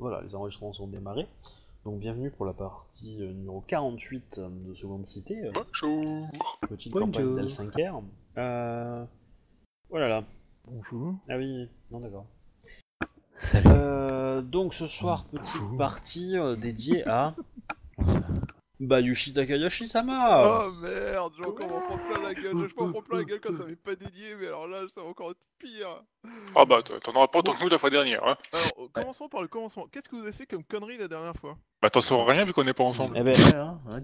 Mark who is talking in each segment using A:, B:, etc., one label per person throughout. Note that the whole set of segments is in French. A: vont, sont démarrés. Donc bienvenue pour la partie euh, numéro 48 euh, de Seconde Cité, euh,
B: Bonjour
A: petite
C: Bonjour.
A: campagne d'Al5R. Euh... Oh là là,
C: Bonjour.
A: ah oui, non d'accord.
D: Salut.
A: Euh, donc ce soir, petite
D: Bonjour.
A: partie euh, dédiée à... Bah Yushi Takayashi-sama
B: Oh merde, j'ai encore m'en prends plein la gueule, je m'en prends plein la gueule quand ça m'est pas dédié, mais alors là, ça va encore être pire
E: Ah bah, t'en t'en auras pas autant que nous la fois dernière, hein.
B: Alors, euh, commençons par le commencement. Qu'est-ce que vous avez fait comme connerie la dernière fois
E: Bah, t'en sauras rien vu qu'on n'est pas ensemble.
A: Eh ben,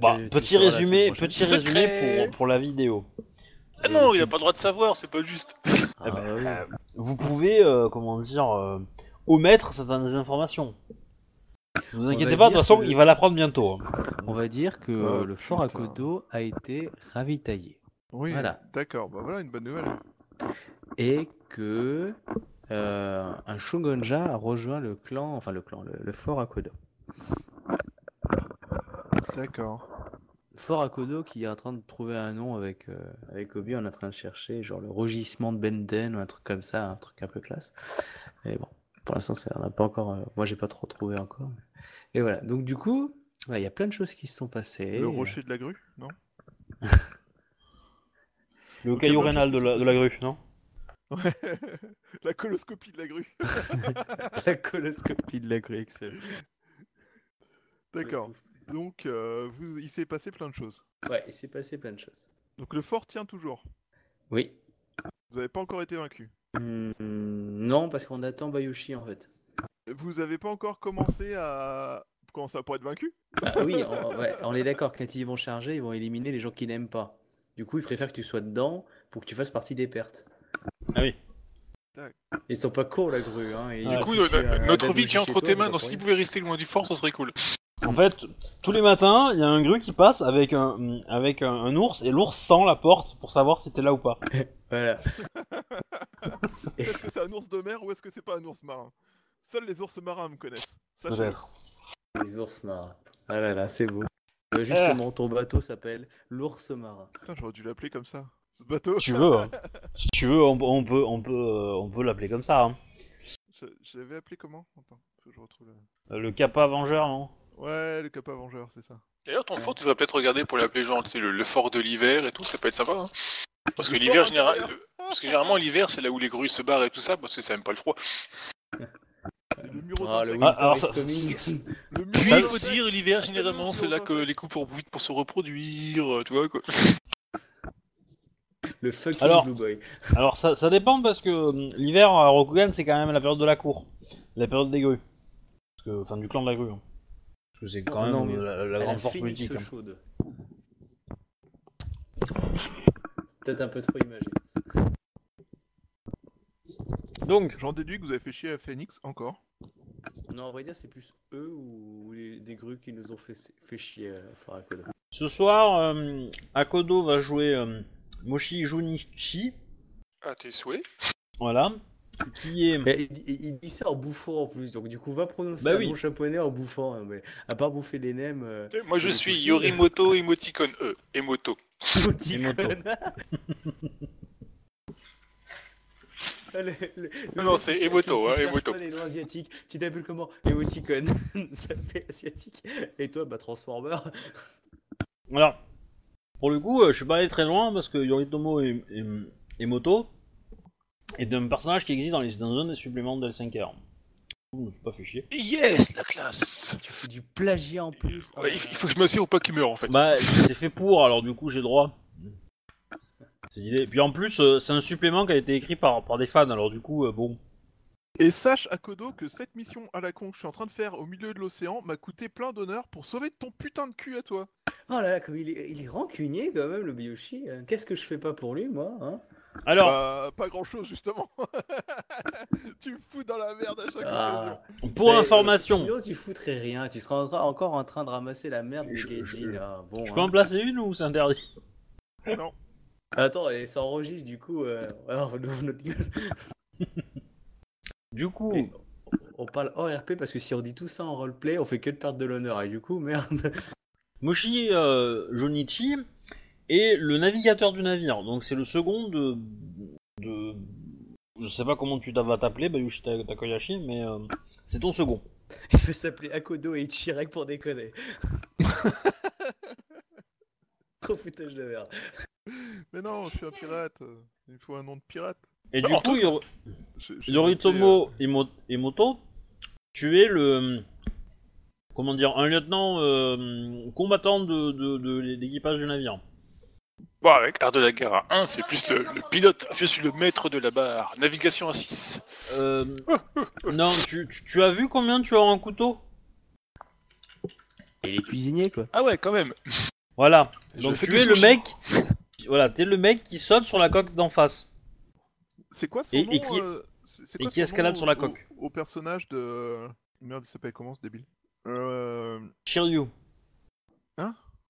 A: bah, petit résumé, petit
E: prochaine.
A: résumé
E: Secret.
A: pour, pour la vidéo.
E: Ah non, il a pas le droit de savoir, c'est pas juste.
A: Eh ben, euh, vous pouvez, euh, comment dire, euh, omettre certaines informations. Ne vous
D: On
A: inquiétez
D: va
A: pas, de toute
D: dire
A: façon,
D: que-
A: il va l'apprendre bientôt. hein.
D: On va dire que
B: Oh,
D: euh, le fort
B: putain.
D: à Kodo a été ravitaillé
B: Oui,
D: Voilà.
B: d'accord, bah voilà une bonne nouvelle.
D: et que euh, un Shogunja a rejoint le clan, enfin le clan, le, le fort à Kodo.
B: D'accord.
D: Le fort à Kodo qui est en train de trouver un nom avec, euh, avec Obi, on est en train de chercher genre le rugissement de Benden ou un truc comme ça, un truc un peu classe. Mais bon, pour l'instant, ça- on n'a pas encore. euh, moi, j'ai pas trop trouvé encore. Et voilà. Donc du coup, voilà, il y a plein de choses qui se sont passées.
B: Le rocher de la grue, non
A: Le
B: Ok,
A: caillou
B: bah,
A: rénal de la, de la grue, non
B: Ouais. la coloscopie de la grue.
D: la coloscopie de la grue, excellent.
B: D'accord. Donc, euh, vous... il s'est passé plein de choses.
D: Ouais, il s'est passé plein de choses.
B: Donc le fort tient toujours.
D: Oui.
B: Vous n'avez pas encore été vaincu.
D: Hmm, non, parce qu'on attend Bayushi en fait.
B: Vous n'avez pas encore commencé à... Comment ça pour être vaincu
D: Bah oui, on, ouais, on est d'accord, quand ils vont charger, ils vont éliminer les gens qui n'aiment pas. Du coup, ils préfèrent que tu sois dedans pour que tu fasses partie des pertes.
A: Ah oui.
D: Ils sont pas courts, la grue. Hein, et
A: Du Ah,
E: Du coup,
D: si
E: no-
D: tu as
E: no-
D: un
E: notre
D: dado
E: vie tient
D: chez toi,
E: entre tes
D: c'est
E: mains,
D: pas
E: donc
D: pour
E: si
D: rien.
E: vous pouvez rester loin du fort, ça serait cool.
D: Mm.
A: En fait, tous les matins, il y a un grue qui passe avec un, avec un, un ours, et l'ours sent la porte pour savoir si t'es là ou pas.
D: Voilà.
B: Est-ce que c'est un ours de mer ou est-ce que c'est pas un ours marin Seuls les ours marins me connaissent. Sachez-le.
A: Peut-être.
D: Les ours marins. Ah là là, c'est beau. Tu vois Juste
A: Ah.
D: comment ton bateau s'appelle l'ours marin.
B: Putain, j'aurais dû l'appeler comme ça. Ce bateau.
A: Si tu veux, hein. si tu veux, on, on peut, on peut, euh, on peut l'appeler comme ça. hein.
B: Je, je l'avais appelé comment Attends, faut que je retrouve le...
A: Euh, Le Kappa Vengeur, non
B: Ouais, le Kappa Vengeur, c'est ça.
E: D'ailleurs, ton fort, tu vas peut-être regarder pour l'appeler genre, tu sais, le, le fort de l'hiver et tout, ça peut être sympa, hein. Parce que
B: Le
E: l'hiver,
B: fort
E: général...
B: intérieur.
E: Parce que généralement, l'hiver, c'est là où les grues se barrent et tout ça, parce que ça aime pas le froid.
B: C'est le mur aux
D: Ah, le
B: insectes.
D: winter
A: Ah, alors
D: is
A: ça-
D: coming.
B: Le mur
E: Puis,
B: aux
E: il faut
B: insectes.
E: dire, l'hiver, généralement, c'est là que les coups profitent pour se reproduire, euh, tu vois, quoi.
D: le fucking
A: Alors-
D: blue boy.
A: Alors ça, ça dépend parce que hum, l'hiver à Rokugan c'est quand même la période de la cour, la période des grues, Parce que- enfin du clan de la grue. hein. Parce que c'est quand
D: Oh
A: même
D: non, mais
A: euh, la, la
D: Elle a
A: grande force
D: fini de
A: politique.
D: se
A: hein.
D: chaude. Peut-être un peu trop imagé.
A: Donc
B: J'en déduis que vous avez fait chier à Phoenix encore.
D: Non, en vrai dire, c'est plus eux ou ou les, des grues qui nous ont fait, fait chier euh, à Farakodo.
A: ce soir, hum, Akodo va jouer hum, Moshi Junichi,
E: À tes souhaits.
A: voilà, qui est
D: Mais il, il- il dit ça en bouffant en plus, donc du coup, va prononcer
A: Bah
D: un
A: oui.
D: nom japonais en bouffant. hein, mais à part bouffer des nems, euh,
E: Moi, je
D: Mais
E: suis
D: aussi-
E: Yorimoto Emoticon E. Emoto.
D: emoticon. Le- le- le
E: non,
D: mec
E: c'est
D: qui cherche-
E: Emoto,
D: qui
E: hein,
D: cherche
E: Emoto.
D: pas des noms asiatiques. Tu t'appelles comment Emoticon. ça fait asiatique. Et toi, bah Transformer.
A: Alors, pour le coup, euh, je suis pas allé très loin parce que Yoritomo et, et, et Moto est d'un personnage qui existe dans, les, dans un des suppléments de L5R. Je me suis pas fait chier.
E: Yes, la classe
D: Tu fais du plagiat en plus. Oh
E: Ouais,
D: là
E: il,
D: là.
E: il faut que je m'assure ou pas qu'il meure, en fait.
A: Bah, c'est fait pour, alors du coup, j'ai droit. C'est l'idée. Puis en plus, euh, c'est un supplément qui a été écrit par, par des fans, alors du coup, euh, bon.
B: Et sache, Akodo, que cette mission à la con que je suis en train de faire au milieu de l'océan m'a coûté plein d'honneur pour sauver ton putain de cul à toi.
D: Oh là là, comme il est, il est rancunier quand même, le Biyoshi. hein. Qu'est-ce que je fais pas pour lui, moi hein
A: Alors,
B: Bah, pas grand chose, justement. tu me fous dans la merde à chaque occasion.
D: Ah.
A: pour
D: Mais, euh,
A: information,
D: sinon, tu foutrais rien. Tu seras en train- encore en train de ramasser la merde de
A: Je-
D: Gaijin.
A: je-
D: ah, bon,
A: je
D: hein.
A: peux en placer une ou c'est interdit
D: Attends, et ça enregistre du coup. euh, Alors, nous- notre gueule.
A: Du coup,
D: Et on parle hors RP parce que si on dit tout ça en roleplay, on fait que de perdre de l'honneur. Et du coup, merde.
A: Moshi euh, Jonichi est le navigateur du navire, donc c'est le second de, de- Je sais pas comment tu t'as- vas t'appeler, Bayushi Ta- Takoyashi, mais euh, c'est ton second.
D: Il va s'appeler Akodo et Ichirek pour déconner. Trop foutage de merde.
B: Mais non, je suis un pirate. Il me faut un nom de pirate.
A: Et
E: Non,
A: du
E: en
A: coup,
E: tout-
A: Yor-
B: Je- j'ai noté,
A: Yoritomo
E: euh,
A: Imo- Imoto, tu es le. Comment dire Un lieutenant euh, combattant de, de- de l'équipage du navire.
E: Bon, avec Art de la guerre à 1, c'est plus le, le pilote. Je suis le maître de la barre. Navigation à 6.
A: Euh, non, tu, tu- tu as vu combien tu as en couteau
D: Et les cuisiniers, quoi.
E: Ah ouais, quand même.
A: Voilà.
E: Je
A: Donc
E: fais
A: tu
E: du
A: es le
E: sushi.
A: mec. qui- Voilà, t'es le mec qui saute sur la coque d'en face
B: euh, C'est quoi son
A: Et-
B: nom
A: et qui-
B: euh, c'est- c'est
A: et
B: quoi
A: qui
B: son
A: escalade
B: nom
A: sur la
B: au-
A: coque.
B: Au, au personnage de. euh, Merde, il s'appelle comment ce débile Euh. hein
A: Shiryu.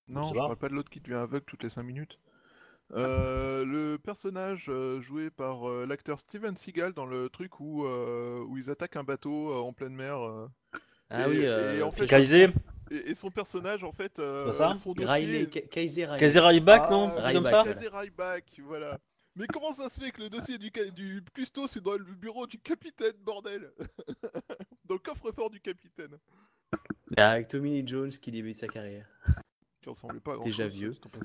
B: Non,
A: Ça
B: je
A: va.
B: parle pas de l'autre qui devient aveugle toutes les 5 minutes. Euh, le personnage euh, joué par euh, l'acteur Steven Seagal dans le truc où, euh, où ils attaquent un bateau euh, en pleine mer. euh,
D: Ah
B: Et-
D: oui,
B: et
D: euh,
B: en fait-
A: Kaizé
B: et, et son personnage, en fait, euh,
A: C'est ça
B: son
D: Riley,
B: dossier...
D: Ka- Kaiser Riley.
A: Kaizé Ryback,
B: Ah,
A: non Un truc
D: Ryback,
A: comme ça
D: ouais.
B: Kaiser Ryback, voilà. Mais comment ça se fait que le dossier du, ca- du Custo, c'est dans le bureau du capitaine, bordel Dans le coffre-fort du capitaine.
D: Ah, Avec Tommy Lee Jones qui débute sa carrière.
B: Qui ressemblait pas à grand
D: Déjà
B: chose,
D: vieux.
B: t'en penses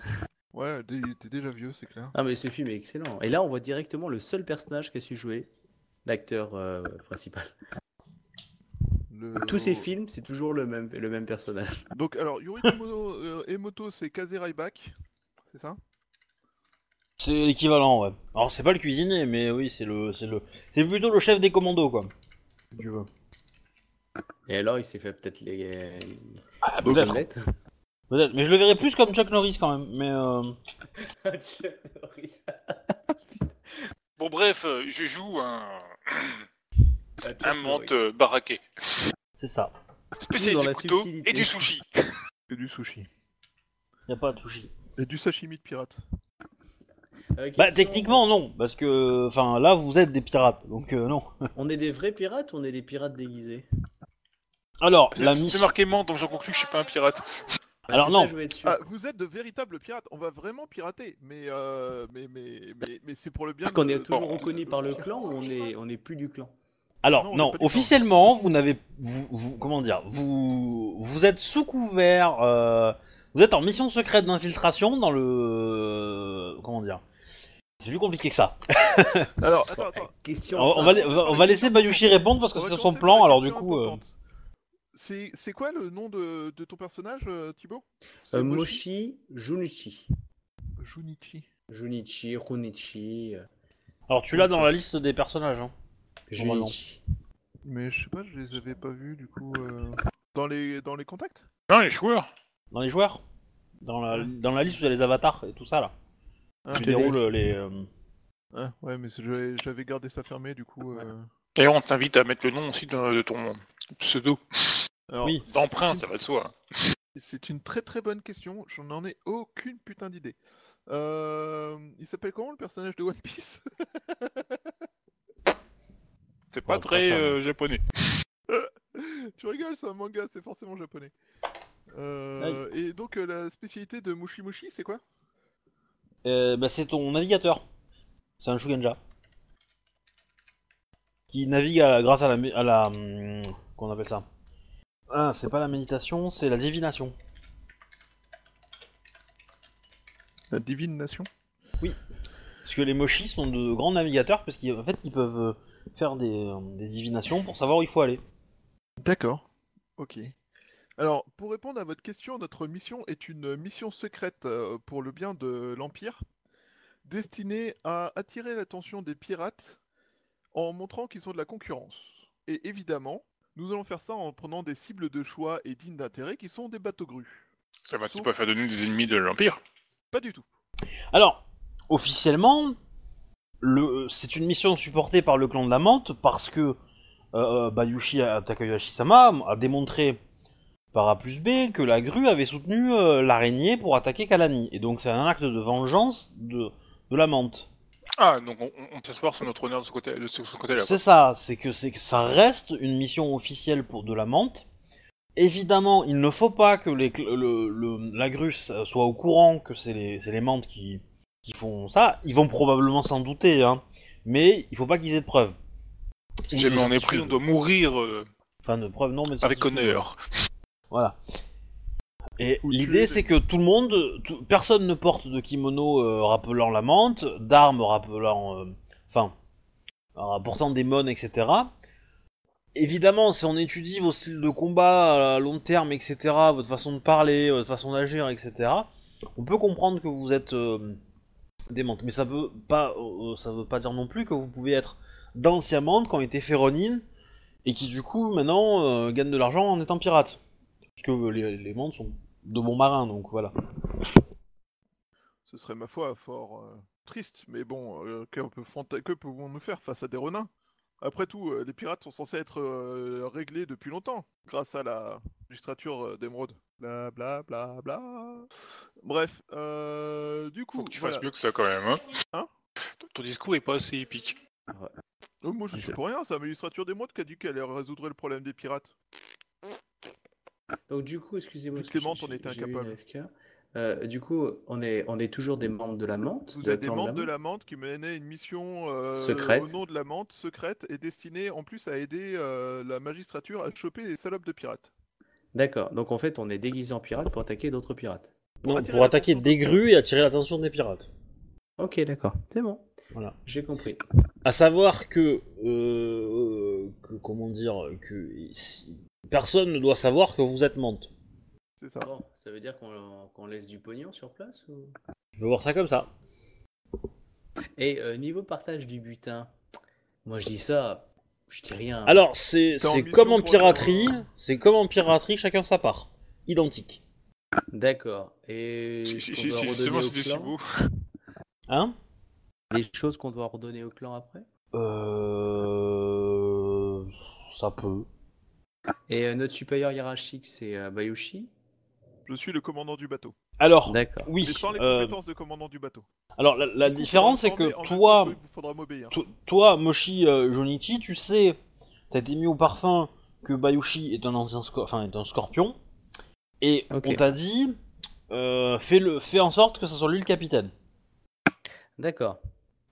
B: Ouais, dé- t'es déjà vieux, c'est clair.
D: Ah mais ce film est excellent. Et là, on voit directement le seul personnage qu'a su jouer l'acteur euh, principal.
B: Le-
D: Tous ces films, c'est toujours le même, le même personnage.
B: Donc, alors, Yoritomo euh, Emoto, c'est Kazé Ryback, c'est ça
A: C'est l'équivalent, ouais. Alors c'est pas le cuisinier, mais oui, c'est le, c'est le, c'est plutôt le chef des commandos, quoi. Si Tu veux.
D: Et alors, il s'est fait peut-être les... les
E: Ah,
A: peut-être.
D: omelettes.
A: Peut-être, mais je le verrais plus comme Chuck Norris quand même. Mais euh,
D: Chuck Norris.
E: Bon, bref, euh, je joue un,
D: Ah, Chuck
E: un
D: Norris.
E: menthe euh, baraqué.
A: c'est ça.
E: Spécialiste
D: Dans la
E: du couteau
D: subtilité.
E: et du sushi.
B: Et du sushi.
A: Y a pas de souci.
B: Et du sashimi de pirate.
A: Bah
D: Euh, question,
A: techniquement non, parce que enfin là vous êtes des pirates, donc euh, non.
D: On est des vrais pirates ou on est des pirates déguisés
A: Alors la
E: C'est c'est
A: mission.
E: marqué menthe, donc j'en conclus que je suis pas un pirate.
D: Ah,
A: Alors
D: c'est
A: non.
D: ça, je veux être sûr.
B: Ah, vous êtes de véritables pirates, on va vraiment pirater, mais euh, mais, mais, mais, mais c'est pour le bien
D: Est-ce qu'on
B: de-
D: est toujours
B: de-
D: reconnu
B: de-
D: par le clan ou on est, on est plus du clan
A: Alors
B: Non,
A: non,
B: on n'a pas dit
A: officiellement vous n'avez, vous, vous- comment dire, vous, vous êtes sous couvert, euh, vous êtes en mission secrète d'infiltration dans le, comment dire. C'est plus compliqué que ça.
B: Alors, attends, attends.
D: Question
A: On, on va, on va- on va laisser Bayushi répondre parce que
B: on va
A: c'est son
B: commencer par
A: plan,
B: la
A: alors du
B: question
A: coup. euh,
B: importante. C'est c'est quoi le nom de, de ton personnage, euh, Thibaut C'est
D: Euh, Moshi Junichi.
B: Junichi.
D: Junichi, Runichi, euh,
A: Alors tu l'as dans la liste des personnages. Hein. Normalement.
D: Junichi.
B: Mais je sais pas, je les avais pas vus du coup. euh, Dans, les, dans les contacts
E: Non, les joueurs.
A: dans les joueurs dans la, dans la liste où il y a les avatars et tout ça là.
B: Ah,
A: Tu
D: te
A: déroules les. euh,
B: Ah, ouais, mais c'est- j'avais j'avais gardé ça fermé du coup. euh,
E: D'ailleurs, on t'invite à mettre le nom aussi de, de ton pseudo.
B: alors,
A: Oui.
B: c'est-
E: D'emprunt,
B: c'est
E: ça
B: une-
E: va de soi.
B: C'est une très très bonne question, je n'en ai aucune putain d'idée. Euh, Il s'appelle comment le personnage de One Piece
E: C'est pas
A: Ouais,
E: très
A: ça, ça,
E: euh, japonais.
B: Tu rigoles, c'est un manga, c'est forcément japonais. Euh, et donc euh, la spécialité de Mushi Mushi, c'est quoi
A: euh, bah, c'est ton navigateur. C'est un Shugenja. Qui navigue à la- grâce à la. mé- À la hum, qu'on appelle ça Ah, c'est pas la méditation, c'est la divination.
B: La divine nation.
A: Parce que les mochis sont de grands navigateurs parce qu'en fait ils peuvent euh, faire des, euh, des divinations pour savoir où il faut aller.
B: D'accord. Ok. Alors, pour répondre à votre question, notre mission est une mission secrète euh, pour le bien de l'Empire, destinée à attirer l'attention des pirates en montrant qu'ils sont de la concurrence. Et évidemment, nous allons faire ça en prenant des cibles de choix et dignes d'intérêt qui sont des bateaux grues.
E: Ça va tu
B: Sauf-
E: pas faire de nous des ennemis de l'Empire
B: Pas du tout.
A: Alors, officiellement, le, c'est une mission supportée par le clan de la menthe parce que euh, Bayushi Takayoshi-sama a démontré par A plus B que la grue avait soutenu euh, l'araignée pour attaquer Kalani. Et donc c'est un acte de vengeance de, de la menthe.
E: Ah, donc on, on- on s'asseoir sur notre honneur de ce côté- de ce- ce côté-là.
A: C'est ça, c'est que, c'est que ça reste une mission officielle pour de la menthe. Évidemment, il ne faut pas que les, cl- le, le- la grue s- soit au courant que c'est les, c'est les menthes qui, qui font ça. Ils vont probablement s'en douter, hein. mais il faut pas qu'ils aient de preuves.
E: Si jamais on est pris, on
A: Incertitude.
E: doit mourir euh,
A: Enfin, de preuve non, mais de
E: Avec
A: certitude.
E: honneur.
A: Voilà. Et
B: Ou
A: l'idée,
B: tu-
A: c'est que tout le monde, tout- personne ne porte de kimono euh, rappelant la menthe, d'armes rappelant, euh, enfin, rapportant des mônes, etc. Évidemment, si on étudie vos styles de combat à long terme, etc., votre façon de parler, euh, votre façon d'agir, etc., on peut comprendre que vous êtes euh, des menthes. Mais ça veut pas, euh, ça veut pas dire non plus que vous pouvez être d'anciens menthes qui ont été féronines et qui du coup maintenant euh, gagnent de l'argent en étant pirates. Parce que les, les mondes sont de bons marins, donc voilà.
B: Ce serait, ma foi, fort euh, triste, mais bon, euh, que, peut fanta- que pouvons-nous faire face à des renins Après tout, euh, les pirates sont censés être euh, réglés depuis longtemps, grâce à la législature euh, d'émeraude. Bla bla bla bla. Bref, euh, du coup,
E: Faut que tu fasses
B: voilà.
E: mieux que ça quand même. Hein
B: Hein
E: Ton- Ton discours est pas assez épique.
B: Oh, moi je
D: Je
B: suis
D: sais.
B: pour rien, c'est la magistrature d'émeraude qui a dit qu'elle résoudrait le problème des pirates.
D: Donc du coup, excusez-moi,
B: Puis
D: parce que
B: Clément,
D: j'ai-
B: on était
D: j'ai eu une
B: incapable.
D: AFK. Euh, du coup, on est, on est toujours des membres de la menthe.
B: Vous
D: de
B: êtes des
D: Clan
B: membres de
D: Menthe.
B: la Mante qui menaient une mission euh,
D: Secrète.
B: au nom de la Mante, secrète, et destinée en plus à aider euh, la magistrature à choper les salopes de pirates.
D: D'accord. Donc en fait, on est déguisé en pirate pour attaquer d'autres pirates.
A: Pour,
B: attirer
A: pour attaquer
B: l'attention
A: des grues et attirer l'attention des pirates.
D: Ok, d'accord. C'est bon.
A: Voilà.
D: J'ai compris.
A: À savoir que, euh, que comment dire, que si- personne ne doit savoir que vous êtes menthe.
B: C'est ça.
D: Bon, ça veut dire qu'on qu'on laisse du pognon sur place ou...
A: Je peux voir ça comme ça.
D: Et euh, niveau partage du butin, moi je dis ça, je dis rien.
A: Alors c'est
B: T'es en
A: c'est
B: mission
A: comme en
B: pour
A: piraterie,
B: le-
A: c'est comme en piraterie, chacun sa part, identique.
D: D'accord. Et
E: Si, si,
D: qu'on
E: si,
D: doit
E: si,
D: redonner
E: seulement
D: au
E: c'était si
D: clan
E: beau.
A: Hein
D: Les choses qu'on doit redonner au clan après.
A: Euh, ça peut.
D: Et euh, notre supérieur hiérarchique, c'est euh, Bayushi.
B: Je suis le commandant du bateau.
A: Alors
D: D'accord.
A: oui.
B: Mais sans les
A: euh,
B: compétences de commandant du bateau.
A: alors la, la
B: Du coup,
A: différence c'est
B: faudra me
A: que
B: former, en même
A: toi.
B: temps, Il faudra m'obéir.
A: To- toi, Moshi euh, Jonichi, tu sais, t'as été mis au parfum que Bayushi est un ancien sco- enfin, est un scorpion, et
D: Ok.
A: on t'a dit, euh, fais, le, fais en sorte que ça soit lui le capitaine.
D: D'accord.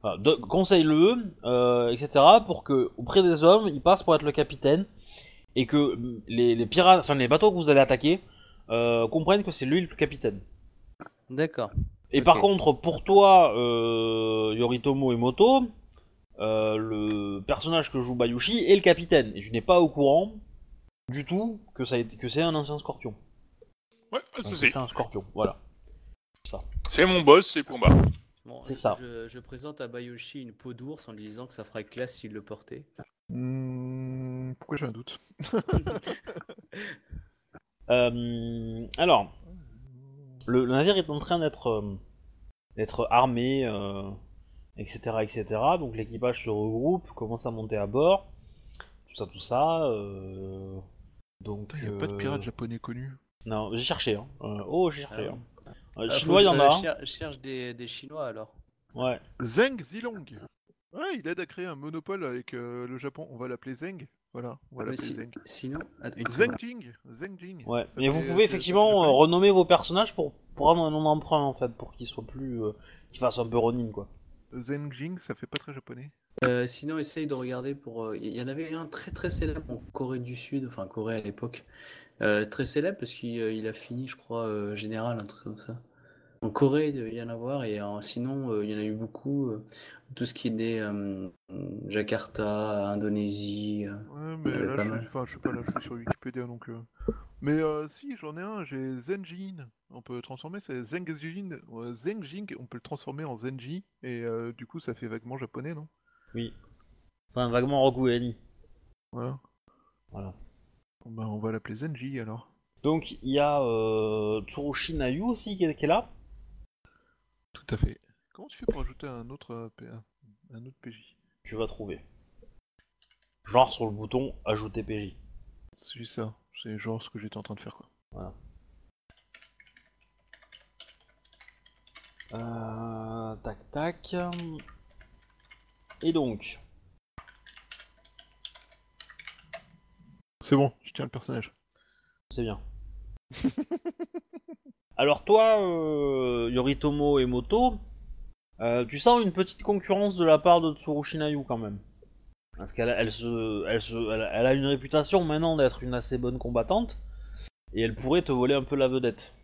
A: Enfin, do- Conseille-le, euh, etc., pour que, auprès des hommes, il passe pour être le capitaine, et que mm, les, les pirates, enfin, les bateaux que vous allez attaquer, euh, comprennent que c'est lui le capitaine.
D: D'accord.
A: Et
D: Ok.
A: par contre, pour toi, euh, Yoritomo Emoto, euh, le personnage que joue Bayushi est le capitaine. Et tu n'es pas au courant du tout que, ça a été- que c'est un ancien scorpion.
E: Ouais, pas de
A: Enfin, que
E: soucis.
A: c'est un scorpion, voilà.
E: C'est mon boss, c'est pour moi.
D: Bon,
A: C'est
D: je-
A: ça.
D: Je, je présente à Bayushi une peau d'ours en lui disant que ça ferait classe s'il le portait.
B: Hmm, pourquoi j'ai un doute
A: Euh, alors, le, le navire est en train d'être euh, d'être armé, euh, etc., etc. Donc l'équipage se regroupe, commence à monter à bord, tout ça, tout ça. euh, donc,
B: Il n'y a pas de
A: euh,
B: pirate japonais connu.
A: Non, j'ai cherché. Hein. Euh, oh, j'ai cherché.
D: Ah
A: hein.
D: oui.
A: Euh,
D: Ah,
A: Chinois, il y
D: faut-
A: en
D: euh,
A: a. hein.
D: cher- cherche des, des Chinois alors.
A: Ouais.
B: Zeng Zilong Ouais, il aide à créer un monopole avec euh, le Japon. On va l'appeler Zeng. Voilà, on va
D: Ah, Mais
B: l'appeler
D: si-
B: Zeng.
D: sinon, attends, une
B: Zeng
D: seconde.
B: Jing Zeng Jing
A: Ouais,
B: Ça
A: mais vous
B: fait-
A: pouvez
B: ça fait
A: effectivement
B: japonais.
A: euh, renommer vos personnages pour prendre un nom d'emprunt en fait, pour qu'ils soient plus. euh, qu'ils fassent un peu Ronin quoi.
B: Zeng Jing, ça fait pas très japonais.
D: Euh, sinon, essaye de regarder pour. euh, Il y en avait un très très célèbre en Corée du Sud, enfin Corée à l'époque. Euh, très célèbre parce qu'il euh, il a fini, je crois, euh, général, un truc comme ça. En Corée, il devait y en avoir, et euh, sinon, euh, il y en a eu beaucoup. euh, tout ce qui est des euh, Jakarta, Indonésie. euh.
B: Ouais, mais
D: avait
B: là,
D: pas
B: je,
D: mal.
B: suis- enfin, je sais pas, là, je suis sur Wikipédia donc. euh. Mais euh, si, j'en ai un, j'ai Zenjin. On peut transformer, c'est Zengjin. euh, Zengjing, on peut le transformer en Zenji, et euh, du coup, ça fait vaguement japonais, non
A: Enfin, vaguement Roku et Annie.
B: Voilà.
A: Voilà.
B: Bon, bah, on va l'appeler Zenji alors.
A: Donc il y a euh, Tsurushi Nayu aussi qui est, qui est là.
B: Tout à fait. Comment tu fais pour ajouter un autre, euh, P- un- un autre PJ
A: Tu vas trouver. Genre sur le bouton ajouter PJ.
B: C'est ça, c'est genre ce que j'étais en train de faire quoi.
A: Euh, tac tac. Et donc,
B: C'est bon, je tiens le personnage.
A: c'est bien. Alors toi, euh, Yoritomo Emoto, euh, tu sens une petite concurrence de la part de Tsurushi Nayu quand même. Parce qu'elle elle se, elle se, elle, elle a une réputation maintenant d'être une assez bonne combattante, et elle pourrait te voler un peu la vedette.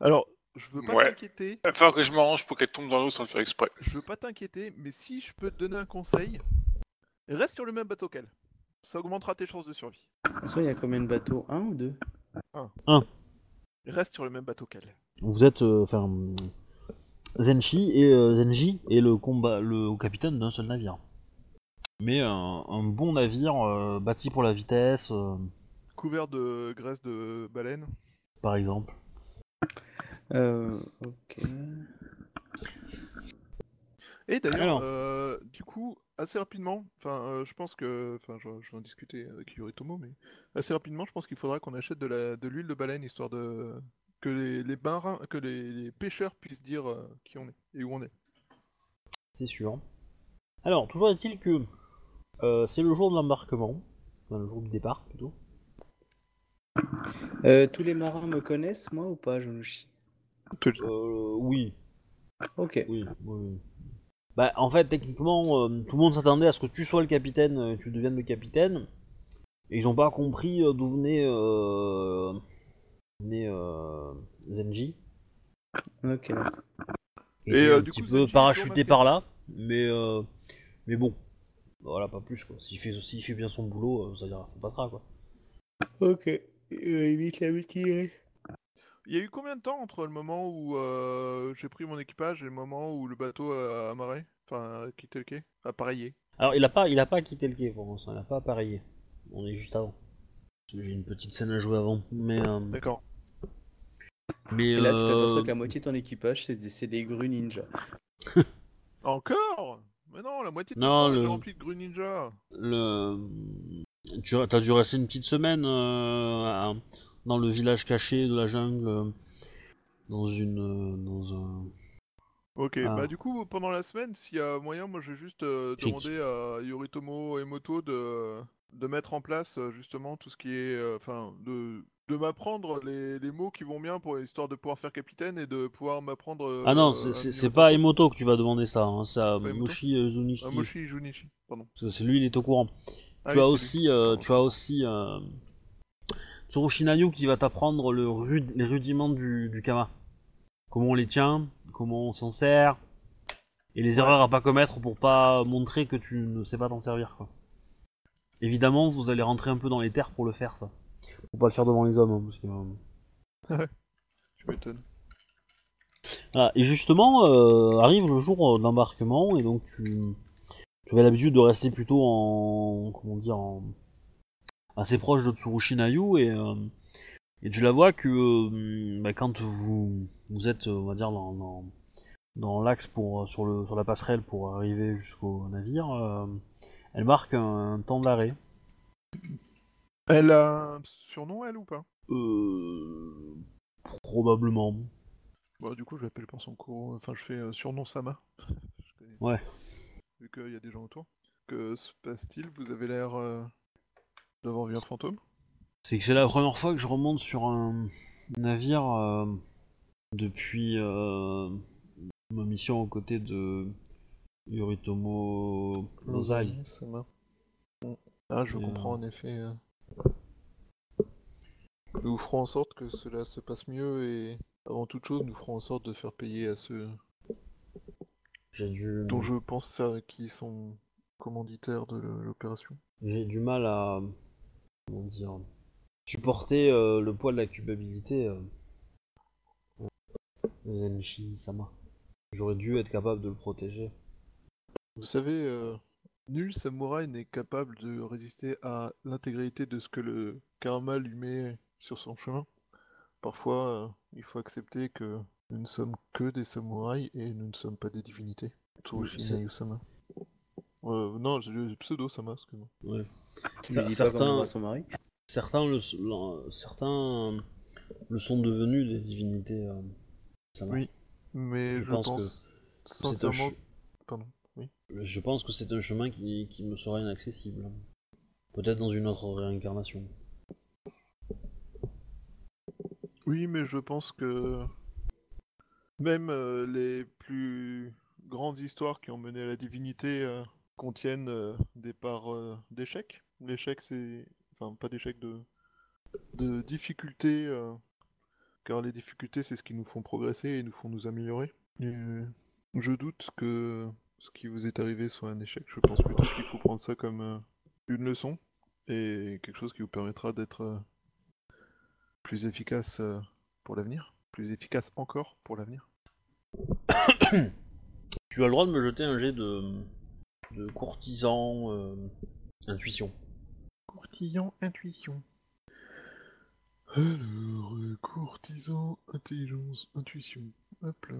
B: Alors, je veux pas
E: Ouais.
B: t'inquiéter,
E: Il va falloir que je m'arrange pour qu'elle tombe dans l'eau sans le faire exprès.
B: je veux pas t'inquiéter, mais si je peux te donner un conseil, reste sur le même bateau qu'elle. Ça augmentera tes chances de survie.
D: De toute façon, il y a combien de bateaux Un ou deux
B: Reste sur le même bateau qu'elle.
A: Vous êtes, euh, enfin, Zenshi et euh, Zenji est le combat, le capitaine d'un seul navire. Mais un, un bon navire euh, bâti pour la vitesse, euh,
B: Couvert de graisse de baleine.
A: par exemple.
D: euh, Ok.
B: Et
A: Alors.
B: d'ailleurs, euh, du coup, assez rapidement, enfin, euh, je pense que, enfin, j'en j'en discutais avec Yoritomo, mais assez rapidement, je pense qu'il faudra qu'on achète de la, de l'huile de baleine histoire de que les, les marins, que les, les pêcheurs puissent dire euh, qui on est et où on est.
A: C'est sûr. Alors, toujours est-il que euh, c'est le jour de l'embarquement, enfin, le jour du départ plutôt.
D: Euh, tous les marins me connaissent, moi ou pas, Jonushi
A: Euh, oui,
D: Ok.
A: oui, oui, oui. Bah, en fait, techniquement, euh, tout le monde s'attendait à ce que tu sois le capitaine, euh, tu deviennes le capitaine. Et ils ont pas compris euh, d'où venait, euh, venait, euh, Zenji.
D: Ok.
A: Il
B: Et,
A: est
B: euh,
A: un
B: du
A: petit
B: coup,
A: peu
B: Zenji est
A: parachuté
B: toujours
A: par là, mais euh, mais bon, voilà, pas plus quoi. S'il fait, s'il fait bien son boulot, euh, ça, ira- ça passera quoi.
D: Ok. évite la mutinerie.
B: Il y a eu combien de temps entre le moment où euh, j'ai pris mon équipage et le moment où le bateau a amarré, enfin, a quitté le quai, a pareillé
A: Alors il a pas, il a pas quitté le quai pour l'instant, il a pas appareillé. On est juste avant. J'ai une petite scène à jouer avant, mais euh,
B: D'accord.
A: mais
D: Et là, tu
A: euh,
D: t'aperçois que la moitié de ton équipage, c'est des, c'est des grues ninja.
B: Encore Mais non, la moitié de
A: Non,
B: ton corps
A: le-
B: était remplie de grues ninja.
A: le, tu as t'as dû rester une petite semaine euh, à- dans le village caché de la jungle, euh, dans une, euh, dans un.
B: Ok,
A: Ah.
B: bah du coup, pendant la semaine, s'il y a moyen, moi je vais juste euh,
A: Chic.
B: demander à Yoritomo et Moto de, de mettre en place euh, justement tout ce qui est. euh, Enfin, de, de m'apprendre les, les mots qui vont bien pour histoire de pouvoir faire capitaine et de pouvoir m'apprendre. euh,
A: Ah non,
B: un
A: c'est- c'est c'est
B: minimum.
A: pas à Emoto que tu vas demander ça, hein, c'est à
B: Pas Emoto
A: Moshi euh, Zunichi.
B: Ah, Moshi Junichi, pardon.
A: Parce que c'est lui, il est au courant. tu,
B: Ah oui,
A: as
B: c'est lui.
A: aussi, euh, tu as aussi euh, Tsurushinayu qui va t'apprendre le rud- les rudiments du, du kama. Comment on les tient, comment on s'en sert, et les erreurs à pas commettre pour pas montrer que tu ne sais pas t'en servir. Quoi. Évidemment, vous allez rentrer un peu dans les terres pour le faire, ça. Faut pas le faire devant les hommes. hein, parce que, euh,
B: Tu m'étonnes.
A: Voilà, Ah, et justement, euh, arrive le jour euh, de l'embarquement, et donc tu, tu avais l'habitude de rester plutôt en. comment dire en- assez proche de Tsurushinayu, et, euh, et tu la vois que euh, bah, quand vous, vous êtes, euh, on va dire, dans, dans, dans l'axe pour euh, sur, le, sur la passerelle pour arriver jusqu'au navire, euh, elle marque un, un temps d'arrêt.
B: Elle a un surnom, elle ou pas
A: Euh, probablement.
B: Bah, du coup, je l'appelle par son courant. Enfin, je fais euh, surnom Sama. Je connais.
A: Ouais.
B: Vu qu'il y a des gens autour. Que se passe-t-il Vous avez l'air euh, d'avoir vu un fantôme
A: C'est que c'est la première fois que je remonte sur un navire euh, depuis euh, ma mission aux côtés de Yoritomo Ozai.
B: Sama. Ah, je
A: Et,
B: comprends en effet. euh. Nous ferons en sorte que cela se passe mieux et avant toute chose, nous ferons en sorte de faire payer à ceux
A: J'ai du,
B: dont je pense à- qui sont commanditaires de l'opération.
A: j'ai du mal à comment dire, supporter euh, le poids de la culpabilité euh, de Zenshi Sama. J'aurais dû être capable de le protéger.
B: Vous savez, euh, nul samouraï n'est capable de résister à l'intégralité de ce que le karma lui met sur son chemin. Parfois, euh, il faut accepter que nous ne sommes que des samouraïs et nous ne sommes pas des divinités.
A: c'est-
B: Tsurushina sama Euh, non, j'ai le pseudo Sama, excuse-moi.
D: Tu
A: Ça-
D: lui dis pas
A: certains-
D: comment voit son mari
A: Certains le, s- l'en- certains euh, le sont devenus des divinités euh, Sama.
B: Oui. Mais
A: Je
B: je,
A: pense
B: pense,
A: que C'est un
B: sincèrement.
A: ch-
B: Pardon, oui.
A: Je pense que c'est un chemin qui, qui me sera inaccessible. Peut-être dans une autre réincarnation.
B: Oui, mais je pense que même euh, les plus grandes histoires qui ont mené à la divinité euh, contiennent euh, des parts euh, d'échecs. L'échec, c'est. Enfin, pas d'échec, de. de difficultés. euh, Car les difficultés, c'est ce qui nous font progresser et nous font nous améliorer. Et, euh, je doute que ce qui vous est arrivé soit un échec. Je pense plutôt qu'il faut prendre ça comme euh, une leçon et quelque chose qui vous permettra d'être euh, plus efficace euh, pour l'avenir. Plus efficace encore pour l'avenir.
A: Tu as le droit de me jeter un jet de, de courtisan euh, intuition.
B: Courtillant intuition. Alors, euh, courtisan, intelligence, intuition. Hop là.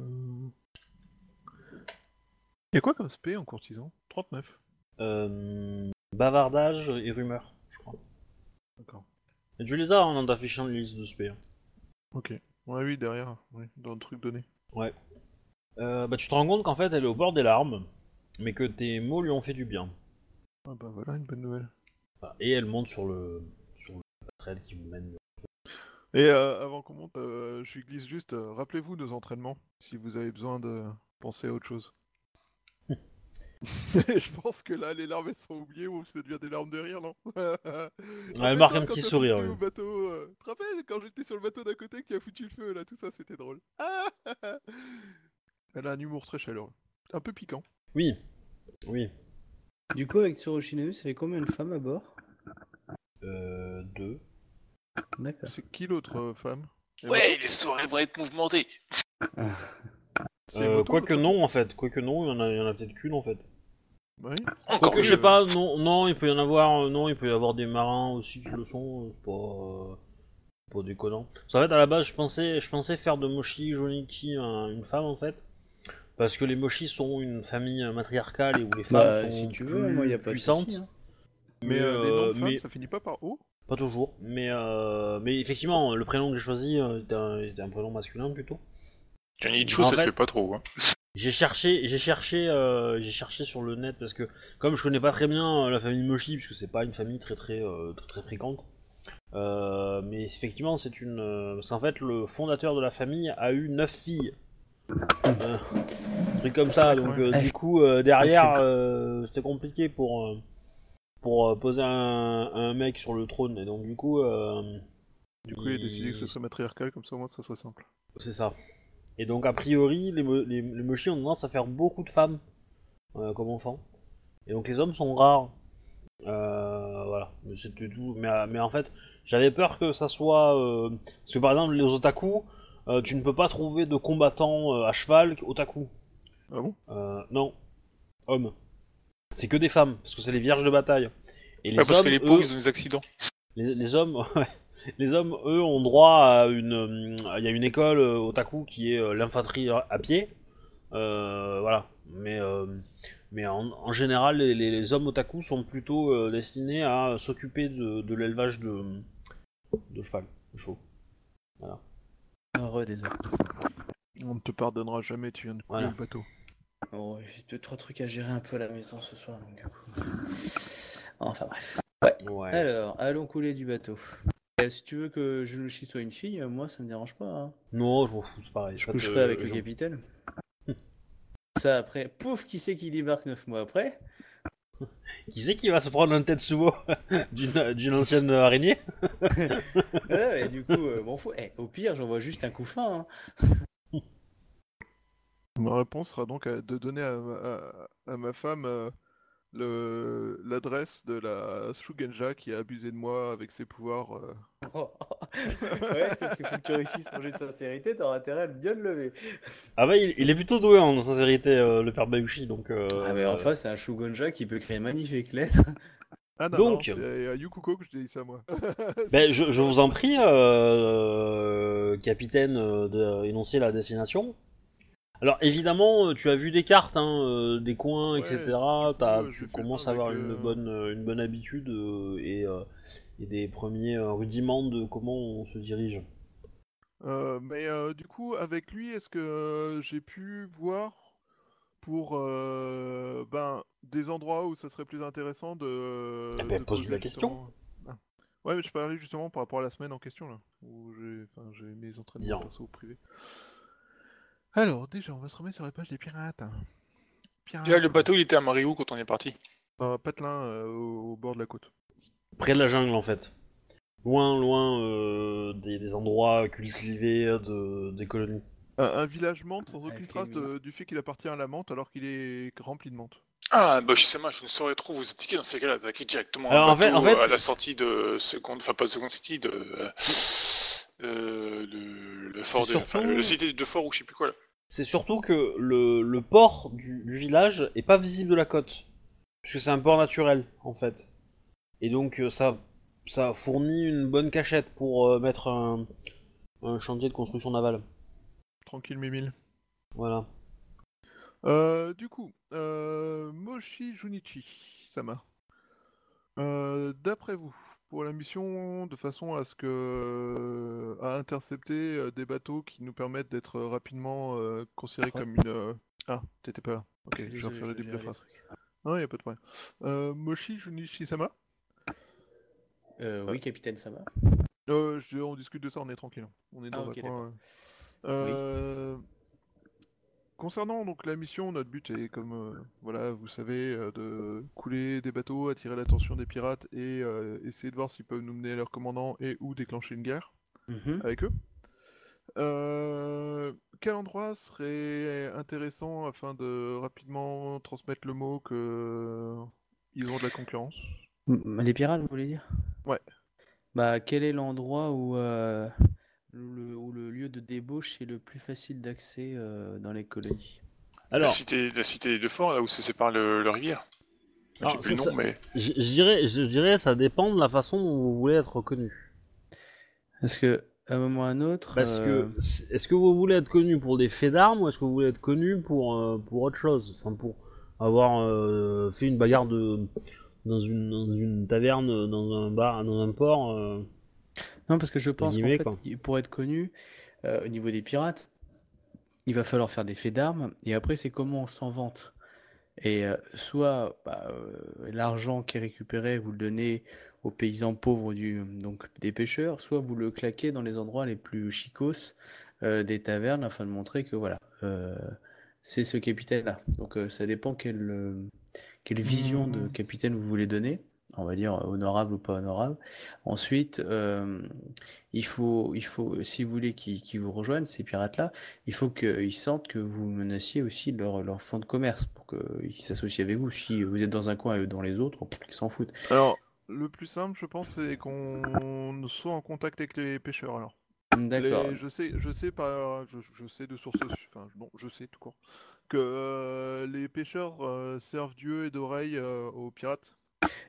B: Y'a quoi comme spé en courtisan 39.
A: Euh, bavardage et rumeur, je crois.
B: D'accord.
A: Et tu les as hein, en t'affichant les listes de spé. hein.
B: Ok. Ouais, oui, derrière. Oui, dans le truc donné.
A: Euh, bah, tu te rends compte qu'en fait, elle est au bord des larmes, mais que tes mots lui ont fait du bien.
B: Ah bah voilà, une bonne nouvelle.
A: Voilà. Et elle monte sur le sur le la trail qui vous mène.
B: Et euh, avant qu'on monte, euh, je lui glisse juste, euh, rappelez-vous nos entraînements, si vous avez besoin de penser à autre chose. je pense que là, les larmes, elles sont oubliées, ou ça devient des larmes de rire, non
A: elle marque un petit sourire,
B: Tu
A: oui.
B: au bateau, euh, tu te rappelles quand j'étais sur le bateau d'à côté qui a foutu le feu, là, tout ça, c'était drôle. Ah, ah, ah. elle a un humour très chaleureux, un peu piquant.
A: Oui, oui.
D: Du coup, avec Soroshineus, il y avait combien de femmes à bord
A: Euh, deux. Ah.
D: D'accord.
B: C'est qui l'autre euh, femme Et
E: Ouais, les soirées vont être mouvementées.
B: C'est
A: Euh,
B: Moto,
A: quoique non, en fait. Quoique non, il y en a, il y en a peut-être qu'une, en fait.
B: Oui.
E: Encore
A: Quoique,
E: mieux.
A: je sais pas, non, non, il peut y en avoir, euh, non, il peut y avoir des marins aussi qui le sont, euh, c'est pas, euh, pas déconnant. Ça fait, à la base, je pensais, je pensais faire de Moshi Jonichi un- une femme, en fait. Parce que les Moshi sont une famille euh, matriarcale et où les femmes
D: Bah,
A: sont
D: si tu veux,
A: plus
D: moi, il n'y a pas de
A: puissantes.
D: souci, hein.
B: Mais euh, les noms
A: euh,
B: de femmes,
A: mais-
B: ça finit pas par O
A: Pas toujours, mais, euh, mais effectivement, le prénom que j'ai choisi euh, était un, était un prénom masculin plutôt.
E: Johnny Chou,
A: En
E: ça te
A: fait-
E: fait pas trop. Hein.
A: J'ai cherché, j'ai cherché, euh, j'ai cherché sur le net parce que comme je connais pas très bien euh, la famille Moshi, puisque c'est pas une famille très très euh, très, très fréquente, euh, mais effectivement c'est une, euh, parce qu'en fait le fondateur de la famille a eu neuf filles, Euh, un truc comme ça. Donc euh, du coup euh, derrière euh, c'était compliqué pour euh, pour euh, poser un, un mec sur le trône et donc du coup euh,
B: Du coup, il a
A: il-
B: décidé que ce serait matriarcal, comme ça au moins ça serait simple.
A: c'est ça. Et donc, a priori, les, mo- les, les Moshi ont tendance à faire beaucoup de femmes euh, comme enfants. Et donc, les hommes sont rares. Euh, voilà, mais c'était tout. Mais, euh, mais en fait, j'avais peur que ça soit. euh, Parce que par exemple, les otaku, euh, tu ne peux pas trouver de combattants euh, à cheval otaku.
B: Ah bon
A: Euh, non, hommes. C'est que des femmes, parce que c'est les vierges de bataille. Et les
E: Ouais, parce
A: hommes,
E: que les
A: eux,
E: pauvres, ils ont des accidents.
A: les, les hommes, les hommes, eux, ont droit à une, euh, il y a une école euh, otaku qui est euh, l'infanterie à pied, Euh, voilà. Mais euh, mais en, en général, les, les- les hommes otaku sont plutôt euh, destinés à s'occuper de, de l'élevage de de cheval, de chevaux.
D: Heureux, désolé.
B: On ne te pardonnera jamais, tu viens de couler
A: Voilà.
B: le bateau.
D: Oh, j'ai deux, trois trucs à gérer un peu à la maison ce soir, donc du coup. Enfin bref. Ouais.
A: Ouais.
D: Alors, allons couler du bateau. Euh, si tu veux que Junushi soit une fille, euh, moi ça me dérange pas. hein.
A: Non, je m'en fous, c'est pareil.
D: Je
A: Ça te-
D: coucherai avec le
A: je-
D: capitaine. Ça après, pouf, qui c'est qui débarque neuf mois après
A: Qui c'est qui va se prendre un Tetsubo d'une d'une ancienne araignée
D: Ouais, Et du coup, euh, bon, faut... eh, au pire, j'envoie juste un coup fin. hein.
B: Ma réponse sera donc à- de donner à, à- à ma femme euh, le- l'adresse de la Shugenja qui a abusé de moi avec ses pouvoirs. euh.
D: ouais, sauf que faut que tu réussisses ton jeu de sincérité, t'auras intérêt à le bien le lever.
A: Ah bah il, il est plutôt doué en sincérité, euh, le père Bayushi, donc. euh,
D: ah, mais en face, c'est un Shugonja qui peut créer magnifique lettre.
B: Ah non,
A: Donc-
B: non, c'est à Yukuko que je dis ça moi.
A: Ben, je, je vous en prie, euh, euh, capitaine, euh, d'énoncer la destination. Alors évidemment, euh, tu as vu des cartes, hein, euh, des coins,
B: Ouais,
A: etc.
B: du coup,
A: T'as-
B: euh, je
A: tu
B: fais
A: commences à
B: le lien
A: avoir
B: avec
A: une,
B: le-
A: bonne, euh, une bonne habitude euh, et, euh, et des premiers euh, rudiments de comment on se dirige.
B: Euh, mais euh, du coup, avec lui, est-ce que euh, j'ai pu voir pour euh, ben, des endroits où ça serait plus intéressant de.
A: Eh ben,
B: de
A: pose-lui
B: poser
A: la question.
B: justement- Ah. Ouais, mais je parlais justement par rapport à la semaine en question, là, où j'ai enfin, j'ai mes entraînements
A: Bien.
B: perso privés. Alors, déjà, on va se remettre sur la page des hein. pirates.
E: Déjà, le bateau, il était à Mariou quand on est parti.
B: Par Patelin, euh, au, au bord de la côte.
A: près de la jungle en fait. Loin, loin euh, des, des endroits cultivés de, des colonies.
B: Un, un village menthe sans
A: Ah,
D: Ouais, c'est
B: aucune trace
D: mignon.
B: de- du fait qu'il appartient à la menthe alors qu'il est rempli de menthe.
E: Ah, bah, je sais mal, je ne saurais trop vous indiquer dans ces cas-là, attaquer directement
A: Alors,
E: un
A: en fait-
E: bateau,
A: en fait,
E: euh, à
A: c'est-
E: la sortie de Second, enfin pas de Second City, de, euh, euh, le, le fort, de,
A: surtout-
E: enfin, le, le cité de fort ou je sais plus quoi là.
A: C'est surtout que le, le port du, du village est pas visible de la côte. Puisque c'est un port naturel en fait. Et donc euh, ça, ça fournit une bonne cachette pour euh, mettre un, un chantier de construction navale.
B: Tranquille, Mimile.
A: Voilà.
B: Euh, du coup, euh, Moshi Junichi, Sama. Euh, D'après vous, pour la mission, de façon à ce que à intercepter euh, des bateaux qui nous permettent d'être rapidement euh, considérés
D: Ouais.
B: comme une. euh, Ah, t'étais pas là. Ok,
D: Je suis
B: je vais
D: désolé,
B: refaire le
D: je
B: début de la
D: gère les
B: phrase. Non, y a pas de problème. Euh, Moshi Junichi, Sama.
D: Euh, oui, capitaine, ça va.
B: Euh, je- on discute de ça, on est tranquille. On est
D: Ah,
B: dans
D: ok,
B: un coin.
D: d'accord.
B: euh. Euh, Concernant donc la mission, notre but est, comme euh, voilà, vous savez, euh, de couler des bateaux, attirer l'attention des pirates et euh, essayer de voir s'ils peuvent nous mener à leur commandant et ou déclencher une guerre
D: Mhm.
B: avec eux. Euh, quel endroit serait intéressant afin de rapidement transmettre le mot que euh, ils ont de la concurrence
D: M- Les pirates, vous voulez dire?
B: Ouais.
D: Bah, quel est l'endroit où, euh, le, où le lieu de débauche est le plus facile d'accès euh, dans les colonies?
E: La
A: Alors,
E: cité, la cité de fort là où se sépare le, le rivière.
A: Alors,
E: J'ai plus le
A: c'est ça.
E: nom, mais
A: je je dirais, je dirais ça dépend de la façon dont vous voulez être reconnu.
D: Parce que à un moment ou à un autre,
A: Parce
D: euh,
A: que c'est- est-ce que vous voulez être connu pour des faits d'armes ou est-ce que vous voulez être connu pour euh, pour autre chose, enfin pour avoir euh, fait une bagarre de dans une, dans une taverne, dans un bar, dans un port. euh,
D: non, parce que je pense qu'en
A: guillemets,
D: fait,
A: quoi.
D: il- pour être connu euh, au niveau des pirates, il va falloir faire des faits d'armes et après, c'est comment on s'en vante. Et euh, soit bah, euh, l'argent qui est récupéré, vous le donnez aux paysans pauvres du, donc des pêcheurs, soit vous le claquez dans les endroits les plus chicos euh, des tavernes afin de montrer que voilà, euh, c'est ce capitaine-là. Donc euh, ça dépend quelle, euh, quelle vision de
B: Mhm.
D: capitaine vous voulez donner, on va dire euh, honorable ou pas honorable. Ensuite, euh, il faut, il faut, si vous voulez qu'ils qu'ils vous rejoignent, ces pirates-là, il faut qu'ils sentent que vous menaciez aussi leur, leur fonds de commerce pour qu'ils s'associent avec vous. Si vous êtes dans un coin et eux dans les autres, pff, ils s'en foutent.
B: Alors, le plus simple, je pense, c'est qu'on soit en contact avec les pêcheurs. Alors.
D: D'accord.
B: Les- je sais, je sais par, je, je sais de sources, enfin bon, je sais tout court, que euh, les pêcheurs euh, servent d'yeux et d'oreilles euh, aux pirates.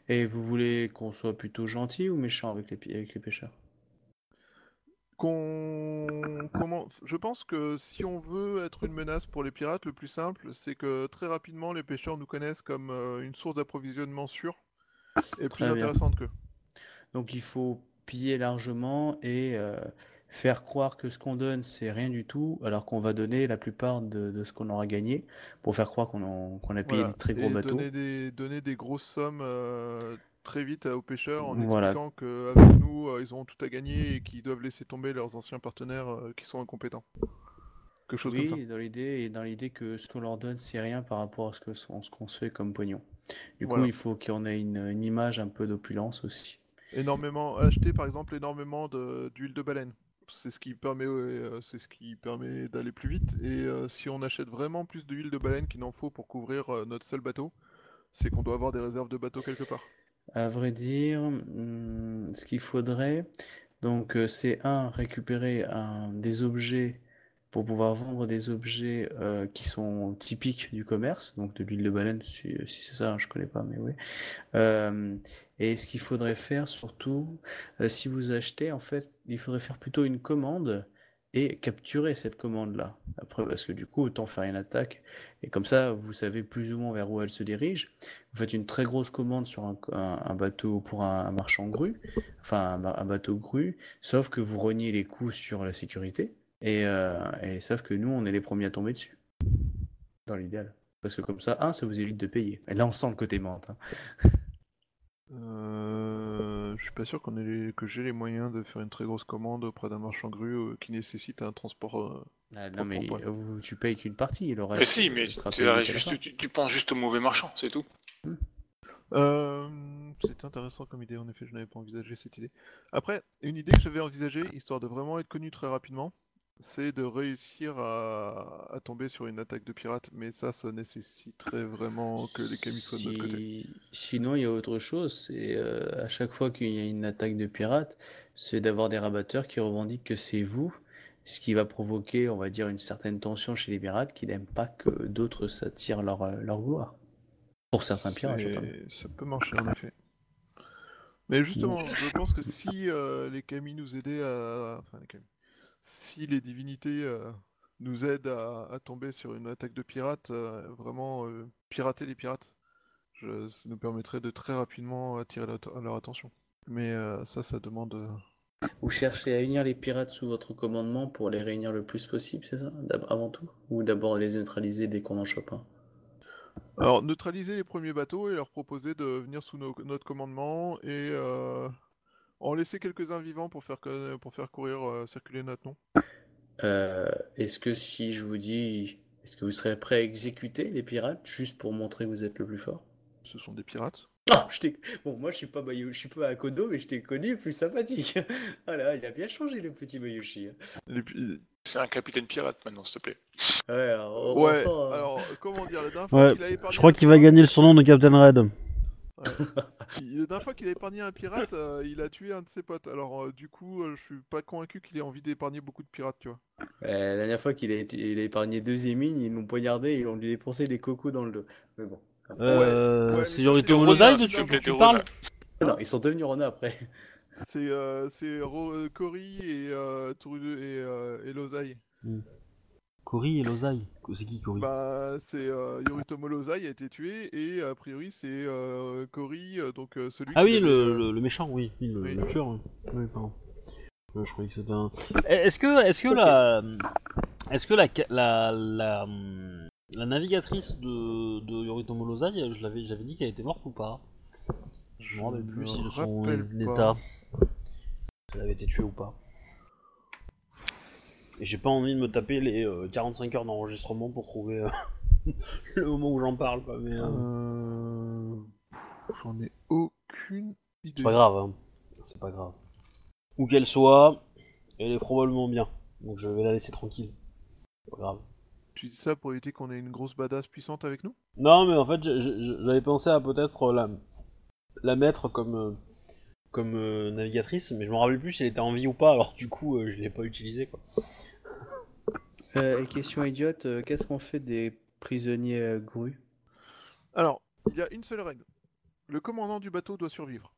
D: Et vous voulez qu'on soit plutôt gentil ou méchant avec les, pi- avec les pêcheurs?
B: Qu'on, comment, je pense que si on veut être une menace pour les pirates, le plus simple, c'est que très rapidement les pêcheurs nous connaissent comme euh, une source d'approvisionnement sûre et plus
D: bien.
B: intéressante qu'eux.
D: Donc il faut piller largement et euh, faire croire que ce qu'on donne, c'est rien du tout, alors qu'on va donner la plupart de, de ce qu'on aura gagné pour faire croire qu'on en- qu'on a payé
B: Voilà.
D: des très gros
B: Et
D: bateaux.
B: Donner des, donner des grosses sommes euh, très vite aux pêcheurs en
D: Voilà.
B: expliquant qu'avec nous, euh, ils auront tout à gagner et qu'ils doivent laisser tomber leurs anciens partenaires euh, qui sont incompétents. Quelque chose
D: Oui,
B: comme ça.
D: dans l'idée et dans l'idée que ce qu'on leur donne, c'est rien par rapport à ce que ce qu'on- ce qu'on se fait comme pognon. Du coup,
B: Voilà.
D: il faut qu'on ait une, une image un peu d'opulence aussi.
B: Énormément, acheter par exemple énormément de- d'huile de, baleine. C'est ce qui permet, euh, c'est ce qui permet d'aller plus vite. Et euh, si on achète vraiment plus d'huile de baleine qu'il n'en faut pour couvrir euh, notre seul bateau, c'est qu'on doit avoir des réserves de bateaux quelque part.
D: À vrai dire, hmm, ce qu'il faudrait, donc, euh, c'est un, récupérer un- des objets pour pouvoir vendre des objets euh, qui sont typiques du commerce, donc de l'huile de baleine, si, si c'est ça, hein, je connais pas, mais oui. Euh, et ce qu'il faudrait faire surtout, euh, si vous achetez, en fait, il faudrait faire plutôt une commande et capturer cette commande-là. Après, parce que du coup, autant faire une attaque. Et comme ça, vous savez plus ou moins vers où elle se dirige. Vous faites une très grosse commande sur un, un- un bateau pour un, un marchand grue, enfin un, ba- un bateau grue, sauf que vous reniez les coûts sur la sécurité. Et, euh, et sauf que nous, on est les premiers à tomber dessus. Dans l'idéal. Parce que comme ça, un, ça vous évite de payer. Et là, on sent le côté menthe. hein.
B: Euh, je suis pas sûr qu'on ait les- que j'ai les moyens de faire une très grosse commande auprès d'un marchand grue euh, qui nécessite un transport euh,
D: Ah, non, mais
B: Pourquoi
D: vous- tu payes qu'une partie, le reste.
E: Mais si,
D: euh,
E: mais
D: sera
E: tu,
D: payé
E: tu-
D: qu'à la
E: juste-
D: fin.
E: tu- tu penses juste au mauvais marchand, c'est tout.
B: Euh, c'est intéressant comme idée, en effet, je n'avais pas envisagé cette idée. Après, une idée que j'avais envisagée, histoire de vraiment être connu très rapidement, c'est de réussir à, à tomber sur une attaque de pirates, mais ça, ça nécessiterait vraiment que les camis soient de notre côté.
D: Si- Sinon, il y a autre chose, c'est euh, à chaque fois qu'il y a une attaque de pirates, c'est d'avoir des rabatteurs qui revendiquent que c'est vous, ce qui va provoquer, on va dire, une certaine tension chez les pirates qui n'aiment pas que d'autres s'attirent leur, euh, leur gloire. Pour certains hein, pirates,
B: C'est-
D: j'entends.
B: Ça peut marcher, en effet. Mais justement, je pense que si euh, les camis nous aidaient à... Enfin, les camis. Si les divinités euh, nous aident à, à tomber sur une attaque de pirates, euh, vraiment euh, pirater les pirates, je- ça nous permettrait de très rapidement attirer leur- leur attention. Mais euh, ça, ça demande... euh,
D: Vous cherchez à unir les pirates sous votre commandement pour les réunir le plus possible, c'est ça, d'ab- avant tout? Ou d'abord les neutraliser dès qu'on en chope un?
B: Alors, neutraliser les premiers bateaux et leur proposer de venir sous nos- notre commandement et euh, en laisser quelques-uns vivants pour faire, co- pour faire courir, euh, circuler notre nom.
D: Euh, est-ce que si je vous dis, est-ce que vous serez prêt à exécuter les pirates juste pour montrer que vous êtes le plus fort?
B: Ce sont des pirates.
D: Oh, je t'ai- bon, moi je suis pas Mayu- je suis pas Akodo, mais je t'ai connu plus sympathique. Voilà, il a bien changé le petit Mayushi. hein.
B: Et puis-
E: C'est un capitaine pirate maintenant, s'il te plaît.
D: Ouais, alors, on- on
B: Ouais,
D: sent, euh,
B: alors, comment dire, la dernière
A: Ouais,
B: fois qu'il a épargné
A: Je crois
B: un
A: qu'il va
B: pirate-
A: gagner le surnom de Captain Red.
B: il- La dernière fois qu'il a épargné un pirate, euh, il a tué un de ses potes. Alors, euh, du coup, euh, je suis pas convaincu qu'il ait envie d'épargner beaucoup de pirates, tu vois.
D: ouais, la dernière fois qu'il a, été- il a épargné deux émines, ils l'ont poignardé et on lui dépensé des cocos dans le dos. Mais bon.
A: Euh,
B: ouais, mais
A: c'est
B: ça,
A: Yorito
B: c'était
E: Des
A: Morozai
E: renards,
A: dont
E: s'il te
A: tu,
E: plaît,
A: dont tu
E: des
A: parles
E: renards.
D: Ah Non, ils sont devenus renards après.
B: C'est euh, c'est Ro- euh, Cory et, euh, Toru- et, euh, et Lozai.
A: Cory et Lozai. C'est qui Cory
B: Bah, c'est euh, Yoritomo Lozai a été tué et a priori c'est euh, Cory, euh, donc euh, celui
A: Ah
B: qui
A: oui,
B: devait,
A: le,
B: euh,
A: le- le méchant, oui. Oui, le,
B: oui.
A: le tueur, oui. Oui, pardon. Euh, Je croyais que c'était un... Est-ce que, est-ce que la... euh, Est-ce que la, ca- la, la, hum, la navigatrice de, de Yoritomo Lozai, je l'avais, j'avais dit qu'elle était morte ou pas Je me rappelle plus
B: me
A: si de son
B: rappelle pas.
A: état. Elle avait été tuée ou pas. Et j'ai pas envie de me taper les euh, 45 heures d'enregistrement pour trouver euh, le moment où j'en parle, quoi, mais... euh,
B: Euh, J'en ai aucune idée.
A: C'est pas grave, hein. c'est pas grave. Où qu'elle soit, elle est probablement bien. Donc je vais la laisser tranquille. C'est Pas grave.
B: Tu dis ça pour éviter qu'on ait une grosse badass puissante avec nous
A: Non, mais en fait, je- je- j'avais pensé à peut-être euh, la, la mettre comme, euh, comme euh, navigatrice, mais je me rappelle plus si elle était en vie ou pas, alors du coup, euh, je l'ai pas utilisée. Quoi.
D: Euh, et question idiote, euh, qu'est-ce qu'on fait des prisonniers euh, grues?
B: Alors, il y a une seule règle. Le commandant du bateau doit survivre.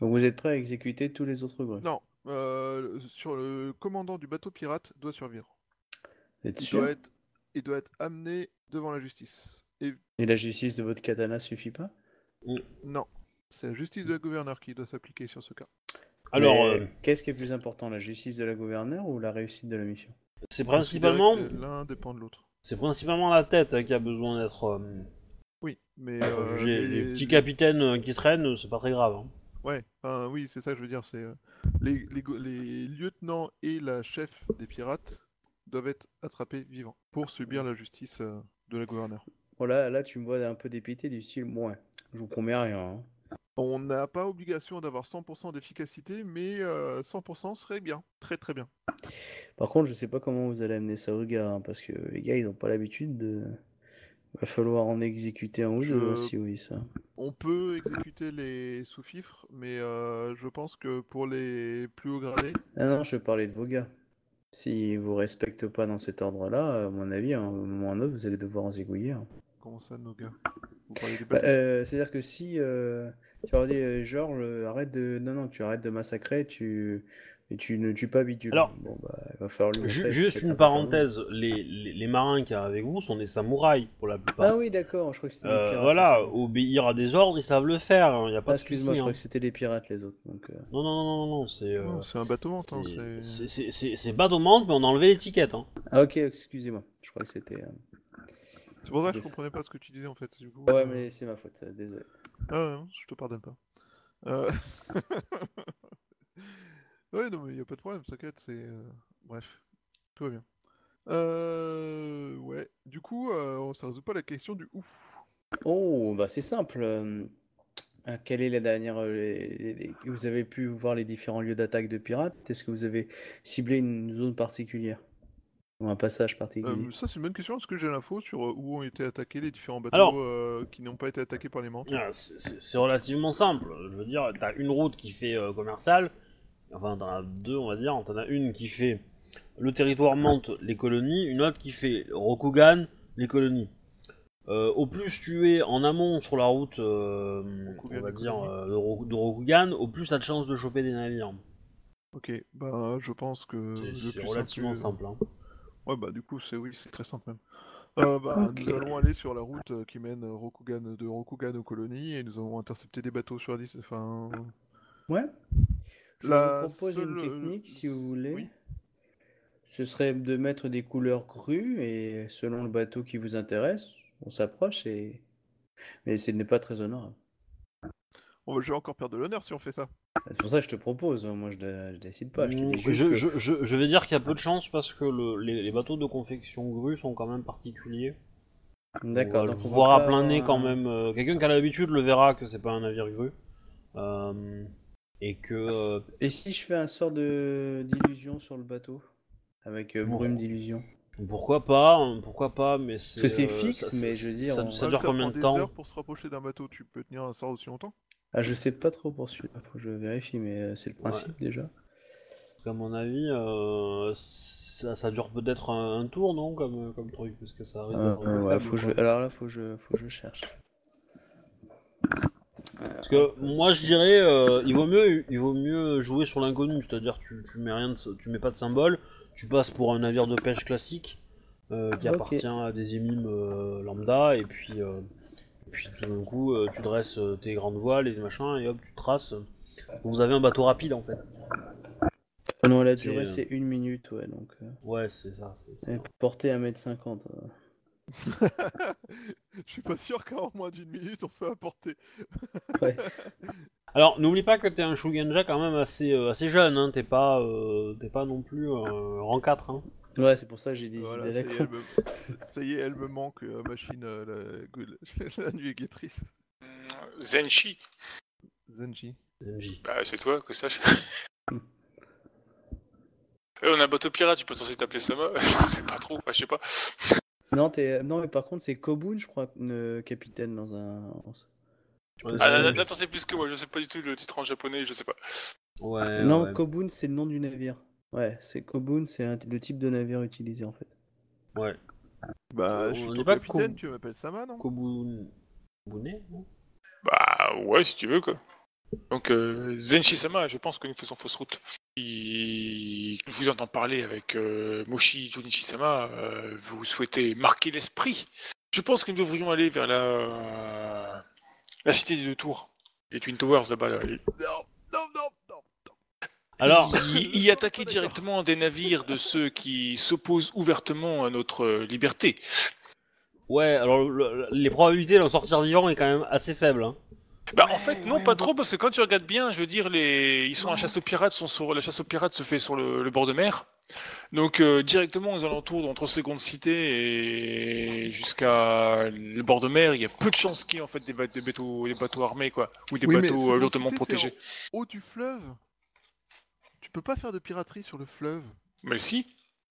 D: Donc vous êtes prêt à exécuter tous les autres grues?
B: Non, euh, sur le commandant du bateau pirate doit survivre.
D: Vous êtes
B: Il
D: sûr?
B: doit, être, il doit être amené devant la justice. Et
D: Et la justice de votre katana suffit pas?
B: non, c'est la justice de la gouverneur qui doit s'appliquer sur ce cas.
A: Alors,
D: Mais
A: euh,
D: qu'est-ce qui est plus important, la justice de la gouverneure ou la réussite de la mission?
A: c'est
B: Je considère
A: principalement,
B: que L'un dépend de l'autre.
A: c'est principalement la tête hein, qui a besoin d'être euh,
B: Oui, mais.
A: jugée.
B: euh,
A: Les
B: les-
A: petits capitaines euh, qui traînent, c'est pas très grave. hein.
B: Ouais, enfin, oui, c'est ça que je veux dire. C'est euh, les, les go- les lieutenants et la chef des pirates doivent être attrapés vivants pour subir la justice euh, de la gouverneure.
D: Bon, Oh, là, là, tu me vois un peu dépité du style, moi, je vous promets rien. hein.
B: On n'a pas obligation d'avoir 100% d'efficacité, mais euh, 100% serait bien, très très bien.
D: Par contre, je sais pas comment vous allez amener ça aux gars, hein, parce que les gars, ils n'ont pas l'habitude de. Va falloir en exécuter un ou deux, hein,
B: Je-
D: si oui, ça.
B: On peut exécuter les sous-fifres, mais euh, je pense que pour les plus hauts gradés,
D: Ah non, je parlais de vos gars. S'ils vous respectent pas dans cet ordre-là, à mon avis, à un moment ou à un autre, vous allez devoir en zigouiller. hein.
B: comment ça, nos gars Vous parlez des
D: Bah,
B: bateaux
D: euh, c'est-à-dire que si euh, tu leur dis, euh, Georges, euh, arrête de. Non, non, tu arrêtes de massacrer, tu. Et tu ne tues pas Bidule.
A: Alors,
D: bon, bah, il va falloir lui
A: Ju-
D: montrer
A: Juste
D: que
A: une
D: t'as pas fermé.
A: parenthèse, les, les, les marins qui y a avec vous sont des samouraïs pour la plupart.
D: Ah oui, d'accord, je crois que c'était des
A: Euh,
D: pirates,
A: voilà,
D: ça.
A: obéir à des ordres, ils savent le faire, il n'y a pas
D: Ah,
A: de souci.
D: excuse-moi, je
A: hein.
D: crois que c'était les pirates, les autres. Donc, euh,
A: Non, non, non, non, non, c'est... euh,
B: Non, C'est un bateau
A: c'est-
B: hein, c'est-
A: c'est- c'est- c'est c'est pas demande, mais on a enlevé l'étiquette. Hein.
D: Ah, ok, excusez-moi. Je crois que c'était. euh,
B: C'est pour ça que je
D: Yes.
B: comprenais pas ce que tu disais en fait. du coup,
D: ah Ouais,
B: euh,
D: mais c'est ma faute, euh, désolé.
B: Ah ouais, non, je te pardonne pas. Euh... ouais, non, mais y a pas de problème, t'inquiète, c'est. euh, Bref, tout va bien. Euh, ouais. Du coup, euh, ça résout pas la question du où.
D: Oh, bah c'est simple. Euh, euh, quelle est la dernière. euh, les- les- Vous avez pu voir les différents lieux d'attaque de pirates Est-ce que vous avez ciblé une zone particulière Ou un passage
B: Euh,
D: particulier
B: ça, c'est une bonne question. Est-ce que j'ai l'info sur euh, où ont été attaqués les différents bateaux
A: Alors-
B: euh, qui n'ont pas été attaqués par les mantes
A: Ah, C'est c'est- c'est relativement simple. Je veux dire, t'as une route qui fait euh, commerciale. Enfin, t'en as deux, on va dire. T'en as une qui fait le territoire Mante, les colonies. Une autre qui fait Rokugan, les colonies. Euh, au plus tu es en amont sur la route, euh,
B: Rokugan,
A: on va
B: les
A: dire,
B: colonies.
A: euh, de, Ro- de Rokugan, au plus t'as de chances de choper des navires.
B: Ok, bah je pense que
A: C'est-
B: le
A: C'est
B: plus
A: relativement
B: simple. euh,
A: simple. hein.
B: Ouais, bah du coup, c'est oui, c'est très simple même. Euh, bah,
D: Ok.
B: Nous allons aller sur la route euh, qui mène euh, Rokugan, de Rokugan aux colonies et nous allons intercepter des bateaux sur la liste. Enfin,
D: Ouais. Je
B: La
D: vous propose une
B: seule- euh,
D: technique, si vous voulez.
B: Oui.
D: Ce serait de mettre des couleurs crues et selon le bateau qui vous intéresse, on s'approche et. Mais ce n'est pas très honorable.
B: on va, je vais encore perdre de l'honneur si on fait ça.
D: C'est pour ça que je te propose, hein, moi je, dé- je décide pas. Je, te
A: Mm,
D: dis
A: je,
D: juste
A: je-
D: que-
A: je- je vais dire qu'il y a peu de chance parce que le- les, les bateaux de confection grue sont quand même particuliers.
D: D'accord,
A: On va
D: donc
A: le
D: on
A: voir
D: voit
A: à plein nez
D: pas-
A: quand même. euh, Quelqu'un qui a l'habitude le verra que c'est pas un navire grue. Euh, et que. euh,
D: Et si je fais un sort de d'illusion sur le bateau Avec euh, brume
A: Bon.
D: d'illusion.
A: pourquoi pas hein, Pourquoi pas Mais c'est.
D: que c'est
A: euh,
D: fixe,
A: ça- ça-
D: mais je veux dire,
A: Ça,
D: on-
A: ça
B: Ouais,
A: dure
B: Ah, prend
A: combien de
B: des
A: temps
B: heures pour se rapprocher d'un bateau, tu peux tenir un sort aussi longtemps
D: Ah, je sais pas trop pour celui-là, faut que je vérifie, mais euh, c'est le principe déjà.
A: Parce qu'à mon avis, euh, ça, ça dure peut-être un, un tour, non comme, comme truc, parce que ça arrive.
D: Euh, euh, ouais, faut que je...
A: que
D: Alors là, faut que je, faut que je cherche.
A: Parce que moi je dirais, euh, il vaut mieux, il vaut mieux jouer sur l'inconnu, c'est-à-dire tu, tu mets rien, de- tu mets pas de symbole, tu passes pour un navire de pêche classique euh, qui
D: Ok.
A: appartient à des émimes euh, lambda, et puis, euh, et puis tout d'un coup euh, tu dresses euh, tes grandes voiles et des machins, et hop tu traces. Vous avez un bateau rapide en fait.
D: Ah Non, la
A: C'est, euh,
D: durée c'est une minute, ouais, donc. euh,
A: Ouais c'est ça.
D: et portée à 1m50. euh.
B: Je suis pas sûr qu'en moins d'une minute on soit apporté.
A: Alors n'oublie pas que t'es un Shuganja quand même assez, euh, assez jeune, hein, t'es pas, euh, t'es pas non plus euh, rang 4. Hein.
D: Ouais, c'est pour ça que j'ai des
B: Voilà,
D: idées à
B: ça,
D: la
B: y est,
D: con.
B: elle me... ça y est, elle me manque, euh, machine, euh, la... goul- la nuit guettrice.
E: Zenchi
B: Zenji.
A: NJ.
E: Bah, c'est toi que sache. Euh, on a un bateau pirate, je peux censé t'appeler Sama. pas trop, enfin, je sais pas.
A: euh,
D: Non, t'es- euh, non, mais par contre, c'est Kobun, je crois, le capitaine dans un.
A: Ouais,
E: Ah,
A: c'est-
E: là, là, là, t'en sais plus que moi, je sais pas du tout le titre en japonais, je sais pas.
A: Ouais,
D: non,
A: ouais.
D: Kobun, c'est le nom du navire. Ouais, c'est Kobun, c'est un- le type de navire utilisé en fait.
B: Bah,
E: Euh,
A: On
B: je suis
A: est
B: ton
A: pas
B: capitaine,
A: con.
B: tu m'appelles Sama, non
A: Kobun... Kobuné, non
E: Bah, ouais, si tu veux, quoi. Donc, euh, Zenshi-sama, je pense que nous faisons fausse route. Si je vous entends parler avec euh, Moshi Junichi-sama, euh, vous souhaitez marquer l'esprit. Je pense que nous devrions aller vers la, la cité des deux tours, les Twin Towers là-bas. là.
B: Non, non, non, non
A: Alors,
E: y, y attaquer directement des navires de ceux qui s'opposent ouvertement à notre euh, liberté.
A: ouais, alors le- le- les probabilités d'en sortir vivant est quand même assez faible. hein.
E: Bah, en fait, non, pas trop, parce que quand tu regardes bien, je veux dire, les... ils sont à chasse aux pirates, sont sur... la chasse aux pirates se fait sur le, le bord de mer. Donc, euh, directement aux alentours, entre seconde cité et jusqu'à le bord de mer, il y a peu de chances qu'il y ait en fait des, ba- des bateaux... des bateaux armés, quoi, ou des
B: Oui, mais
E: bateaux euh,
B: Seconde
E: lourdement
B: Cité,
E: protégés.
B: c'est en Haut du fleuve Tu peux pas faire de piraterie sur le fleuve.
E: Mais si,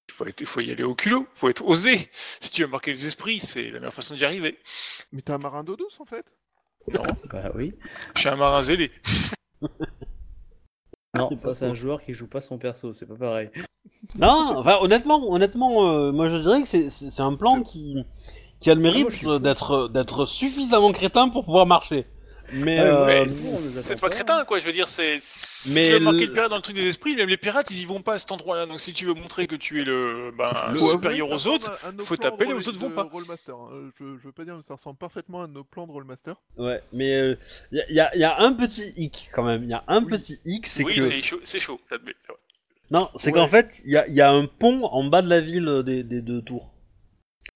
E: il faut, être- faut y aller au culot, faut être osé. Si tu veux marquer les esprits, c'est la meilleure façon d'y arriver.
B: Mais t'es un marin d'eau douce en fait
E: Non,
D: Bah oui.
E: je suis un marin zélé.
D: Non,
A: C'est pas
D: ça c'est un
A: faux.
D: joueur qui joue pas son perso, c'est pas pareil.
A: Non, enfin honnêtement, honnêtement, euh, moi je dirais que c'est- c'est c'est un plan qui, qui a le
D: Ah, moi, je
A: mérite
D: suis
A: euh, d'être d'être suffisamment crétin pour pouvoir marcher. Mais,
D: Ah, mais moi,
A: euh,
E: Mais
D: nous, on nous
E: c'est
D: attend
E: pas
D: pas,
E: crétin, quoi. Je veux dire, c'est. Si
A: Mais
E: tu veux marquer
A: le-
E: le pirate dans le truc des esprits, même les pirates, ils y vont pas à cet endroit-là. Donc si tu veux montrer que tu es le, ben,
B: Le
E: supérieur aux autres, faut taper, les autres vont pas.
B: euh, Rollmaster. hein. Je, je veux pas dire, mais ça ressemble parfaitement à nos plans de Rollmaster.
A: ouais, mais euh, y, a, y a- y a un petit hic quand même. Il y a un
B: Oui.
A: petit hic, c'est
E: oui,
A: que
E: c'est chaud, c'est chaud. j'admets, c'est vrai.
A: non, c'est
B: Ouais.
A: qu'en fait il y a, y a un pont en bas de la ville euh, des, des deux tours.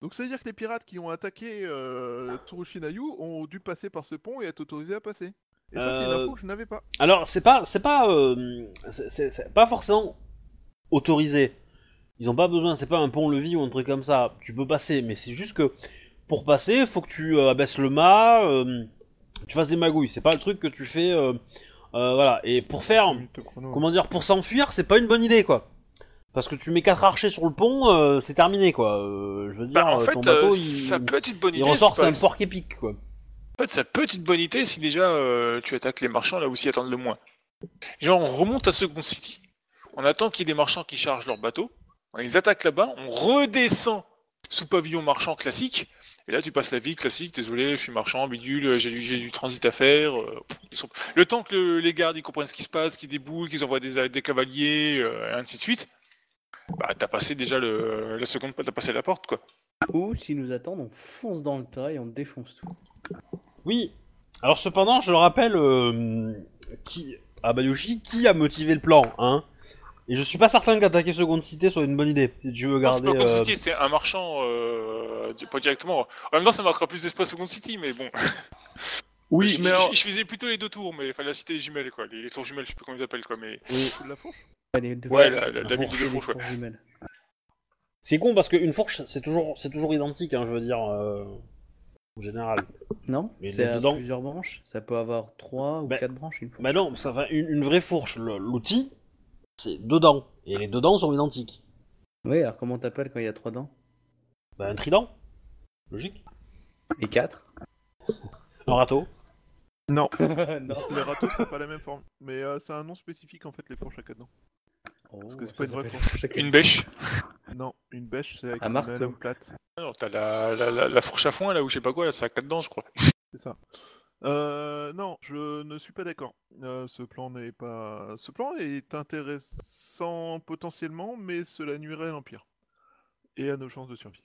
B: Donc ça veut dire que les pirates qui ont attaqué euh, Tsurushinayu ont dû passer par ce pont et être autorisés à passer. Et ça, c'est une
A: Euh,
B: info que je n'avais pas.
A: Alors, c'est pas, c'est pas, euh, c'est- c'est c'est pas forcément autorisé. Ils ont pas besoin, c'est pas un pont-levis ou un truc comme ça. Tu peux passer, mais c'est juste que pour passer, faut que tu euh, abaisses le mât, euh, tu fasses des magouilles. C'est pas le truc que tu fais. euh, euh, voilà. Et pour faire. Comment dire Pour s'enfuir, c'est pas une bonne idée, quoi. Parce que tu mets quatre archers sur le pont, euh, c'est terminé, quoi. Euh, je veux dire,
E: Bah, en
A: euh,
E: fait,
A: ton bateau,
E: euh,
A: il,
E: ça peut être une bonne
A: il
E: idée.
A: ressort,
E: c'est
A: c'est
E: pas-
A: un porc épique, quoi.
E: En fait, ça peut être une bonne idée si déjà euh, tu attaques les marchands là où s'y attendent le moins. Genre, on remonte à Second City. On attend qu'il y ait des marchands qui chargent leur bateau. On les attaque là-bas. On redescend sous pavillon marchand classique. Et là, tu passes la vie classique. Désolé, je suis marchand, bidule, j'ai du, j'ai du transit à faire. euh, pff, ils sont- Le temps que le- les gardes ils comprennent ce qui se passe, qu'ils déboulent, qu'ils envoient des, des cavaliers, euh, et ainsi de suite. Bah, t'as passé déjà le, la seconde, t'as passé la porte, quoi.
D: Ou s'ils nous attendent, on fonce dans le tas et on défonce tout.
A: Oui. Alors cependant, je le rappelle euh, qui à Bayoshi, qui a motivé le plan, hein Et je suis pas certain qu'attaquer Seconde Cité soit une bonne idée. Si tu veux
E: Non, C'est
A: garder.
E: pas Second
A: euh,
E: City, c'est un marchand, euh, pas directement. En même temps, ça marquera plus d'espace Second City, mais bon.
B: Oui,
E: je,
B: mais
E: je-
B: alors-
E: je faisais plutôt les deux tours, mais enfin la cité des jumelles, quoi. Les, les tours jumelles, je sais plus comment ils appellent, quoi. Mais
B: La fourche
D: Allez, deux
E: ouais,
D: fois,
E: la, la, la
A: la
E: musique de
D: les
E: fourche, ouais.
D: tours jumelles.
A: C'est con parce qu'une fourche, c'est toujours, c'est toujours identique, hein, je veux dire, euh, en général.
D: Non
A: Mais
D: C'est à
A: dedans-
D: plusieurs branches Ça peut avoir trois ou
A: Ben-
D: quatre branches une fois.
A: Bah non, ça va, une, une vraie fourche, le- l'outil, c'est dedans. Et les deux dents sont identiques.
D: Oui, alors comment t'appelles quand il y a trois dents
A: Bah un trident. Logique.
D: Et quatre
A: Un râteau.
B: Non,
D: Non.
B: les râteaux, c'est pas la même forme. Mais euh, c'est un nom spécifique en fait, les fourches à quatre dents.
D: Parce
B: que c'est pas une vraie
E: Une bêche.
B: Non, une bêche, c'est avec
D: Un
B: une
D: marteau.
B: lame plate.
E: Ah Non, t'as la, la, la, la fourche à foin, là, ou je sais pas quoi, là, c'est à quatre dents, je crois.
B: C'est ça. Euh, non, je ne suis pas d'accord. Euh, ce plan n'est pas. Ce plan est intéressant potentiellement, mais cela nuirait à l'Empire. Et à nos chances de survie.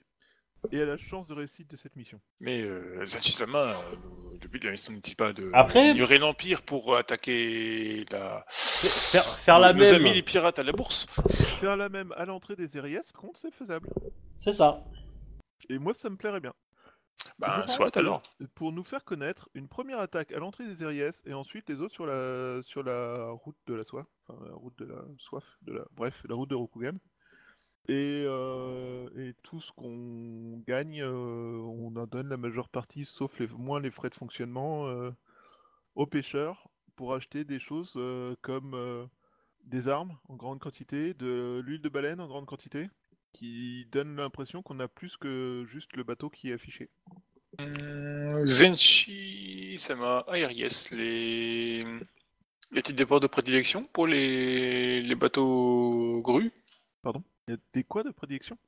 B: Et à la chance de réussite de cette mission.
E: Mais euh, Zachisama, euh, le- le but de la mission n'était pas de
A: Après-
E: ignorer l'Empire pour attaquer la...
A: Faire, faire la
E: nos amis
A: même.
E: les pirates à la bourse.
B: Faire la même à l'entrée des Eriès, par contre, c'est faisable.
A: C'est ça.
B: Et moi, ça me plairait bien. Je
E: Bah,
B: pense
E: soit
B: que
E: alors.
B: Pour nous faire connaître, une première attaque à l'entrée des Eriès et ensuite les autres sur la, sur la route de la soif. Enfin, la route de la soif, de la... bref, la route de Rokugan. Et, euh, et tout ce qu'on gagne, euh, on en donne la majeure partie, sauf les moins les frais de fonctionnement, euh, aux pêcheurs pour acheter des choses euh, comme euh, des armes en grande quantité, de l'huile de baleine en grande quantité, qui donne l'impression qu'on a plus que juste le bateau qui est affiché.
E: Hmm, Zenshi Sama Aries, les... les titres de port de prédilection pour les, les bateaux grues,
B: Il y a des quoi de prédilection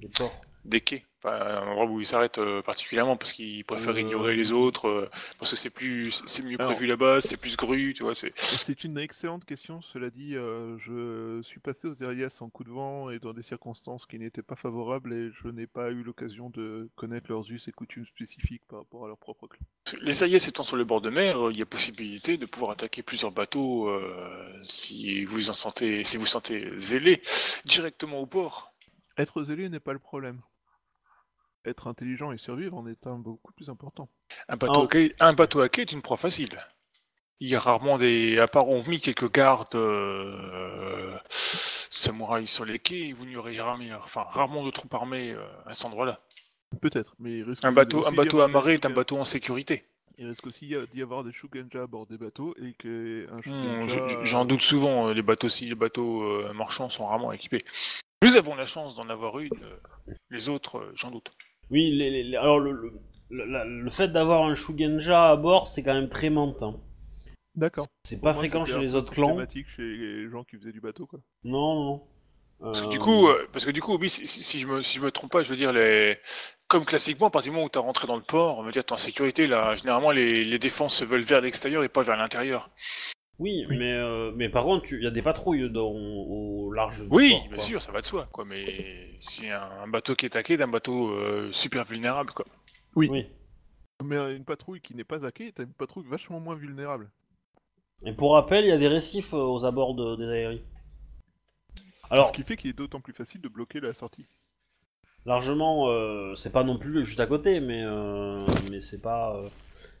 A: Des porcs.
E: des quais, enfin, un endroit où ils s'arrêtent euh, particulièrement parce qu'ils préfèrent
B: Euh.
E: ignorer les autres, euh, parce que c'est plus c'est mieux
B: Alors.
E: prévu là-bas, c'est plus grue, tu vois, c'est
B: C'est une excellente question, cela dit, euh, je suis passé aux Erias en coup de vent et dans des circonstances qui n'étaient pas favorables et je n'ai pas eu l'occasion de connaître leurs us et coutumes spécifiques par rapport à leur propre clan.
E: Les Aïès étant sur le bord de mer, euh, il y a possibilité de pouvoir attaquer plusieurs bateaux euh, si vous en sentez si vous sentez zélé directement au port.
B: Être zélé n'est pas le problème. Être intelligent et survivre en est un beaucoup plus important.
E: Un bateau, à quai, un bateau à quai est une proie facile. Il y a rarement des. À part, on mis quelques gardes euh, samouraïs sur les quais, vous n'y aurez rarement, enfin, rarement de troupes armées euh, à cet endroit-là.
B: Peut-être, mais il risque
E: Un bateau,
B: aussi
E: un
B: d'y
E: bateau
B: avoir des
E: amarré est un
B: Shugenja-
E: bateau en sécurité.
B: Il risque aussi y a- d'y avoir des Shugenja à bord des bateaux et que un
E: Hmm, je-
B: Shugenja,
E: je- J'en
B: euh,
E: doute souvent, euh, les bateaux, si les bateaux euh, marchands sont rarement équipés. Nous avons la chance d'en avoir une, euh, les autres, euh, j'en doute.
A: Oui, les- les- les- alors le, le, la- la- le fait d'avoir un Shugenja à bord, c'est quand même très hein. mentin.
B: D'accord.
A: C'est pas
B: Moi,
A: fréquent
B: c'était
A: chez
B: un
A: les
B: peu
A: autres clans.
B: systématique chez les gens qui faisaient du bateau, quoi.
A: Non, non. Euh,
E: Parce que du coup, euh, parce que du coup, oui, si, si- si je me, si je me trompe pas, je veux dire, les... comme classiquement, à partir du moment où tu rentré dans le port, on va dire, t'es en sécurité, là, généralement, les, les défenses se veulent vers l'extérieur et pas vers l'intérieur.
A: Oui,
B: Oui.
A: mais euh, mais par contre, il y a des patrouilles dans, au large. du
E: Oui,
A: port,
E: bien
A: quoi.
E: sûr, ça va de soi, quoi, mais c'est un, un bateau qui est taqué d'un bateau euh, super vulnérable, quoi.
B: Oui.
A: Oui.
B: Mais euh, une patrouille qui n'est pas hackée est une patrouille vachement moins vulnérable.
A: Et pour rappel, il y a des récifs euh, aux abords de- des aéries. Alors,
B: Ce qui fait qu'il est d'autant plus facile de bloquer la sortie.
A: largement, euh, c'est pas non plus juste à côté, mais euh, mais c'est pas euh,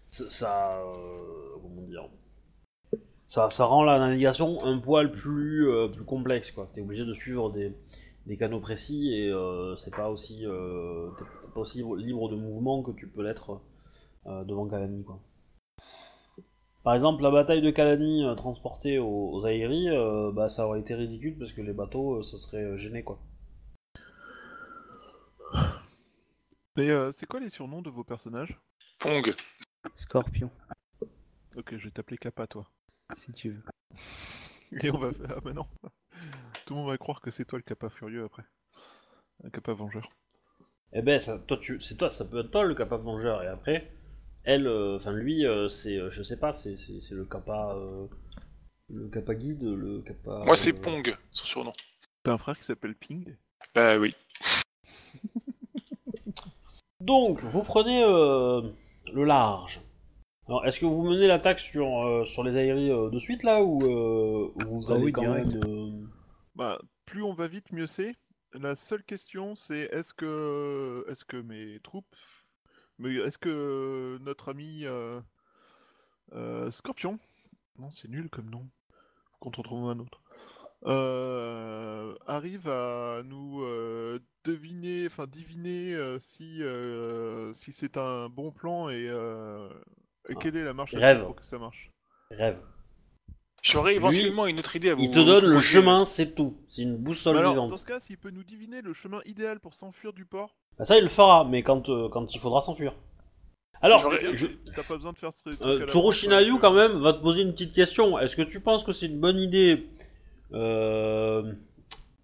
A: ça- ça euh, comment dire ça ça rend la navigation un poil plus euh, plus complexe quoi. T'es obligé de suivre des des canaux précis et euh, c'est pas aussi euh, t'es- t'es pas aussi libre de mouvement que tu peux l'être euh, devant Kalani quoi. Par exemple, la bataille de Kalani euh, transportée aux, aux Aéries, euh, bah ça aurait été ridicule parce que les bateaux euh, ça serait euh, gêné quoi.
B: Mais euh, c'est quoi les surnoms de vos personnages
E: Pong.
D: Scorpion,
B: Ok, je vais t'appeler Kappa, toi.
D: si tu veux.
B: Et on va faire... Ah bah non. Tout le monde va croire que c'est toi le Kappa furieux après. Un Kappa vengeur.
A: Eh ben ça, toi tu c'est toi ça peut être toi le Kappa vengeur et après elle euh, enfin lui euh, c'est euh, je sais pas c'est c'est c'est le Kappa euh, le Kappa guide le Kappa
E: Moi, c'est
A: euh,
E: Pong, son surnom.
B: T'as un frère qui s'appelle Ping
E: Bah oui.
A: Donc, vous prenez euh, le large. Alors, est-ce que vous menez l'attaque sur, euh, sur les aéries euh, de suite là ou euh, vous
D: Ah
A: allez
D: oui,
A: quand
D: direct.
A: même. euh,
B: Bah, plus on va vite, mieux c'est. La seule question, c'est est-ce que, est-ce que mes troupes, mais est-ce que notre ami euh, euh, Scorpion, non, c'est nul comme nom, faut qu'on te retrouve un autre, euh, arrive à nous euh, deviner, enfin diviner euh, si euh, si c'est un bon plan et, euh, et
A: Ah.
B: quelle est la marche à
A: Rêve.
B: suivre pour que ça marche.
A: Rêve.
E: J'aurais
A: Lui,
E: éventuellement une autre idée à vous.
A: Il te donne le
E: proposer.
A: chemin, c'est tout. C'est une boussole
B: Mais alors, dans
A: vivante.
B: ce cas, s'il peut nous diviner le chemin idéal pour s'enfuir du port,
A: Bah, ça, il le fera, mais quand, euh, quand il faudra s'enfuir. Alors,
E: J'aurais-
A: je,
B: T'as pas besoin de faire ce truc.
A: Euh, Toru Shinayu, quand même, va te poser une petite question. Est-ce que tu penses que c'est une bonne idée, euh,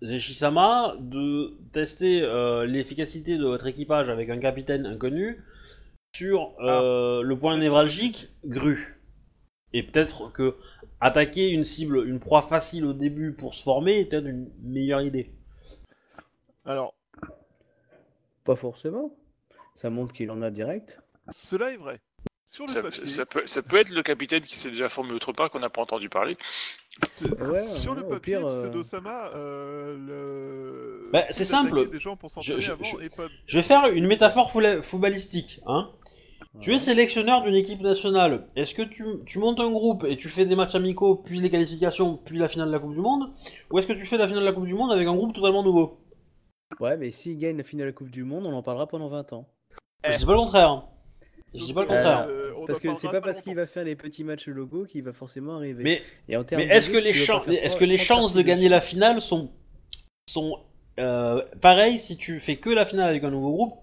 A: Zeshisama, de tester euh, l'efficacité de votre équipage avec un capitaine inconnu sur euh, le point névralgique grue Et peut-être que attaquer une cible, une proie facile au début pour se former est peut-être une meilleure idée.
B: Alors,
D: Pas forcément. Ça montre qu'il en a direct.
B: cela est vrai. Sur le
E: Ça,
B: papier,
E: ça peut, ça peut être le capitaine qui s'est déjà formé autre part qu'on n'a pas entendu parler.
B: c'est-
D: Ouais,
B: sur
D: ouais,
B: le
D: au
B: papier,
D: pire, euh,
B: Pseudo-sama, euh, le...
A: Bah, c'est
B: d'attaquer
A: simple.
B: Des gens pour s'entraîner
A: je-
B: avant
A: je-
B: et pas...
A: Je vais faire une métaphore foula- footballistique, hein. Tu es sélectionneur d'une équipe nationale. Est-ce que tu, tu montes un groupe et tu fais des matchs amicaux, puis les qualifications, puis la finale de la Coupe du Monde Ou est-ce que tu fais la finale de la Coupe du Monde avec un groupe totalement nouveau
D: Euh, Ouais, mais s'il gagne la finale de la Coupe du Monde, on en parlera pendant 20 ans.
A: Je dis pas le contraire. hein. Je dis pas le
B: Sauf que,
A: contraire.
B: euh, on
D: parce
B: en
D: que c'est
B: parlera
D: pas parce qu'il
B: longtemps.
D: va faire les petits matchs locaux qu'il va forcément arriver.
A: Mais,
D: Et en termes
A: mais
D: de
A: est-ce
D: jeu,
A: que
D: si
A: les,
D: tu veux pas
A: chan-
D: faire
A: est-ce
D: trois-
A: que les
D: trois
A: chances de
D: parties
A: gagner la finale sont, sont euh, pareilles si tu fais que la finale avec un nouveau groupe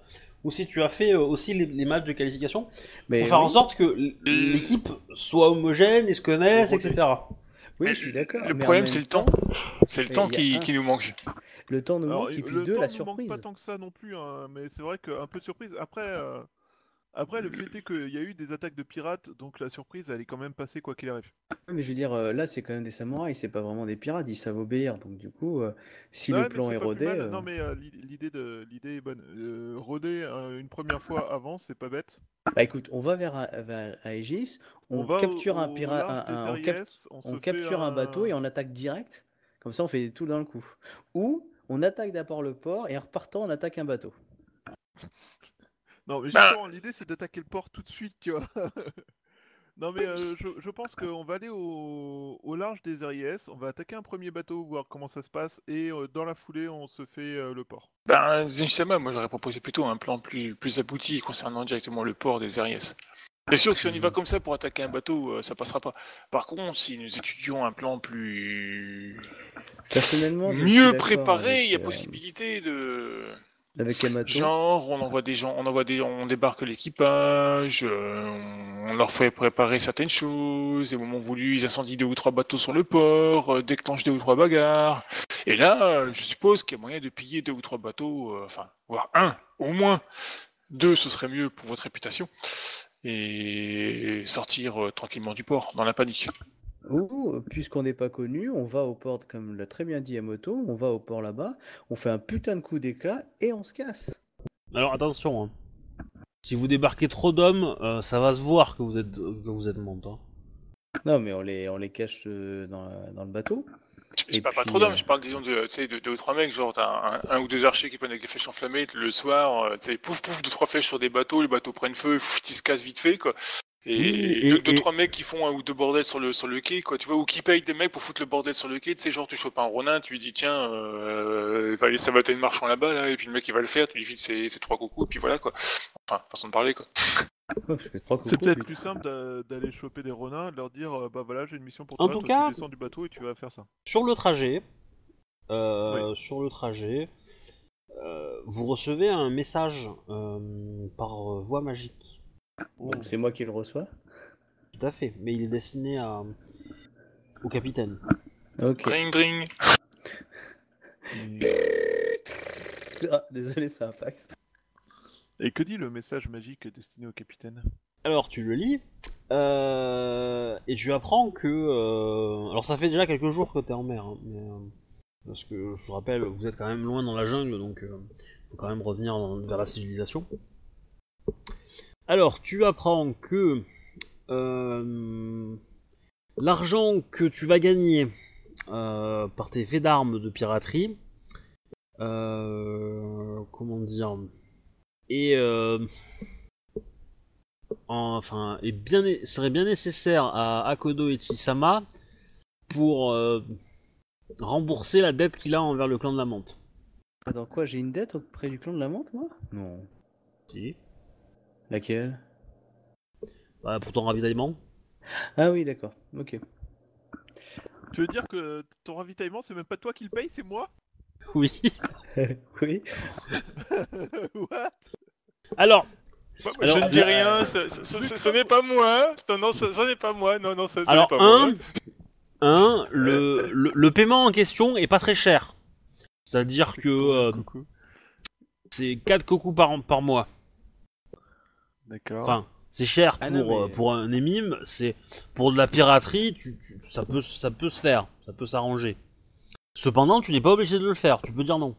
A: ou si tu as fait euh, aussi les, les matchs de qualification
D: Mais
A: pour faire
D: oui,
A: en sorte que l- l'équipe soit homogène et se connaisse,
B: Rodé.
A: etc.
D: oui, je suis d'accord.
E: Le
D: mais en
E: problème,
D: même
E: c'est le
D: temps,
E: temps. C'est le
D: Mais
E: temps
D: il y a
E: qui,
D: un-
E: qui nous manque.
D: Le temps nous
B: Alors,
D: manque et
B: il-
D: puis
B: le
D: deux,
B: temps
D: la
B: nous manque
D: surprise.
B: pas tant que ça non plus, hein, mais c'est vrai qu'un peu de surprise. Après, euh, après le fait est qu'il y a eu des attaques de pirates, donc la surprise, elle est quand même passée quoi qu'il arrive.
D: Ouais, Mais je veux dire, euh, là, c'est quand même des samouraïs, c'est pas vraiment des pirates, ils savent obéir. Donc, du coup, euh, si
B: Ouais,
D: le
B: Ah, mais
D: plan
B: c'est
D: est
B: pas plus
D: rodé.
B: mal.
D: euh,
B: Non, mais euh, l'i- l'idée de l'idée est bonne. Euh, roder euh, une première fois avant, c'est pas bête.
D: Bah écoute, on va vers, un- vers à Aegis, on,
B: va
D: capture
B: au-
D: un
B: au
D: pirate,
B: large
D: un-
B: des
D: un- on, cap-
B: Ariès, on
D: on
B: se fait
D: capture un bateau et on attaque direct. Comme ça, on fait tout d'un coup. Ou on attaque d'abord le port et en repartant, on attaque un bateau.
B: Non, mais
E: Bah.
B: justement, l'idée c'est d'attaquer le port tout de suite, tu vois. non, mais euh, je, je pense qu'on va aller au, au large des Ariès, on va attaquer un premier bateau, voir comment ça se passe, et euh, dans la foulée, on se fait euh, le port.
E: Ben, Zenchisama, moi, j'aurais proposé plutôt un plan plus, plus abouti concernant directement le port des Ariès. C'est sûr que si on y va comme ça pour attaquer un bateau, euh, ça passera pas. Par contre, si nous étudions un plan plus
D: Personnellement, je suis
E: mieux
D: d'accord
E: préparé, il y a
D: avec, euh,
E: possibilité de
D: Avec Yamato.
E: genre on envoie des gens, on envoie des, on débarque l'équipage, euh, on leur fait préparer certaines choses, et au moment voulu, ils incendient deux ou trois bateaux sur le port, euh, déclenchent deux ou trois bagarres. Et là, euh, je suppose qu'il y a moyen de piller deux ou trois bateaux, euh, enfin, voire un, au moins. Deux, ce serait mieux pour votre réputation. Et sortir euh, tranquillement du port, dans la panique.
D: Ou, puisqu'on n'est pas connu, on va au port, comme l'a très bien dit Yamato, on va au port là-bas, on fait un putain de coup d'éclat et on se casse.
A: Alors attention, hein. si vous débarquez trop d'hommes, euh, ça va se voir que vous êtes que vous êtes monte. hein.
D: Non, mais on les, on les cache euh, dans, la- dans le bateau.
E: Je
D: Et
E: parle pas
D: puis,
E: trop d'hommes,
D: euh,
E: je parle disons de, tu sais, de deux ou trois mecs, genre t'as un, un ou deux archers qui prennent avec des flèches enflammées, le soir, euh, tu sais, pouf pouf, deux trois flèches sur des bateaux, les bateaux prennent feu, pff, ils se cassent vite fait quoi. Et,
A: Oui,
E: deux,
A: et-
E: deux,
A: et-
E: trois mecs qui font un ou deux bordels sur le, sur le quai, quoi, tu vois, ou qui payent des mecs pour foutre le bordel sur le quai, tu sais, genre, tu chopes un Ronin, tu lui dis, tiens, euh, va aller saboter une marchand là-bas, là, et puis le mec, il va le faire, tu lui files ses, ses trois coucous, et puis voilà, quoi. Enfin, façon de parler, quoi.
D: Ouais, parce que trois
B: C'est
D: coucous,
B: peut-être
D: putain.
B: plus simple d'a- d'aller choper des renards, de leur dire euh, bah voilà j'ai une mission pour
A: En
B: toi,
A: tout
B: toi,
A: cas-
B: tu descends du bateau et tu vas faire ça.
A: Sur le trajet, euh, sur le trajet, euh, vous recevez un message euh, par euh, voie magique.
D: Donc c'est moi qui le reçois.
A: Tout à fait, mais il est destiné à... au capitaine.
D: Ok.
E: Dring, dring.
D: Ah, désolé, c'est un fax.
B: Et que dit le message magique destiné au capitaine
A: Alors tu le lis euh, et tu apprends que euh, alors ça fait déjà quelques jours que t'es en mer, hein, mais, euh, parce que je vous rappelle vous êtes quand même loin dans la jungle donc euh, faut quand même revenir dans- vers la civilisation. Alors tu apprends que euh, l'argent que tu vas gagner euh, par tes faits d'armes de piraterie, euh, comment dire, et euh, enfin, est bien, né- serait bien nécessaire à Akodo et Tsisama pour euh, rembourser la dette qu'il a envers le clan de la menthe.
D: Attends, Ah, quoi J'ai une dette auprès du clan de la menthe, moi Non. Laquelle
A: Bah, pour ton ravitaillement.
D: Ah oui, d'accord. Ok.
B: Tu veux dire que ton ravitaillement c'est même pas toi qui le paye, c'est moi
A: Oui.
D: oui.
B: What
A: Alors,
E: Bah,
A: Alors,
E: je ne dis
A: euh,
E: rien, ça- ça- ça- ça- ce n'est pas moi, hein. non, non, ça, ça n'est pas moi, non, non, ça, ça n'est
A: alors
E: pas
A: un,
E: moi.
A: un le, le, le paiement en question est pas très cher. C'est-à-dire que euh,
B: Coucou.
A: c'est 4 cocos par, an- par mois.
B: D'accord.
A: Enfin, c'est cher pour,
D: Ah non, mais-
A: euh, pour un émime, c'est pour de la piraterie, tu- tu- ça, peut, ça peut se faire, ça peut s'arranger. Cependant, tu n'es pas obligé de le faire, tu peux dire non.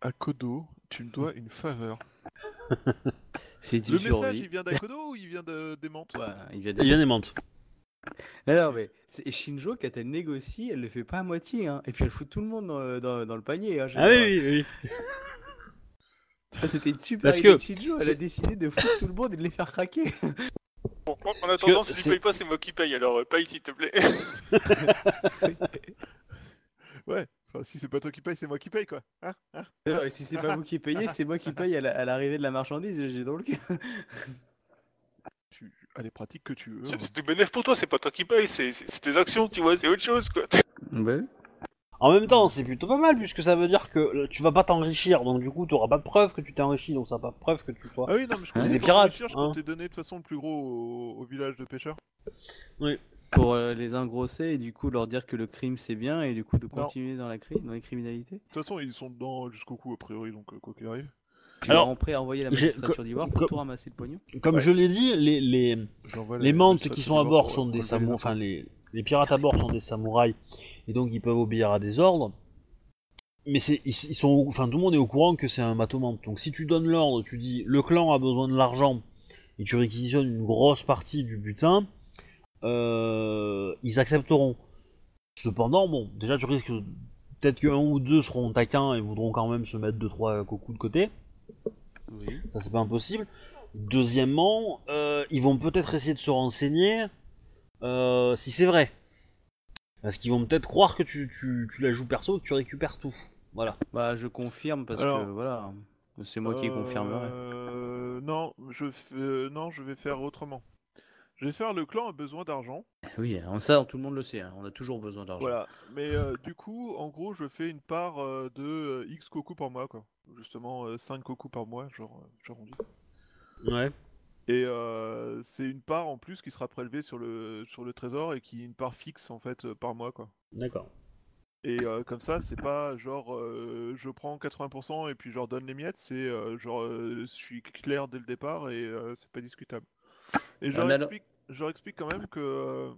B: Akodo, tu me dois une faveur.
D: C'est du
B: Le message il
D: survie.
B: vient d'Akodo ou il vient de... des Mantes
D: Ouais, il vient de-
A: Il y a des mentes.
D: Alors, mais c'est Shinjo, quand elle négocie, elle le fait pas à moitié. Hein. Et puis elle fout tout le monde dans, dans- dans le panier. Hein,
A: Ah oui, oui, oui.
D: Ah, C'était une super
A: Parce
D: idée
A: que-
D: de Shinjo. Elle a
A: c'est-
D: décidé de foutre tout le monde et de les faire craquer.
E: Bon, en- en attendant, si tu
A: c'est-
E: payes pas, c'est moi qui paye, alors euh, paye s'il te plaît.
B: Ouais, enfin si c'est pas toi qui paye, c'est moi qui paye quoi. Hein Hein
D: Non, et si c'est pas vous qui payez, c'est moi qui paye à la- à l'arrivée de la marchandise. J'ai dans le cul.
B: tu... Allez, pratique que tu veux. hein.
E: C'est c'est du bénéfice pour toi, c'est pas toi qui paye, c'est c'est- c'est tes actions, tu vois, c'est autre chose, quoi.
A: En même temps, c'est plutôt pas mal puisque ça veut dire que euh, tu vas pas t'enrichir, donc du coup, tu auras pas de preuve que tu t'es enrichi, donc ça n'a pas de preuve que tu sois.
B: Ah oui, non, mais je
A: Hein
B: comptais
A: Des
B: pas
A: pirates,
B: réfléchir, je
A: hein.
B: comptais donner de toute façon le plus gros au, au village de pêcheurs.
D: Pour euh, les engrosser et du coup leur dire que le crime c'est bien et du coup de continuer dans la cri- dans les criminalités.
B: De toute façon, ils sont dedans jusqu'au cou, a priori, donc euh, quoi qu'il arrive.
D: Tu
A: Alors,
D: leur en prêt à envoyer la
A: j'ai-
D: magistrature d'ivoire pour
A: co-
D: tout ramasser le pognon.
A: Comme
B: Ouais.
A: je l'ai dit, les, les,
B: J'envoie
A: les
B: la-
A: mentes
B: la
A: qui
B: statue
A: sont à
B: de
A: bord
B: Bord
A: sont
B: pour
A: des
B: relever les
A: samouraïs,
B: enfants.
A: enfin les, les pirates à bord sont des samouraïs, et donc ils peuvent obéir à des ordres. Mais c'est, ils, ils sont, enfin tout le monde est au courant que c'est un bateau mante. Donc si tu donnes l'ordre, tu dis le clan a besoin de l'argent, et tu réquisitionnes une grosse partie du butin, euh, ils accepteront. Cependant, bon, déjà tu risques peut-être qu'un ou deux seront taquins et voudront quand même se mettre deux trois coucous de côté.
D: Oui.
A: Ça, c'est pas impossible. Deuxièmement, euh, ils vont peut-être essayer de se renseigner euh, si c'est vrai. Parce qu'ils vont peut-être croire que tu, tu, tu la joues perso, que tu récupères tout. Voilà.
D: Bah je confirme parce
B: Alors,
D: que voilà, c'est moi qui confirmerai.
B: Euh, Non je, f- euh, non, je vais faire autrement. Je vais faire le clan a besoin d'argent.
D: Eh Oui, on- ça tout le monde le sait, hein, on a toujours besoin d'argent.
B: Voilà. Mais euh, du coup, en gros, je fais une part euh, de euh, X cocos par mois, quoi. Justement, 5 cocos par mois, genre, euh, j'arrondis.
A: Ouais.
B: Et euh, c'est une part en plus qui sera prélevée sur le, sur le trésor et qui est une part fixe, en fait, euh, par mois, quoi.
A: D'accord.
B: Et euh, comme ça, c'est pas genre euh, je prends 80% et puis je leur donne les miettes, c'est euh, genre euh, je suis clair dès le départ et euh, c'est pas discutable. Et je
D: Un
B: leur,
D: allo-
B: explique, je leur explique quand même que euh,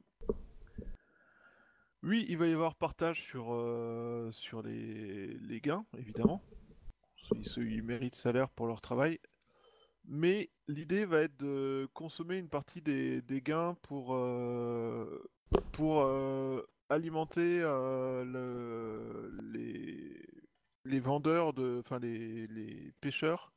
B: oui, il va y avoir partage sur, euh, sur les, les gains, évidemment. Ils, se- ils méritent salaire pour leur travail. Mais l'idée va être de consommer une partie des, des gains pour, euh, pour euh, alimenter euh, le- les, les vendeurs, de, enfin les, les pêcheurs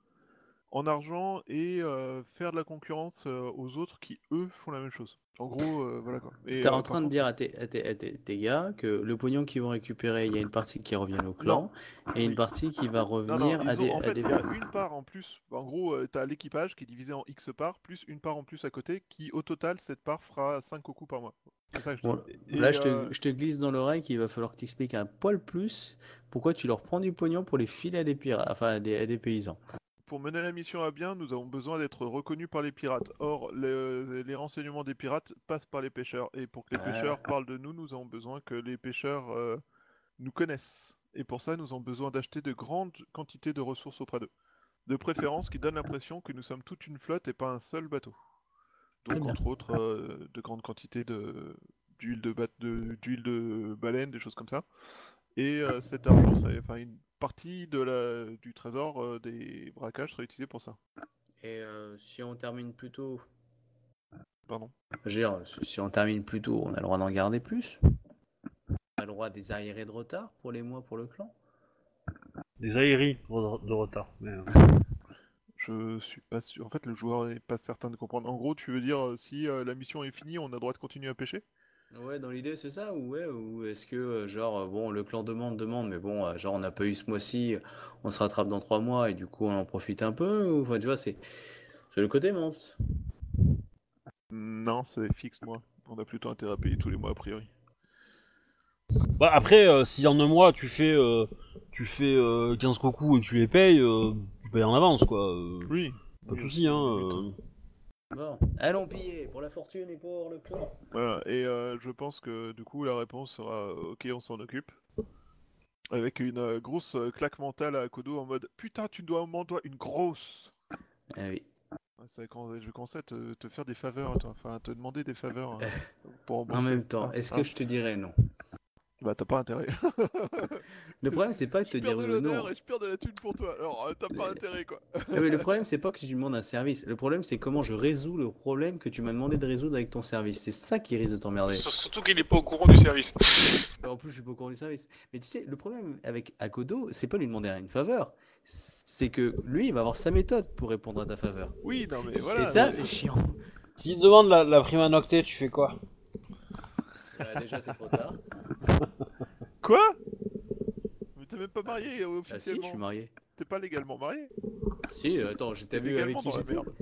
B: en argent et euh, faire de la concurrence euh, aux autres qui, eux, font la même chose. En gros, euh, voilà quoi. Et,
D: T'es
B: euh,
D: en
B: par
D: train de
B: contre,
D: dire à tes, à tes- à tes- tes gars que le pognon qu'ils vont récupérer, il y a une partie qui revient au clan et une
B: Oui.
D: partie qui va
B: Non, non,
D: revenir
B: ils
D: à des.
B: ont- en
D: à
B: fait,
D: des-
B: il y a une part en plus. En gros, euh, t'as l'équipage qui est divisé en X parts, plus une part en plus à côté, qui au total, cette part fera 5 cocos par mois. C'est ça que je
D: Bon,
B: dis. Et,
D: Là, je
B: euh,
D: te, je te glisse dans l'oreille qu'il va falloir que tu expliques un poil plus pourquoi tu leur prends du pognon pour les filer à des pirates, enfin à des, à des paysans.
B: Pour mener la mission à bien, nous avons besoin d'être reconnus par les pirates. Or, les, les renseignements des pirates passent par les pêcheurs. Et pour que les
D: Ouais.
B: pêcheurs parlent de nous, nous avons besoin que les pêcheurs euh, nous connaissent. Et pour ça, nous avons besoin d'acheter de grandes quantités de ressources auprès d'eux. De préférence qui donne l'impression que nous sommes toute une flotte et pas un seul bateau.
D: Très
B: Donc,
D: bien.
B: entre autres, euh, de grandes quantités de- d'huile de, bat- de, d'huile de baleine, des choses comme ça. Et euh, cet argent, serait- enfin une partie de la, du trésor euh, des braquages serait utilisée pour ça.
D: Et euh, si on termine plus tôt,
B: Pardon.
D: je veux dire, si on termine plus tôt, on a le droit d'en garder plus. On a le droit des arriérés de retard pour les mois pour le clan.
A: Des aéries de de retard. mais, euh,
B: Je suis pas sûr. En fait, le joueur est pas certain de comprendre. En gros, tu veux dire euh, si euh, la mission est finie, on a droit de continuer à pêcher
D: Ouais, dans l'idée, c'est ça, ou ouais, ou est-ce que, euh, genre, euh, bon, le clan demande, demande, mais bon, euh, genre, on n'a pas eu ce mois-ci, on se rattrape dans trois mois, et du coup, on en profite un peu, ou, enfin, tu vois, c'est c'est le côté mince.
B: Non, c'est fixe, moi. On a plutôt intérêt à payer tous les mois, a priori.
A: Bah, après, euh, si en un mois tu fais, euh, tu fais euh, 15 cocos et que tu les payes, euh, tu payes en avance quoi. euh,
B: Oui.
A: pas de soucis hein. euh.
D: Bon, allons piller, pour la fortune et pour le clan.
B: Voilà. Et euh, je pense que du coup, la réponse sera euh, OK, on s'en occupe. Avec une euh, grosse euh, claque mentale à Kodo en mode Putain, tu dois au moins toi une grosse
D: Ah oui.
B: Ouais, Ça, commence- je commençais à te, te faire des faveurs, toi. enfin à te demander des faveurs hein, pour
D: En
B: rembourser.
D: même temps,
B: Ah,
D: est-ce
B: ah,
D: que je te dirais non?
B: Bah t'as pas intérêt.
D: Le problème, c'est pas que
B: je
D: te
B: perds de
D: dirais le non.
B: l'honneur et je perds de la thune pour toi. Alors euh, t'as pas
D: Euh,
B: intérêt quoi.
D: Ah, mais le problème, c'est pas que tu demandes un service. Le problème, c'est comment je résous le problème que tu m'as demandé de résoudre avec ton service. C'est ça qui risque de t'emmerder.
E: S- Surtout qu'il n'est pas au courant du service.
D: En plus, je suis pas au courant du service. Mais tu sais, le problème avec Akodo, c'est pas lui demander une faveur. C'est que lui, il va avoir sa méthode pour répondre à ta faveur.
B: Oui non mais voilà.
D: Et ça,
B: mais-
D: c'est chiant.
A: S'il te demande la, la prime à nocté, tu fais quoi
D: Bah, déjà, c'est trop tard.
B: Quoi Mais t'es même pas marié
D: Ah
B: euh,
D: si, je
B: officiellement.
D: suis marié.
B: t'es pas légalement marié.
D: Si, euh, attends, j'étais
B: T'es
D: vu avec
B: légalement
D: qui
B: dans la
D: j'étais.
B: merde.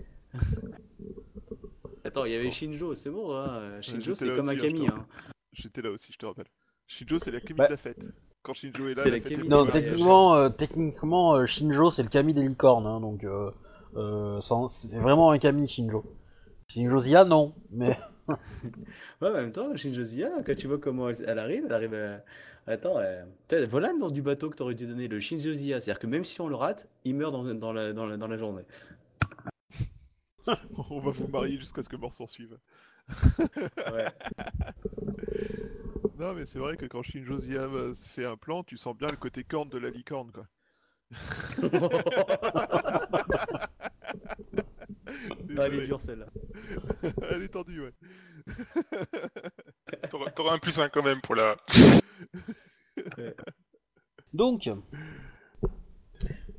D: Attends, il y avait Shinjo, c'est bon. hein, euh, Shinjo,
B: j'étais
D: c'est
B: là
D: comme un
B: aussi, hein, je
D: Camille.
B: te-
D: hein.
B: J'étais là aussi, je te rappelle. Shinjo c'est la Camille
A: Ouais.
B: de la fête. Quand Shinjo est là,
D: C'est
B: la
D: la
B: fête est
D: Camille
B: plus
A: Non,
D: du
B: mariée.
A: techniquement, euh, techniquement euh, Shinjo c'est le Kami des licornes, hein, donc euh, euh, sans- c'est vraiment un Kami Shinjo. Shinjo Zia non, mais
D: Ouais, mais en même temps, Shinjo Zia, quand tu vois comment elle, elle arrive, elle arrive. à- Attends, euh, putain, voilà le nom du bateau que t'aurais dû donner, le Shinjo Zia. C'est-à-dire que même si on le rate, il meurt dans, dans la, dans, la, dans la journée.
B: On va vous marier jusqu'à ce que mort s'en suive.
D: Ouais.
B: Non mais c'est vrai que quand Shinjo Zia euh, se fait un plan, tu sens bien le côté corne de la licorne quoi.
D: Ah, elle
B: Désolé.
D: est dure celle-là.
B: Elle est tendue, ouais.
E: T'auras t'auras un plus un quand même pour la.
A: donc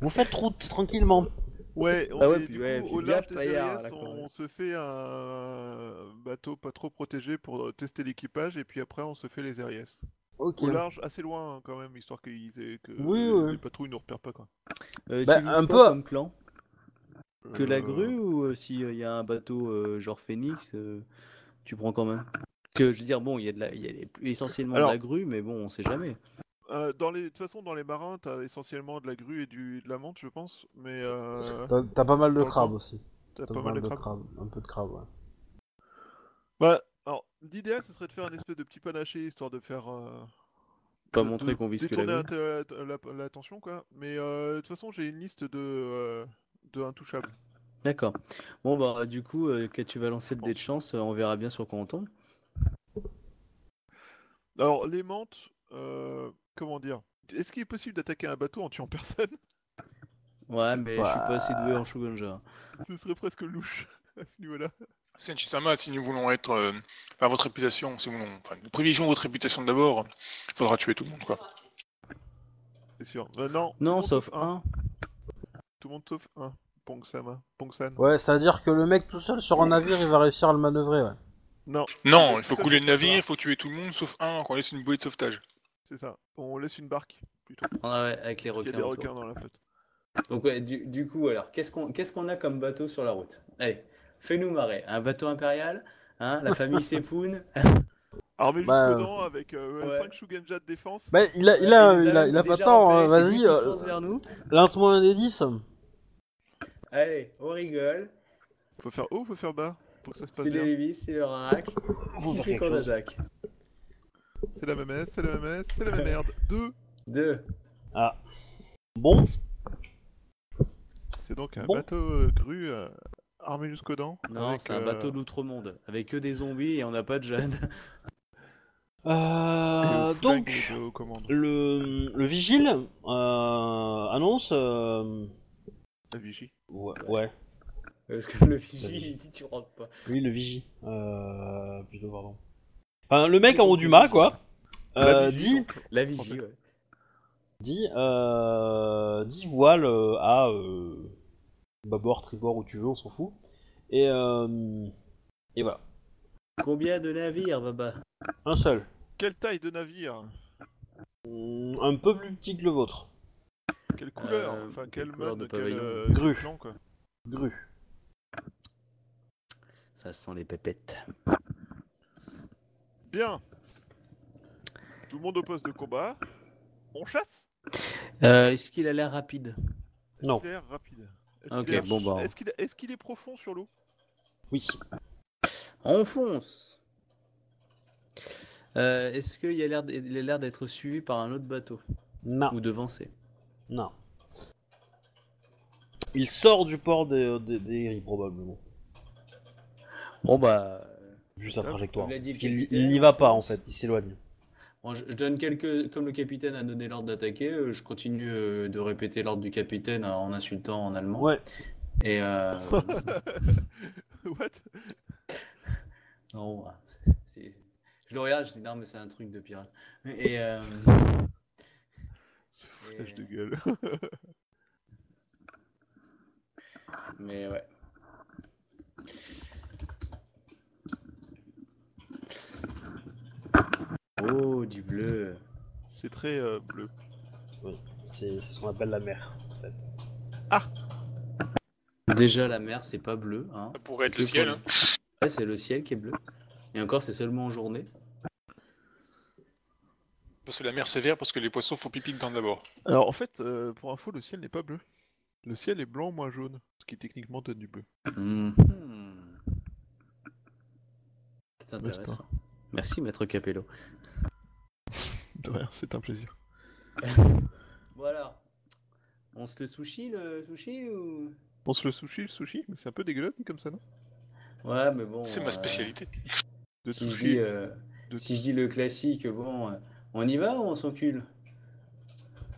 A: vous faites route tranquillement.
B: Ouais, on
D: Ah ouais,
B: est-
D: puis
B: du
D: ouais,
B: coup,
D: puis
B: au
D: bien
B: large des
D: paillard,
B: Céréales,
D: là, quand
B: on,
D: même.
B: se fait un bateau pas trop protégé pour euh, tester l'équipage, et puis après on se fait les RIS.
A: Ok.
B: Au large, assez loin hein, quand même, histoire qu'ils aient- que
A: Oui,
B: les,
A: ouais.
B: les patrouilles ne repèrent pas quoi.
D: Euh,
A: Bah,
D: tu
A: un
D: vises
A: peu.
D: quoi comme clan? Que la
B: Euh,
D: grue ou euh, si s'il y a un bateau euh, genre Phoenix, euh, tu prends quand même? Parce Que je veux dire, bon, il y a, de la, il y a les- essentiellement
B: Alors-
D: de la grue, mais bon, on sait jamais.
B: euh, dans les, de toute façon, dans les marins, t'as essentiellement de la grue et du, de la menthe, je pense, mais euh,
A: T'as t'as pas mal de
B: Dans le
A: crabes
B: coin.
A: aussi.
B: t'as
A: T'as
B: pas mal de crabes.
A: Un peu de crabes, ouais.
B: Bah, alors, l'idéal, ce serait de faire un espèce de petit panaché, histoire de faire. euh,
D: Pas
B: de-
D: montrer
B: de
D: qu'on vise que la
B: détourner
D: grue.
B: l'attention la, l'attention, quoi. Mais euh, de toute façon, j'ai une liste de, euh, de intouchables.
D: D'accord. Bon, bah, du coup, euh, quand tu vas lancer le
B: Bon.
D: dé de chance, euh, on verra bien sur quoi on tombe.
B: Alors, les mantes, euh, comment dire Est-ce qu'il est possible d'attaquer un bateau en tuant personne
D: Ouais, mais je suis pas assez doué en Shogunja.
B: Ce serait presque louche à ce niveau-là.
E: Senchisama, si nous voulons être. euh, Enfin, votre réputation, si nous voulons. Enfin, nous privilégions votre réputation d'abord, il faudra tuer tout le monde, quoi.
B: C'est sûr. Euh, non, tout le
D: Non,
B: monde
D: sauf
B: un.
D: un.
B: Tout le monde sauf un. Pongsama. Pongsan.
A: Ouais, c'est-à-dire que le mec tout seul sur un navire, il va réussir à le manœuvrer, ouais.
B: Non.
E: Non,
B: Ouais,
E: il faut
B: ça,
E: couler
B: ça,
E: le
B: ça
E: navire,
B: va.
E: il faut tuer tout le monde sauf un qu'on laisse une bouée de sauvetage.
B: C'est ça. On laisse une barque plutôt.
D: Ah ouais, avec les
B: Il y a
D: requins.
B: des
D: autour.
B: requins dans la flotte.
D: Donc ouais, du, du coup, alors, qu'est-ce qu'on qu'est-ce qu'on a comme bateau sur la route? Allez, fais-nous marrer. Un bateau impérial, hein, la famille Sepoun,
B: Armé
A: Bah,
B: jusqu'aux dents avec euh,
D: ouais.
B: 5 Shugenja de défense.
A: Bah, il a, il
D: et
A: a,
D: les
A: il a,
D: Allemands
A: il a pas
D: déjà
A: tant, hein,
D: repérés, c'est lui
A: vas-y,
D: qui
A: euh,
D: fonce vers nous.
A: lance-moi un des 10.
D: Allez, on rigole.
B: Faut faire haut, faut faire bas pour que ça se passe
D: C'est
B: bien.
D: les Lévis, c'est le Rarak. Qui c'est qu'on attaque?
B: C'est la même S, c'est la même S, c'est la même merde. 2.
D: Deux.
A: Ah. Bon,
B: C'est donc un
A: Bon.
B: bateau euh, grue euh, armé jusqu'aux dents.
D: Non,
B: avec,
D: c'est un
B: euh,
D: bateau d'outre-monde, avec que des zombies et on n'a pas de Jeanne.
A: euh,
B: et au flag
A: donc,
B: ou de- aux commandes.
A: le, le vigile euh, annonce. euh,
B: La vigie.
A: ouais, ouais,
D: Parce que le Fiji, il dit tu rentres pas.
A: lui le vigie. Euh, plutôt, pardon. Enfin, le mec
D: C'est
A: en haut
D: bon,
A: du
D: le
A: mât,
D: vigile.
A: quoi,
B: La
A: euh,
B: vigie,
A: dit,
B: donc.
D: La Vigie, ouais.
A: dit, euh, dit voile euh, à euh, bâbord, tribord, où tu veux, on s'en fout. Et, euh, et voilà,
D: Combien de navires, Baba?
A: un seul.
B: Quelle taille de navire
A: Mm, Un peu plus petit que le vôtre.
B: Quelle couleur
D: Euh,
B: Enfin,
D: quelle
B: quel
D: couleur de
B: mode, quel
D: pavillon
B: euh,
A: Grue.
B: plan, quoi.
A: Grue.
D: Ça sent les pépettes.
B: Bien. Tout le monde au poste de combat. On chasse
D: Euh, est-ce qu'il a l'air rapide?
B: Est-ce
A: Non.
B: qu'il a l'air rapide Est-ce qu'il
D: Ok,
B: a l'air-
D: bon, bah.
B: Est-ce qu'il est-ce qu'il est profond sur l'eau
A: Oui.
D: On fonce. Euh, Est-ce qu'il y a l'air d- il a l'air d'être suivi par un autre bateau
A: Non.
D: ou devancé
A: Non. Il sort du port des, des, des Erie, probablement,
D: Bon bah,
A: vu sa
B: Hop,
A: trajectoire.
D: comme l'a dit le
A: Parce qu'il
D: capitaine,
A: il n'y va
D: on
A: pas en
D: fonce.
A: fait, il s'éloigne.
D: bon, je, je donne quelques, comme le capitaine a donné l'ordre d'attaquer, euh, je continue euh, de répéter l'ordre du capitaine euh, en insultant en allemand.
A: Ouais.
D: Et euh,
B: What
D: non, bah, c'est- c'est- je le regarde, je dis non mais c'est un truc de pirate. Et euh,
B: Ce foutage
D: Et-
B: de gueule.
D: mais ouais. Oh du bleu.
B: C'est très euh, bleu.
A: C'est c'est ce qu'on appelle la mer. En fait.
D: Déjà, la mer, c'est pas bleu. Hein.
E: Ça pourrait être
D: C'est que
E: le ciel.
D: pour
E: hein.
D: les- Ouais, c'est le ciel qui est bleu. Et encore, c'est seulement en journée.
E: Parce que la mer sévère, parce que les poissons font pipi dedans d'abord.
B: Alors en fait, euh, pour info, le ciel n'est pas bleu. Le ciel est blanc moins jaune, ce qui techniquement donne du bleu.
D: Mhm. C'est
B: N'est-ce
D: intéressant. Merci, maître Capello.
B: De rien, c'est un plaisir.
D: Voilà. On se le sushi, le sushi ou...
B: On se le sushi, le sushi, mais c'est un peu dégueulasse dit comme ça, non
D: Ouais, mais bon.
E: C'est
D: euh,
E: ma spécialité.
B: De
D: si, je
B: sushi,
D: dis, euh,
B: de
D: si je dis le classique, bon, euh, on y va ou on s'encule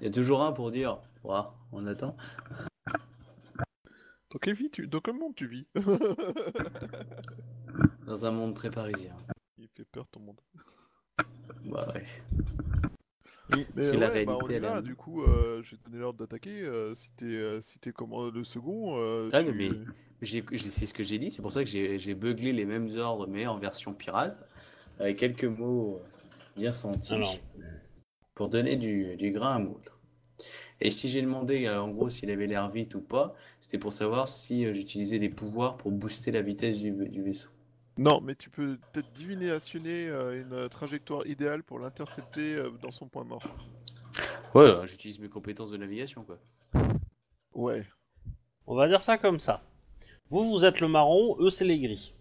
D: Il y a toujours un pour dire, Ouah, on attend.
B: Dans quelle vie tu... Dans quel monde tu vis
D: Dans un monde très parisien.
B: Il fait peur ton monde.
D: Bah ouais.
B: Mais
D: Parce que la
B: ouais, bah, on
D: réalité,
B: y
D: elle
B: va,
D: est-
B: du coup, euh, j'ai donné l'ordre d'attaquer. euh, si t'es euh, si t'es comment le second, euh,
D: Ah,
B: tu-
D: mais- J'ai- j'ai- C'est ce que j'ai dit, c'est pour ça que j'ai j'ai beuglé les mêmes ordres, mais en version pirate, avec quelques mots euh, bien sentis,
A: Alors.
D: pour donner du, du grain à moudre. Et si j'ai demandé euh, en gros s'il avait l'air vite ou pas, c'était pour savoir si euh, j'utilisais des pouvoirs pour booster la vitesse du, du vaisseau.
B: Non, mais tu peux peut-être diviner, assurer euh, une euh, trajectoire idéale pour l'intercepter euh, dans son point mort.
D: Ouais, euh, j'utilise mes compétences de navigation, quoi.
B: Ouais.
A: On va dire ça comme ça. Vous, vous êtes le marron, eux, c'est les gris.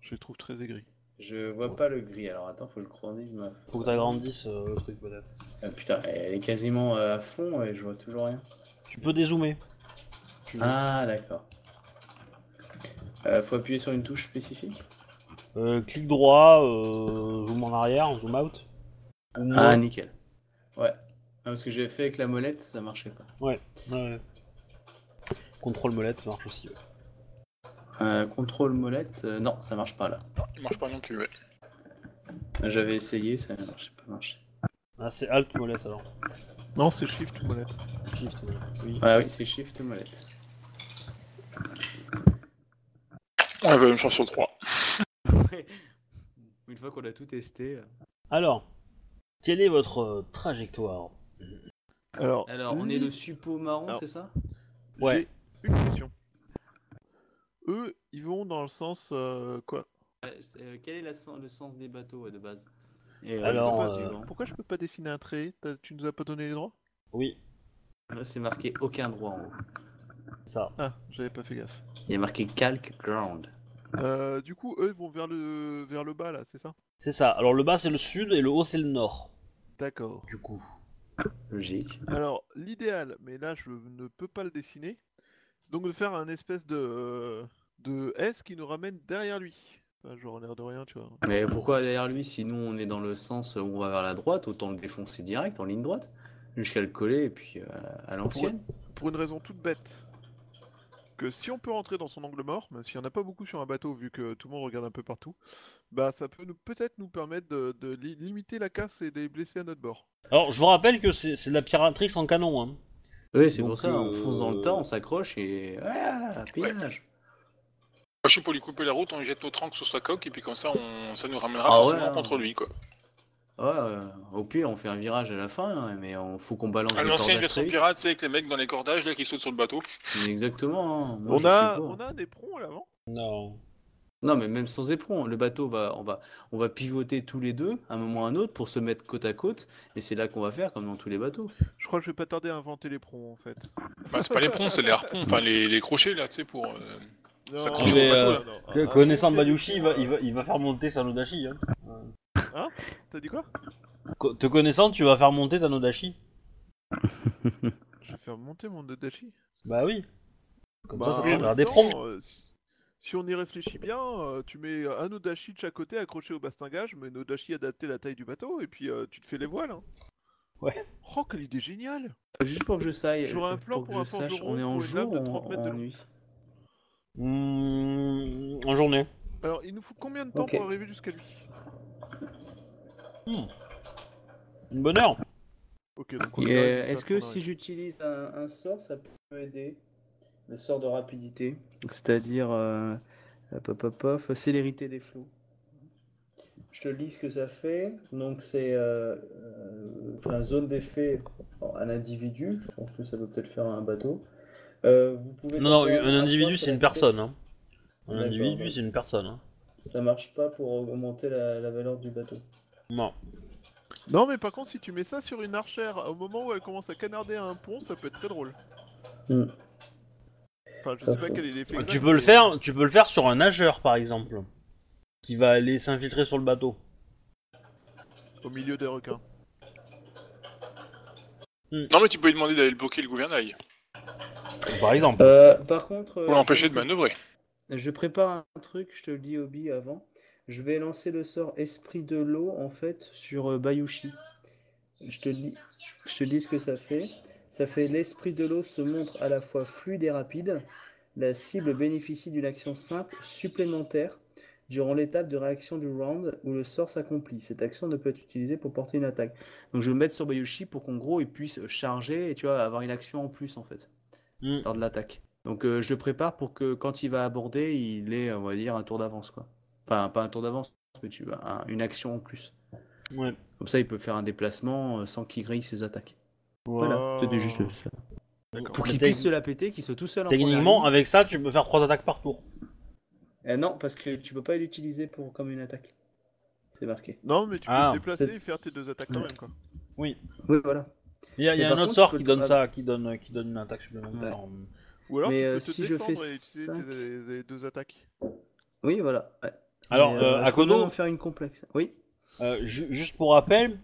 B: Je les trouve très aigris.
D: Je vois pas le gris, alors attends, faut que je grandisse ma...
A: Faut que t'agrandisses euh, le truc peut-être.
D: Ah, putain, elle est quasiment euh, à fond et je vois toujours rien.
A: Tu peux dézoomer. Tu-
D: Ah, d'accord. Euh, faut appuyer sur une touche spécifique
A: Euh, clic droit, euh, zoom en arrière, zoom out. Ou
D: Ah, nickel. Ouais. Ah, parce que j'ai fait avec la molette, ça marchait pas.
A: moins. Ouais. Contrôle molette, ça marche aussi. ouais.
D: Euh, contrôle molette, euh, non, ça marche pas là.
E: Non, il marche pas non plus, ouais.
D: J'avais essayé, ça ne marchait pas. marché.
A: Ah, c'est alt molette alors.
B: Non, c'est shift ou molette.
A: Shift, ouais. Oui.
D: Ah oui, c'est Shift mallette.
E: On avait une chance bah, sur trois.
D: Une fois qu'on a tout testé. euh.
A: Alors, quelle est votre euh, trajectoire
B: Alors,
D: Alors, on est
B: Lee-
D: le suppôt marron,
B: Alors.
D: c'est ça
A: Ouais.
B: J'ai une question. Eux, ils vont dans le sens euh, quoi
D: Ouais, c'est- euh, Quel est la sen- le sens des bateaux euh, de base Et, euh,
A: Alors,
D: le sens
A: euh,
D: suivant.
B: Pourquoi je peux pas dessiner un trait T'as- Tu nous as pas donné les droits
A: Oui,
D: Là, c'est marqué aucun droit en haut.
A: ça.
B: Ah, j'avais pas fait gaffe.
D: Il y a marqué calc ground.
B: Euh, du coup, eux, ils vont vers le vers le bas là, c'est ça
A: C'est ça. Alors le bas c'est le sud et le haut c'est le nord,
B: D'accord.
A: du coup.
D: Logique.
B: Alors, l'idéal, mais là, je ne peux pas le dessiner, c'est donc de faire un espèce de euh, de S qui nous ramène derrière lui. Enfin, genre l'air de rien, tu vois.
D: Mais pourquoi derrière lui, si nous on est dans le sens où on va vers la droite, autant le défoncer direct en ligne droite, jusqu'à le coller et puis euh, à l'ancienne
B: Pour une raison toute bête. Que si on peut rentrer dans son angle mort, même s'il n'y en a pas beaucoup sur un bateau vu que tout le monde regarde un peu partout, bah ça peut nous peut-être nous permettre de, de li- limiter la casse et des blessés à notre bord.
A: Alors je vous rappelle que c'est c'est de la piratrice en canon. Hein.
D: Oui, c'est
A: Donc,
D: pour ça, on fonce dans le
A: euh,
D: tas, on s'accroche et. Ah, pillage
E: Moi, Bah, je suis pour lui couper la route, on lui jette notre ancre sur sa coque, et puis comme ça, on... ça nous ramènera
D: Ah
E: forcément
D: ouais, hein.
E: contre lui, quoi.
D: Ouais, euh, au pire, on fait un virage à la fin, hein, mais on faut qu'on balance
E: À
D: des
E: l'ancienne
D: cordages
E: version
D: très vite.
E: pirate, c'est avec les mecs dans les cordages, là, qui sautent sur le bateau.
D: Mais Exactement. hein, moi,
B: on,
D: je
B: a,
D: suis pour.
B: on a un éperon à l'avant
A: Non.
D: Non, mais même sans éperon, le bateau va, on va, on va pivoter tous les deux, à un moment ou à un autre, pour se mettre côte à côte, et c'est là qu'on va faire, comme dans tous les bateaux.
B: Je crois que je vais pas tarder à inventer l'éperon en fait.
E: Bah, c'est pas les ponts, c'est les harpons, enfin les, les crochets, là, tu sais, pour. euh, Ça
A: crache Mais, au bateau,
B: là, non.
A: Ah, Que-
B: Un- un
A: Connaissant
B: bon
A: Bayushi, il va,
B: pied,
A: il, va, il va faire monter sa Nodashi. Hein.
B: T'as dit quoi
A: Co- Te connaissant, tu vas faire monter ta Nodashi.
B: Je vais faire monter mon Dodachi.
A: Bah oui. Comme ça, ça te
B: Bah, en
A: servira
B: même
A: des prompts.
B: temps, euh, si- Si on y réfléchit bien, euh, tu mets un Odashi de chaque côté accroché au bastingage, mais un Odashi adapté à la taille du bateau, et puis euh, tu te fais les voiles. hein.
A: Ouais.
B: Oh, quelle idée géniale
D: Euh, Juste pour que je sache,
B: J'aurais un plan
D: pour que
B: pour
D: je
B: un
D: sache,
B: forgeron
D: on est en
B: pour une
D: jour
B: nappe de
D: ou
B: 30 mètres
D: en
B: de long.
D: nuit?
A: Mmh, en journée.
B: Alors, il nous faut combien de temps
D: Ok.
B: pour arriver jusqu'à lui
A: Une bonne heure.
B: Ok, donc
D: Et,
B: est
D: euh,
B: arrivé, ça,
D: est-ce que
B: on
D: si
B: arrive.
D: j'utilise un, un sort, ça peut aider Le sort de rapidité. C'est-à-dire, euh, pop, pop, pop, célérité des flots. Je te lis ce que ça fait. Donc, c'est euh, euh, enfin, zone d'effet en- un individu. Je pense que ça peut peut-être faire un bateau. Euh, vous pouvez
A: Non, non,
D: tenter
A: un individu
D: poids sur
A: c'est une
D: la pièce.
A: personne. Hein. Un
D: D'accord,
A: individu
D: ouais.
A: c'est une personne. Hein.
D: Ça marche pas pour augmenter la, la valeur du bateau.
A: Non.
B: Non, mais par contre, si tu mets ça sur une archère au moment où elle commence à canarder à un pont, ça peut être très drôle.
D: Hmm.
B: Enfin, je
D: Pas
B: sais pas
D: faux.
B: quel est l'effet.
A: Bah, Tu
B: exact,
A: peux le
B: mais-
A: faire, tu peux le faire sur un nageur par exemple, qui va aller s'infiltrer sur le bateau.
B: Au milieu des requins.
E: Non, mais tu peux lui demander d'aller bloquer le gouvernail,
A: Par exemple.
D: Euh, par contre.
E: pour l'empêcher de manœuvrer.
D: Je prépare un truc, je te le dis, Obi, avant. Je vais lancer le sort Esprit de l'eau, en fait, sur euh, Bayushi. Je te, dis, je te dis ce que ça fait. Ça fait l'Esprit de l'eau se montre à la fois fluide et rapide. La cible bénéficie d'une action simple supplémentaire durant l'étape de réaction du round où le sort s'accomplit. Cette action ne peut être utilisée pour porter une attaque. Donc je vais me mettre sur Bayushi pour qu'en gros, il puisse charger et tu vois, avoir une action en plus, en fait
A: Mm.
D: lors de l'attaque. Donc euh, je prépare pour que quand il va aborder, il ait, on va dire, un tour d'avance. quoi. Enfin, pas un tour d'avance, mais tu vois, un- une action en plus.
A: Ouais.
D: Comme ça, il peut faire un déplacement euh, sans qu'il grille ses attaques. Voilà, c'était juste le-
B: Oh. D'accord.
D: Pour qu'il
A: Tec-
D: puisse se la péter, qu'il soit tout seul en
A: Techniquement,
D: première
A: avec ça, tu peux faire trois attaques par tour.
D: ligne. Euh, non, parce que tu peux pas l'utiliser pour comme une attaque. C'est marqué.
B: Non, mais tu peux
A: Ah,
B: te déplacer
D: c'est- Hmm.
B: et faire tes deux attaques quand
D: Ouais.
B: même, quoi.
D: Oui, voilà.
A: Il y a, il y a
D: Mais
A: un
D: par
A: autre
D: contre,
A: sort
D: tu peux
A: qui
D: le
A: donne ça, qui donne, qui donne une attaque supplémentaire.
B: Ou alors
D: Mais,
B: tu peux
D: euh,
B: te
D: si je
B: défendre
D: fais
B: et utiliser
D: cinq-
B: tes, tes deux attaques.
D: Oui, voilà. ouais.
A: Alors,
D: Mais,
A: euh,
D: je peux
A: Akodo,
D: en faire une complexe. Oui.
A: euh, ju- juste pour rappel,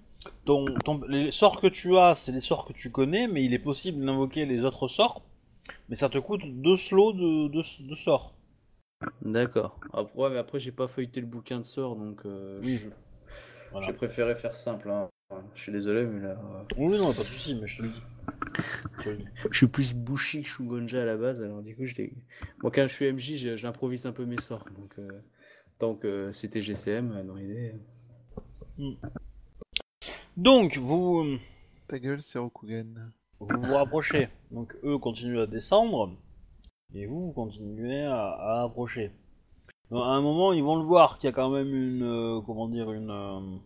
A: ton, ton- les sorts que tu as, c'est les sorts que tu connais, mais il est possible d'invoquer les autres sorts, mais ça te coûte deux slots de, de, de sorts.
D: D'accord. Après, ouais, mais après, j'ai pas feuilleté le bouquin de sort, donc euh,
A: Oui.
D: je-
A: Voilà.
D: j'ai préféré faire simple. hein. Je suis désolé, mais là. euh,
A: Oui, non, pas de soucis, mais je te le dis. Je te le dis.
D: Je suis plus Bushi que Shugonja à la base, alors du coup, je l'ai- moi quand je suis MJ, je- j'improvise un peu mes sorts. Donc, euh, tant que c'était GCM, euh, dans l'idée.
A: Donc, vous.
B: Ta gueule, c'est Rokugan.
A: vous vous rapprochez. Donc eux continuent à descendre, et vous, vous continuez à, à approcher. Donc, à un moment, ils vont le voir qu'il y a quand même une, euh, comment dire, une, euh,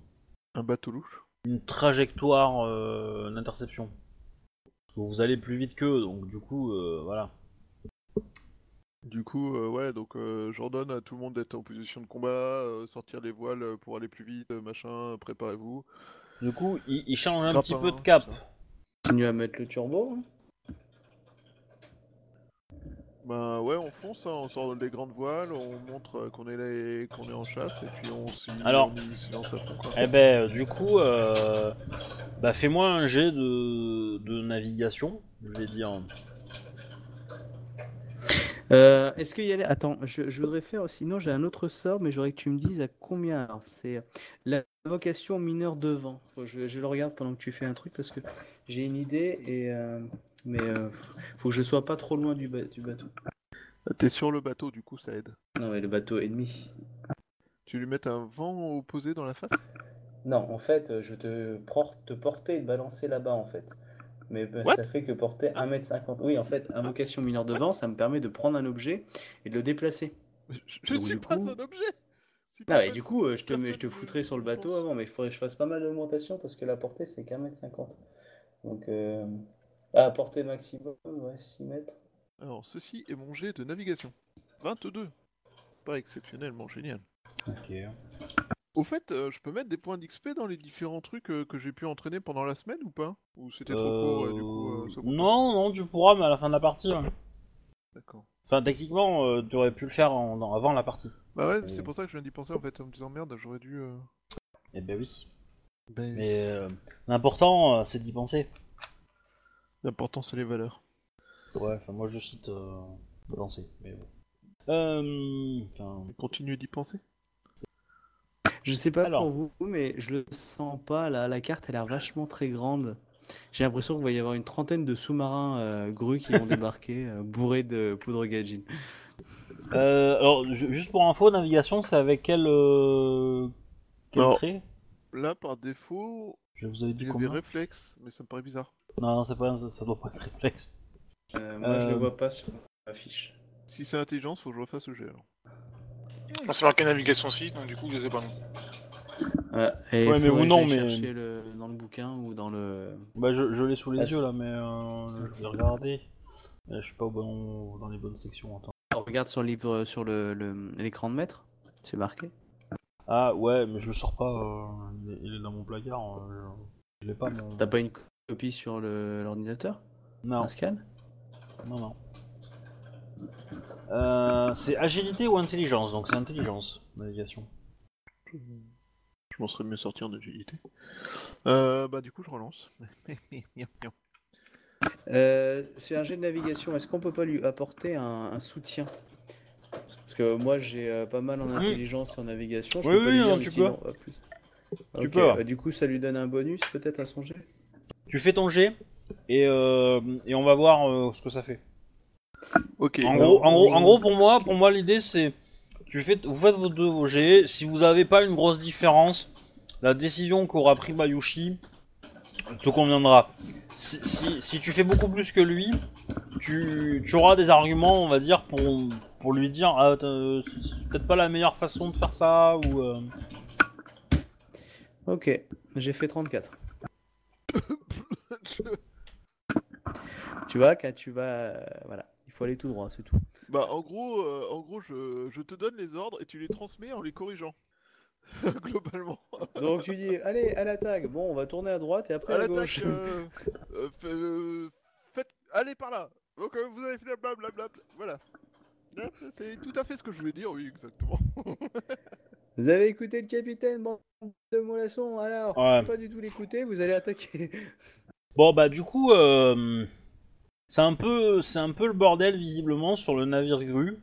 B: Un bateau louche.
A: une trajectoire euh, d'interception. Parce que Vous allez plus vite qu'eux, donc du coup, euh, voilà.
B: Du coup, euh, ouais, donc euh, j'ordonne à tout le monde d'être en position de combat, euh, sortir les voiles pour aller plus vite, euh, machin, préparez-vous.
A: Du coup, ils, ils changent un
B: Grappin,
A: petit peu de
B: tout
A: cap.
B: ça.
D: Continue à mettre le turbo. hein.
B: Bah ouais, on fonce, hein, on sort les grandes voiles, on montre euh, qu'on est là et qu'on est en chasse, et puis on s'y
A: Alors.
B: on s'y lance à fond, quoi.
A: Eh ben, euh, du coup, euh, bah, fais-moi un jet de, de navigation, je vais dire.
D: Euh, Est-ce qu'il y a les... Attends, je, je voudrais faire. Sinon, j'ai un autre sort, mais j'aurais que tu me dises à combien. Alors, c'est euh, la vocation mineur de vent. Faut- Je, je le regarde pendant que tu fais un truc parce que j'ai une idée et euh, mais euh, faut que je sois pas trop loin du, ba- du bateau.
B: T'es sur le bateau, du coup ça aide.
D: Non, mais le bateau ennemi.
B: Tu lui mets un vent opposé dans la face
D: Non, en fait, euh, je te, por- te porter et te balancer là-bas, en fait. Mais bah,
B: What
D: ça fait que porter 1m50. Oui, en fait, invocation mineure de vent, ça me permet de prendre un objet et de le déplacer.
B: Je, je
D: Donc,
B: suis
D: du
B: pas
D: coup-
B: un objet Si
D: Ah, et
B: t'en
D: du
B: fais-
D: coup, euh, je te, mets, je te
B: personne
D: foutrais
B: ne-
D: sur le
B: ne
D: bateau
B: pense.
D: avant, mais il faudrait que je fasse pas mal d'augmentation parce que la portée, c'est qu'un mètre cinquante. Donc, euh, à portée maximum, ouais, 6 mètres.
B: Alors, ceci est mon jet de navigation. 22. Pas exceptionnellement génial.
A: Ok.
B: Au fait, euh, je peux mettre des points d'XP dans les différents trucs euh, que j'ai pu entraîner pendant la semaine ou pas Ou c'était trop court et du coup
A: Euh,
B: euh, ça compte pas
A: non, non, tu pourras, mais à la fin de la partie. hein.
B: D'accord.
A: Enfin, techniquement, euh, tu aurais pu le faire en- en- avant la partie.
B: Bah ouais,
A: Euh.
B: c'est pour ça que je viens d'y penser en fait, en me disant merde, j'aurais dû. euh,
A: Eh ben oui.
B: ben,
A: Mais euh, l'important, euh, c'est d'y penser.
B: L'important c'est les valeurs.
A: Ouais, enfin, moi je cite euh, penser, mais bon. Euh, enfin,
B: Mais Continuez d'y penser.
D: Je sais pas
A: Alors.
D: pour vous, mais je le sens pas là. La carte, elle a l'air vachement très grande. J'ai l'impression qu'il va y avoir une trentaine de sous-marins euh, grues qui vont débarquer, euh, bourrés de poudre gadjin.
A: euh, alors, ju- juste pour info, navigation, c'est avec quel, euh, quel
B: Alors.
A: trait
B: Là, par défaut,
A: Je vous avais dit
B: il y avait
A: combien
B: réflexe, mais ça me paraît bizarre.
A: Non, non, c'est pas, ça doit pas être réflexe.
D: Euh, moi, je le
A: Euh.
D: vois pas sur ma fiche.
B: Si c'est intelligence, faut que je refasse le jet alors.
E: Moi, c'est marqué navigation 6, donc du coup, je sais pas non.
D: Ouais, et
A: Ouais, mais
D: faudrait
A: vous,
D: que
A: non,
D: j'aille
A: mais-
D: chercher le- dans le bouquin ou dans le.
A: Bah, je, je l'ai sous les
D: Ah,
A: yeux là, mais euh, je vais regarder. Euh, Je suis pas au bon, dans les bonnes sections. Attends.
D: On regarde sur le livre, euh, sur le- le- l'écran de maître. C'est marqué.
A: Ah ouais, mais je le sors pas. euh, il, est, il est dans mon placard. euh, je je l'ai pas. Mon...
D: T'as pas une copie sur le- l'ordinateur
A: Non,
D: Un scan
A: non, non. Euh, c'est agilité ou intelligence, donc c'est intelligence, navigation.
B: Je m'en serais mieux sorti en agilité. Euh, bah du coup, je relance.
D: Euh, C'est un jet de navigation. Est-ce qu'on peut pas lui apporter un, un soutien Parce que moi, j'ai euh, pas mal en intelligence en navigation. Je
A: Oui,
D: peux pas
A: oui,
D: lui dire
A: non,
D: les
A: tu
D: six
A: peux.
D: noms, pas plus.
A: Tu
D: Ok,
A: peux.
D: euh, du coup, ça lui donne un bonus peut-être à son jet
A: Tu fais ton jet et, euh, et on va voir euh, ce que ça fait.
B: ok.
A: En
B: alors,
A: gros, en gros,
B: je-
A: en gros, pour moi, pour moi, l'idée c'est, tu fais, vous faites vos deux vos jets. Si vous n'avez pas une grosse différence, la décision qu'aura pris Bayushi te conviendra. Si, si- si tu fais beaucoup plus que lui, tu, tu auras des arguments, on va dire, pour, pour lui dire, ah, t'as- c'est c'est peut-être pas la meilleure façon de faire ça ou. euh,
D: Ok, j'ai fait 34. Tu vois, quand tu vas. euh, voilà, il faut aller tout droit, c'est tout.
B: Bah en gros, euh, en gros, je, je te donne les ordres et tu les transmets en les corrigeant. Globalement.
D: Donc tu dis, allez, à l'attaque. Bon, on va tourner à droite et après
B: À
D: à,
B: l'attaque,
D: gauche.
B: euh, euh, fa- euh, faites, allez par là. Donc euh, vous avez fait blablabla. Voilà. Hop, C'est tout à fait ce que je voulais dire, oui, exactement.
D: Vous avez écouté le capitaine, bande de mollassons, alors
A: Ouais.
D: pas du tout l'écouter, vous allez attaquer.
A: Bon bah du coup, euh, c'est un peu, c'est un peu le bordel visiblement sur le navire grue.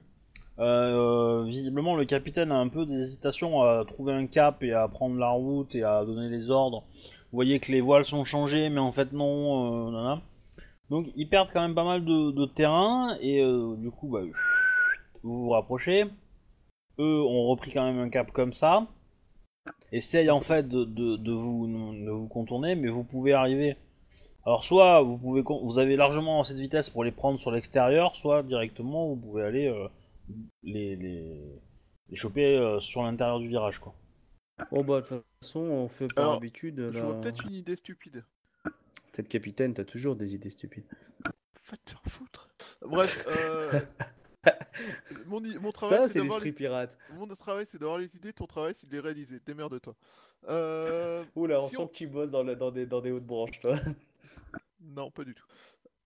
A: Euh, visiblement, le capitaine a un peu des hésitations à trouver un cap et à prendre la route et à donner les ordres. Vous voyez que les voiles sont changées, mais en fait non. euh, nanana. Donc ils perdent quand même pas mal de, de terrain et euh, du coup, bah, vous vous rapprochez. Eux ont repris quand même un cap comme ça. Essayent en fait de, de- de vous, de vous contourner, mais vous pouvez arriver Alors soit vous pouvez, con- vous avez largement cette vitesse pour les prendre sur l'extérieur, soit directement vous pouvez aller euh, les, les, les choper euh, sur l'intérieur du virage quoi.
D: Bon, bah, de toute façon, on fait par
B: Alors,
D: habitude.
B: J'aurais
D: là.
B: peut-être une idée stupide.
D: T'es le capitaine, t'as toujours des idées stupides.
B: Va te faire foutre. Bref, euh, mon, i- mon
D: Ça,
B: travail, c'est
D: c'est
B: d'avoir
D: l'esprit
B: les...
D: pirate.
B: mon travail, c'est d'avoir les idées. Ton travail, c'est de les réaliser. Démerde-toi. Euh,
D: Oula, on
B: Si on-
D: sent que tu bosses dans, la- dans des, dans des hautes branches, toi.
B: Non, pas du tout.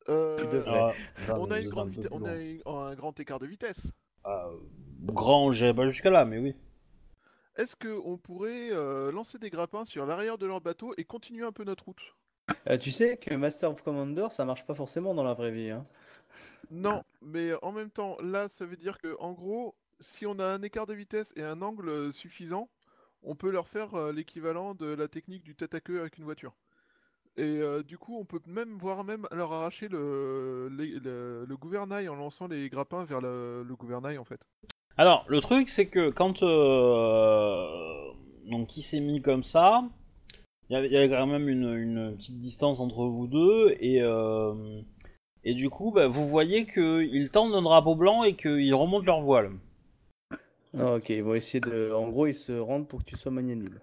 B: Euh,
D: devrais.
A: Ah,
B: On a,
A: ça,
B: une grande
A: c'est
B: vite-
A: un peu
B: on
A: plus
B: a
A: long.
B: une- oh, un grand écart de vitesse.
A: Ah, grand, j'irai pas jusqu'à là, mais oui.
B: Est-ce qu'on pourrait euh, lancer des grappins sur l'arrière de leur bateau et continuer un peu notre route
D: Euh, tu sais que Master of Commander, ça marche pas forcément dans la vraie vie. Hein.
B: Non, mais en même temps, là, ça veut dire que, en gros, si on a un écart de vitesse et un angle euh, suffisant, on peut leur faire euh, l'équivalent de la technique du tête à queue avec une voiture. Et euh, du coup, on peut même voir même leur arracher le, les- le- le gouvernail en lançant les grappins vers le, le gouvernail, en fait.
A: Alors, le truc, c'est que quand. euh, Donc, il s'est mis comme ça, il y avait- il y avait quand même une, une petite distance entre vous deux, et. euh, Et du coup, bah, vous voyez qu'ils tendent un drapeau blanc et qu'ils remontent leur voile.
D: Ah, ok, ils vont essayer de. En gros, ils se rendent pour que tu sois magnanime.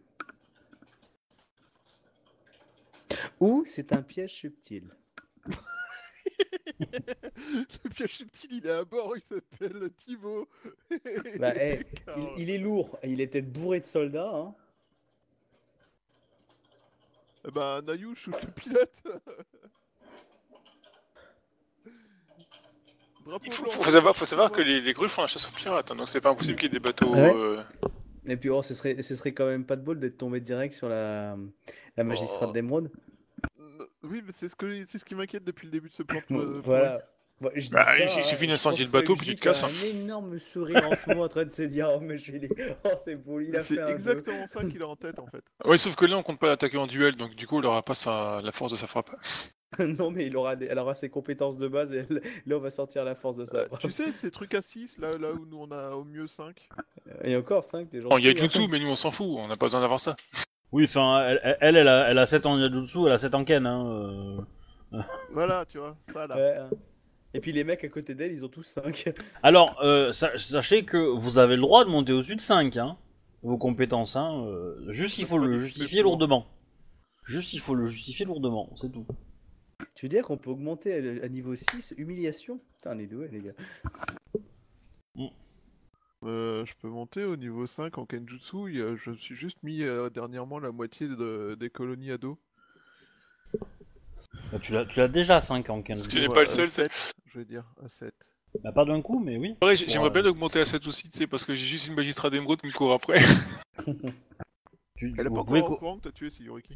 D: Ou c'est un piège subtil.
B: le piège subtil, il est à bord, il s'appelle Thibaut.
D: Bah, eh,
B: Car-
D: il, il est lourd, et il est peut-être bourré de soldats. Hein.
B: Eh ben, Nayou shoot le pilote. Drapeau
E: Il faut,
B: blanc.
E: faut savoir, faut savoir que les, les grues font la chasse aux pirates, hein, donc c'est pas impossible qu'il y ait des bateaux.
D: Ah Ouais.
E: euh,
D: Et puis, oh, ce serait, ce serait quand même pas de bol d'être tombé direct sur la, la magistrate
B: Oh.
D: d'émeraude.
B: Euh, Oui, mais c'est ce, que, c'est ce qui m'inquiète depuis le début de ce plan.
D: Bon,
B: euh,
D: voilà. Bon, je dis
E: Bah,
D: ça,
E: il
D: hein,
E: suffit
D: je
E: d'incendier
D: pense
E: le bateau,
D: que
E: puis tu te
D: Guy
E: casses, hein.
D: a Un énorme sourire en ce moment en train de se dire Oh, mais je vais les- Oh, c'est beau, il a
B: C'est
D: fait un jeu.
B: exactement ça qu'il a en tête en fait.
E: Ouais, sauf que là, on compte pas l'attaquer en duel, donc du coup, il aura pas sa- la force de sa frappe.
D: non, mais il aura des- elle aura ses compétences de base et elle- là, on va sortir la force de ça.
B: Euh, tu sais, ces trucs à 6 là, là où nous on a au mieux 5.
D: Et encore 5 des gens.
E: Bon, Oh, il y a Jutsu, mais nous, on s'en fout, on n'a pas besoin d'avoir ça.
A: Oui, enfin, elle, elle, elle, elle a, elle a 7 en Yajutsu, elle a 7 en Ken. Hein, euh.
B: Voilà, tu vois, ça là.
D: hein. Et puis les mecs à côté d'elle, ils ont tous 5.
A: Alors, euh, sa- sachez que vous avez le droit de monter au-dessus de 5, hein, vos compétences. Hein, euh, juste, il faut le justifier lourdement. Juste, il faut le justifier lourdement, c'est tout.
D: tu veux dire qu'on peut augmenter à, à niveau 6 humiliation Putain, on est doués, les gars.
B: Euh, je peux monter au niveau 5 en Kenjutsu. il y a- Je me suis juste mis euh, dernièrement la moitié de- des colonies à dos.
A: Bah, tu l'as tu l'as déjà 5 en Ken.
E: Parce que- Tu n'es
B: Ouais,
E: pas le
B: à
E: seul.
B: sept, je veux dire, à 7.
A: Bah, pas d'un coup, mais oui.
E: Pareil, j'ai-
A: Bon,
E: j'aimerais
A: euh,
E: bien l'augmenter à 7 aussi, tu sais, parce que j'ai juste une magistrate d'émeraude qui me court après.
A: Tu,
B: Elle est
A: vous
B: pas
A: pouvez
B: encore au
A: co-
B: courant que t'as tué Sayuriki.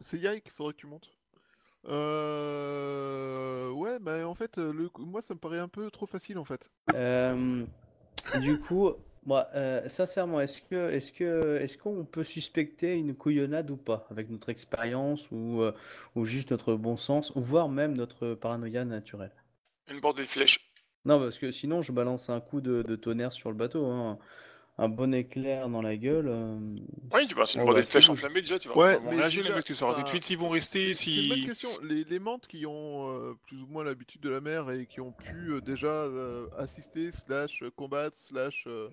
B: C'est Yai qu'il faudrait que tu montes. Euh... Ouais, bah en fait, euh, le... coup- moi ça me paraît un peu trop facile en fait.
D: Euh, du coup, moi, euh, sincèrement, est-ce que, est-ce que, est-ce qu'on peut suspecter une couillonnade ou pas, avec notre expérience ou, euh, ou juste notre bon sens, ou voire même notre paranoïa naturelle?
E: Une borde de flèche.
D: Non, parce que sinon, je balance un coup de, de tonnerre sur le bateau, hein. Un bon éclair dans la gueule. euh,
E: Oui, tu vas c'est une
D: Oh,
E: bordée
D: bah,
E: de flèches
D: c'est bon.
E: enflammées déjà, tu vas
B: Ouais,
E: ouais,
B: mais
E: réagir
B: déjà,
E: les mecs, tu sauras tout de
B: enfin,
E: suite s'ils vont rester,
B: C'est c'est une bonne
E: si...
B: question. Les, les mentes qui ont euh, plus ou moins l'habitude de la mer et qui ont pu euh, déjà euh, assister, slash euh, combattre, slash euh,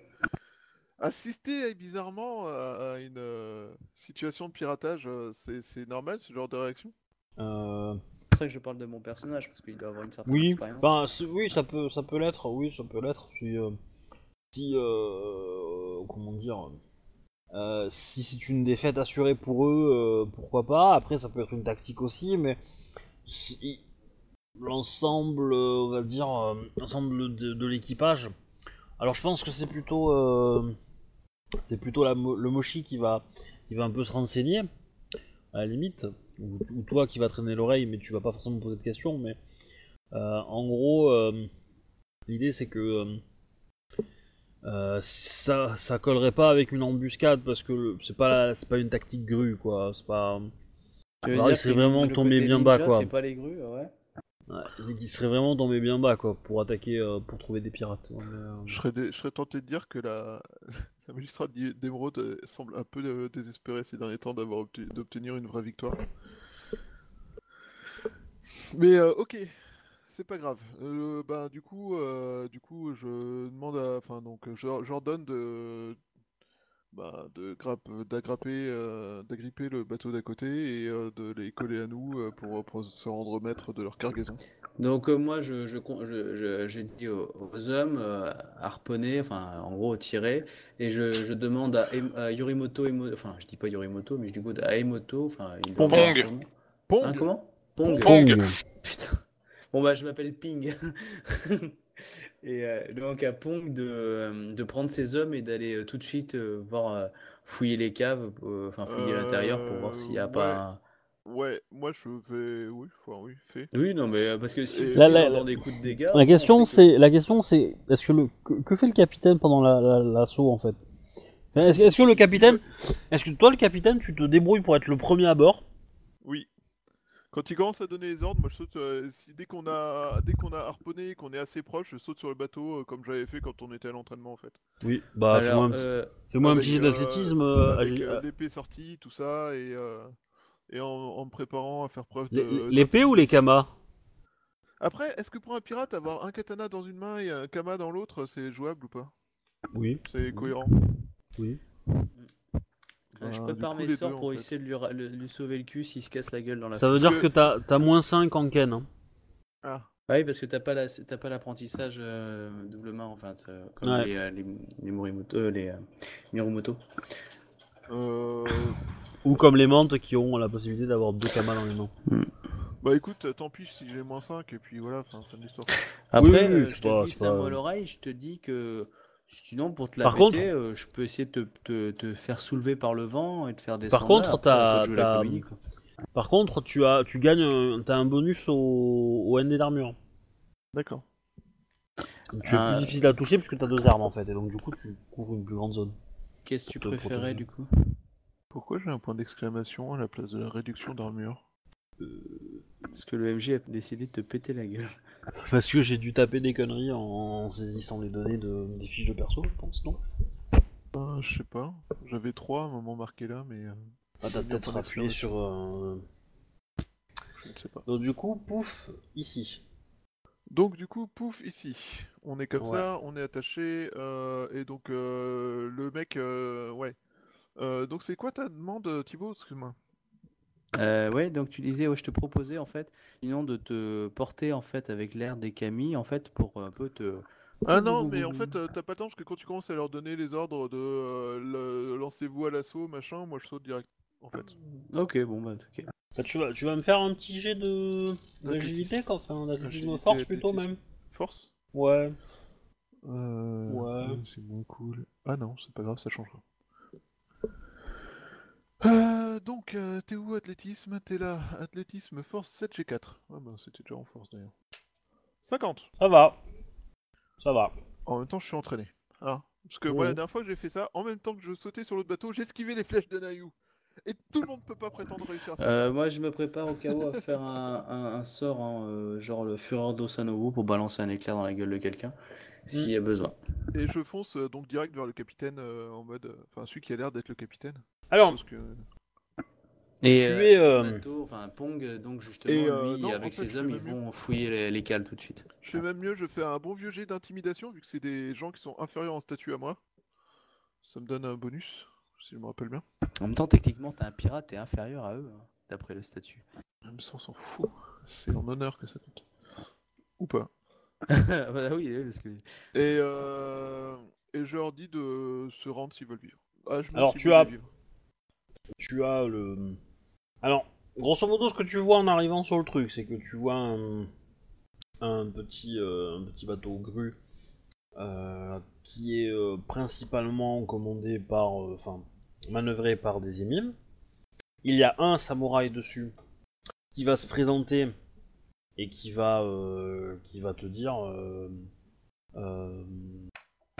B: assister euh, bizarrement à, à une euh, situation de piratage, euh, c'est c'est normal ce genre de réaction
A: Euh,
D: C'est pour ça que je parle de mon personnage, parce qu'il doit avoir une certaine
A: Oui,
D: expérience.
A: enfin, c'est- oui, ça peut, ça peut l'être, oui, ça peut l'être. Si, euh, si euh, comment dire, euh, si c'est une défaite assurée pour eux, euh, pourquoi pas. Après, ça peut être une tactique aussi, mais si- l'ensemble, euh, on va dire, euh, l'ensemble de, de l'équipage. Alors, je pense que c'est plutôt, euh, c'est plutôt la mo- le Moshi qui va, qui va un peu se renseigner, à la limite, ou, ou toi qui va traîner l'oreille, mais tu vas pas forcément poser de questions, mais euh, en gros, euh, l'idée c'est que euh, euh, ça, ça collerait pas avec une embuscade parce que le- c'est pas, c'est pas une tactique grue quoi. C'est pas.
D: Tu veux
A: alors,
D: dire
A: Bah, il serait
D: que
A: vraiment
D: le
A: tombé
D: côté
A: bien bas,
D: ninja,
A: quoi.
D: C'est pas les grues, ouais.
A: Ouais, c'est qu'il serait vraiment tombé bien bas quoi pour attaquer, euh, pour trouver des pirates. Ouais, mais, euh,
B: Je serais, dé- je serais tenté de dire que la, la magistrate d'I- d'Émeraude euh, semble un peu euh, désespérée ces derniers temps d'avoir obtenu- d'obtenir une vraie victoire. Mais euh, ok, c'est pas grave. Euh, bah, du coup, euh, du coup, je demande, à- enfin donc, je- j'ordonne de, bah, de grappe, d'agrapper, euh, d'agripper le bateau d'à côté et euh, de les coller à nous euh, pour, pour se rendre maître de leur cargaison.
D: Donc euh, moi, je, je, con- je, je- je dis aux, aux hommes euh, harponner, enfin en gros tirer, et je, je demande à, Em- à Yorimoto, Emo- enfin je dis pas Yorimoto, mais je dis good à Emoto, enfin il doit
B: Pong.
D: avoir son nom.
B: Pong,
D: Hein, comment Pong.
E: Pong.
D: Putain. Bon bah je m'appelle Ping. et euh, donc à Pong de, euh, de prendre ses hommes et d'aller euh, tout de suite euh, voir euh, fouiller les caves, euh, enfin fouiller
B: Euh,
D: l'intérieur pour voir s'il n'y a
B: ouais.
D: pas... un-
B: ouais, moi je vais, oui, enfin, oui, fait.
D: Oui, non, mais euh, parce que si
B: Et-
D: tu
A: Là,
D: tires
A: là,
D: dans
A: là.
D: des coups de dégâts...
A: La question
D: on sait que-
A: c'est, la question c'est, est-ce que le que, que fait le capitaine pendant la- la- l'assaut en fait Enfin, Est-ce est-ce que le capitaine, est-ce que toi le capitaine, tu te débrouilles pour être le premier à bord
B: Oui. Quand il commence à donner les ordres, moi je saute. euh, si- dès qu'on a, dès qu'on a harponné et qu'on est assez proche, je saute sur le bateau euh, comme j'avais fait quand on était à l'entraînement en fait.
A: Oui. Bah c'est
D: Alors,
A: moi,
D: euh,
A: un
B: Avec,
A: petit jeu
B: euh,
A: d'athlétisme. euh,
B: avec,
A: agi-
B: euh,
A: euh,
B: l'épée sortie, tout ça, et, euh, et en, en me préparant à faire preuve
A: les-
B: de.
A: L'épée ou les kamas
B: Après, est-ce que pour un pirate, avoir un katana dans une main et un kama dans l'autre, c'est jouable ou pas
A: Oui.
B: C'est cohérent.
D: Euh, je
B: Ah, du
D: prépare
B: coup,
D: mes
B: les
D: sorts
B: deux, en
D: pour
B: fait.
D: essayer de lui, ra- le- lui sauver le cul s'il se casse la gueule dans la
A: Ça veut
B: Parce
A: dire
B: que-
A: que t'as t'as moins 5 en ken. hein.
B: Ah,
D: Ah oui, parce que t'as pas la- t'as pas l'apprentissage euh, double main, enfin, t'as- comme
A: Ouais.
D: les, euh, les, les Morimoto, euh, les euh, Miromoto.
B: euh,
A: Ou comme les mantes qui ont la possibilité d'avoir deux kamas dans les mains.
B: Bah écoute, euh, tant pis si j'ai moins 5, et puis voilà, enfin, fin de l'histoire.
D: Après,
A: Oui, oui,
D: euh,
A: c'est
D: je
A: pas-
D: te dis
A: c'est
D: ça
A: pas-
D: moi à l'oreille, je te dis que sinon, pour te la
A: Par
D: péter, euh, je peux essayer de te, te- te faire soulever par le vent et te faire descendre.
A: contre,
D: après, à toi
A: t'as-
D: de jouer la
A: t'as-
D: comédie, quoi.
A: Par contre, tu as tu gagnes un- t'as un bonus au, au ND d'armure.
B: D'accord.
A: Donc, Tu es
D: Ah.
A: plus difficile à toucher puisque t'as deux armes en fait et donc du coup tu couvres une plus grande zone.
D: Qu'est-ce que tu
A: Te protéger.
D: préférais du coup
B: Pourquoi j'ai un point d'exclamation à la place de la réduction d'armure
D: Parce que le MJ a décidé de te péter la gueule.
A: Parce que j'ai dû taper des conneries en, en saisissant les données de, des fiches de perso, je pense, non
B: Ah, Je sais pas, j'avais 3 à un moment marqué là, mais euh,
A: Ah, t'as
B: J'ai bien
A: peut-être
B: ton
A: appuyé
B: expérience.
A: sur. euh,
B: je ne sais pas.
A: Donc du coup, pouf, ici.
B: Donc du coup, pouf, ici. On est comme
A: Ouais.
B: ça, on est attaché, euh, et donc euh, le mec, euh, ouais. Euh, donc c'est quoi ta demande, Thibaut? Excuse-moi.
D: Euh, ouais, donc tu disais, ouais, je te proposais en fait, sinon de te porter en fait avec l'air des Camille en fait pour un peu te.
B: Ah non, mais en fait, euh, t'as pas le temps, parce que quand tu commences à leur donner les ordres de euh, le- lancez-vous à l'assaut, machin, moi je saute direct, en fait.
D: Ok, bon bah ok.
A: Ça, tu, vas, tu vas me faire un petit jet de d'agilité,
B: D'athlétisme.
A: quoi, enfin d'athlétisme
B: Agilité,
A: force plutôt
B: athlétisme.
A: même.
B: Force?
A: Ouais.
B: Euh,
A: Ouais.
B: C'est moins cool. Ah non, c'est pas grave, ça changera. Euh, donc, euh, t'es où, athlétisme? T'es là. Athlétisme, force 7 G4. Ah bah, c'était déjà en force d'ailleurs. 50!
A: Ça va. Ça va.
B: En même temps, je suis entraîné. Hein Parce que
A: Oui.
B: moi, la dernière fois que j'ai fait ça, en même temps que je sautais sur l'autre bateau, j'esquivais les flèches de Nayu. Et tout le monde peut pas prétendre réussir à faire
D: Euh, moi je me prépare au cas où à faire un, un- un sort hein, euh, genre le Fureur d'Osanovo pour balancer un éclair dans la gueule de quelqu'un s'il y a besoin.
B: ça. Et je fonce euh, donc direct vers le capitaine euh, en mode. euh, Enfin, celui qui a l'air d'être le capitaine.
A: Alors,
B: Parce que.
D: Et
A: tu
D: euh,
A: es. euh,
D: Mato, enfin Pong, euh, donc justement
B: Et, euh,
D: lui
B: non, en
D: avec
B: fait,
D: ses
B: je
D: hommes
B: fais
D: ils
B: même
D: vont fouiller les, les cales tout de suite.
B: Je fais même mieux, je fais un bon vieux jet d'intimidation vu que c'est des gens qui sont inférieurs en statut à moi. Ça me donne un bonus, si je me rappelle bien.
D: En même temps techniquement t'es un pirate, t'es inférieur à eux hein, d'après le statut.
B: Même ça, on s'en fout. C'est en honneur que ça compte. Ou pas.
D: bah oui, oui, parce que
B: Et, euh... Et je leur dis de se rendre s'ils veulent vivre. Ah, je me
A: Alors,
B: suis
A: tu
B: voulu
A: as-
B: vivre.
A: tu as le. Alors, grosso modo, ce que tu vois en arrivant sur le truc, c'est que tu vois un, un petit, euh, un petit bateau grue euh, qui est euh, principalement commandé par. euh, Enfin, manœuvré par des émiles. Il y a un samouraï dessus qui va se présenter et qui va, euh, qui va te dire. euh, euh,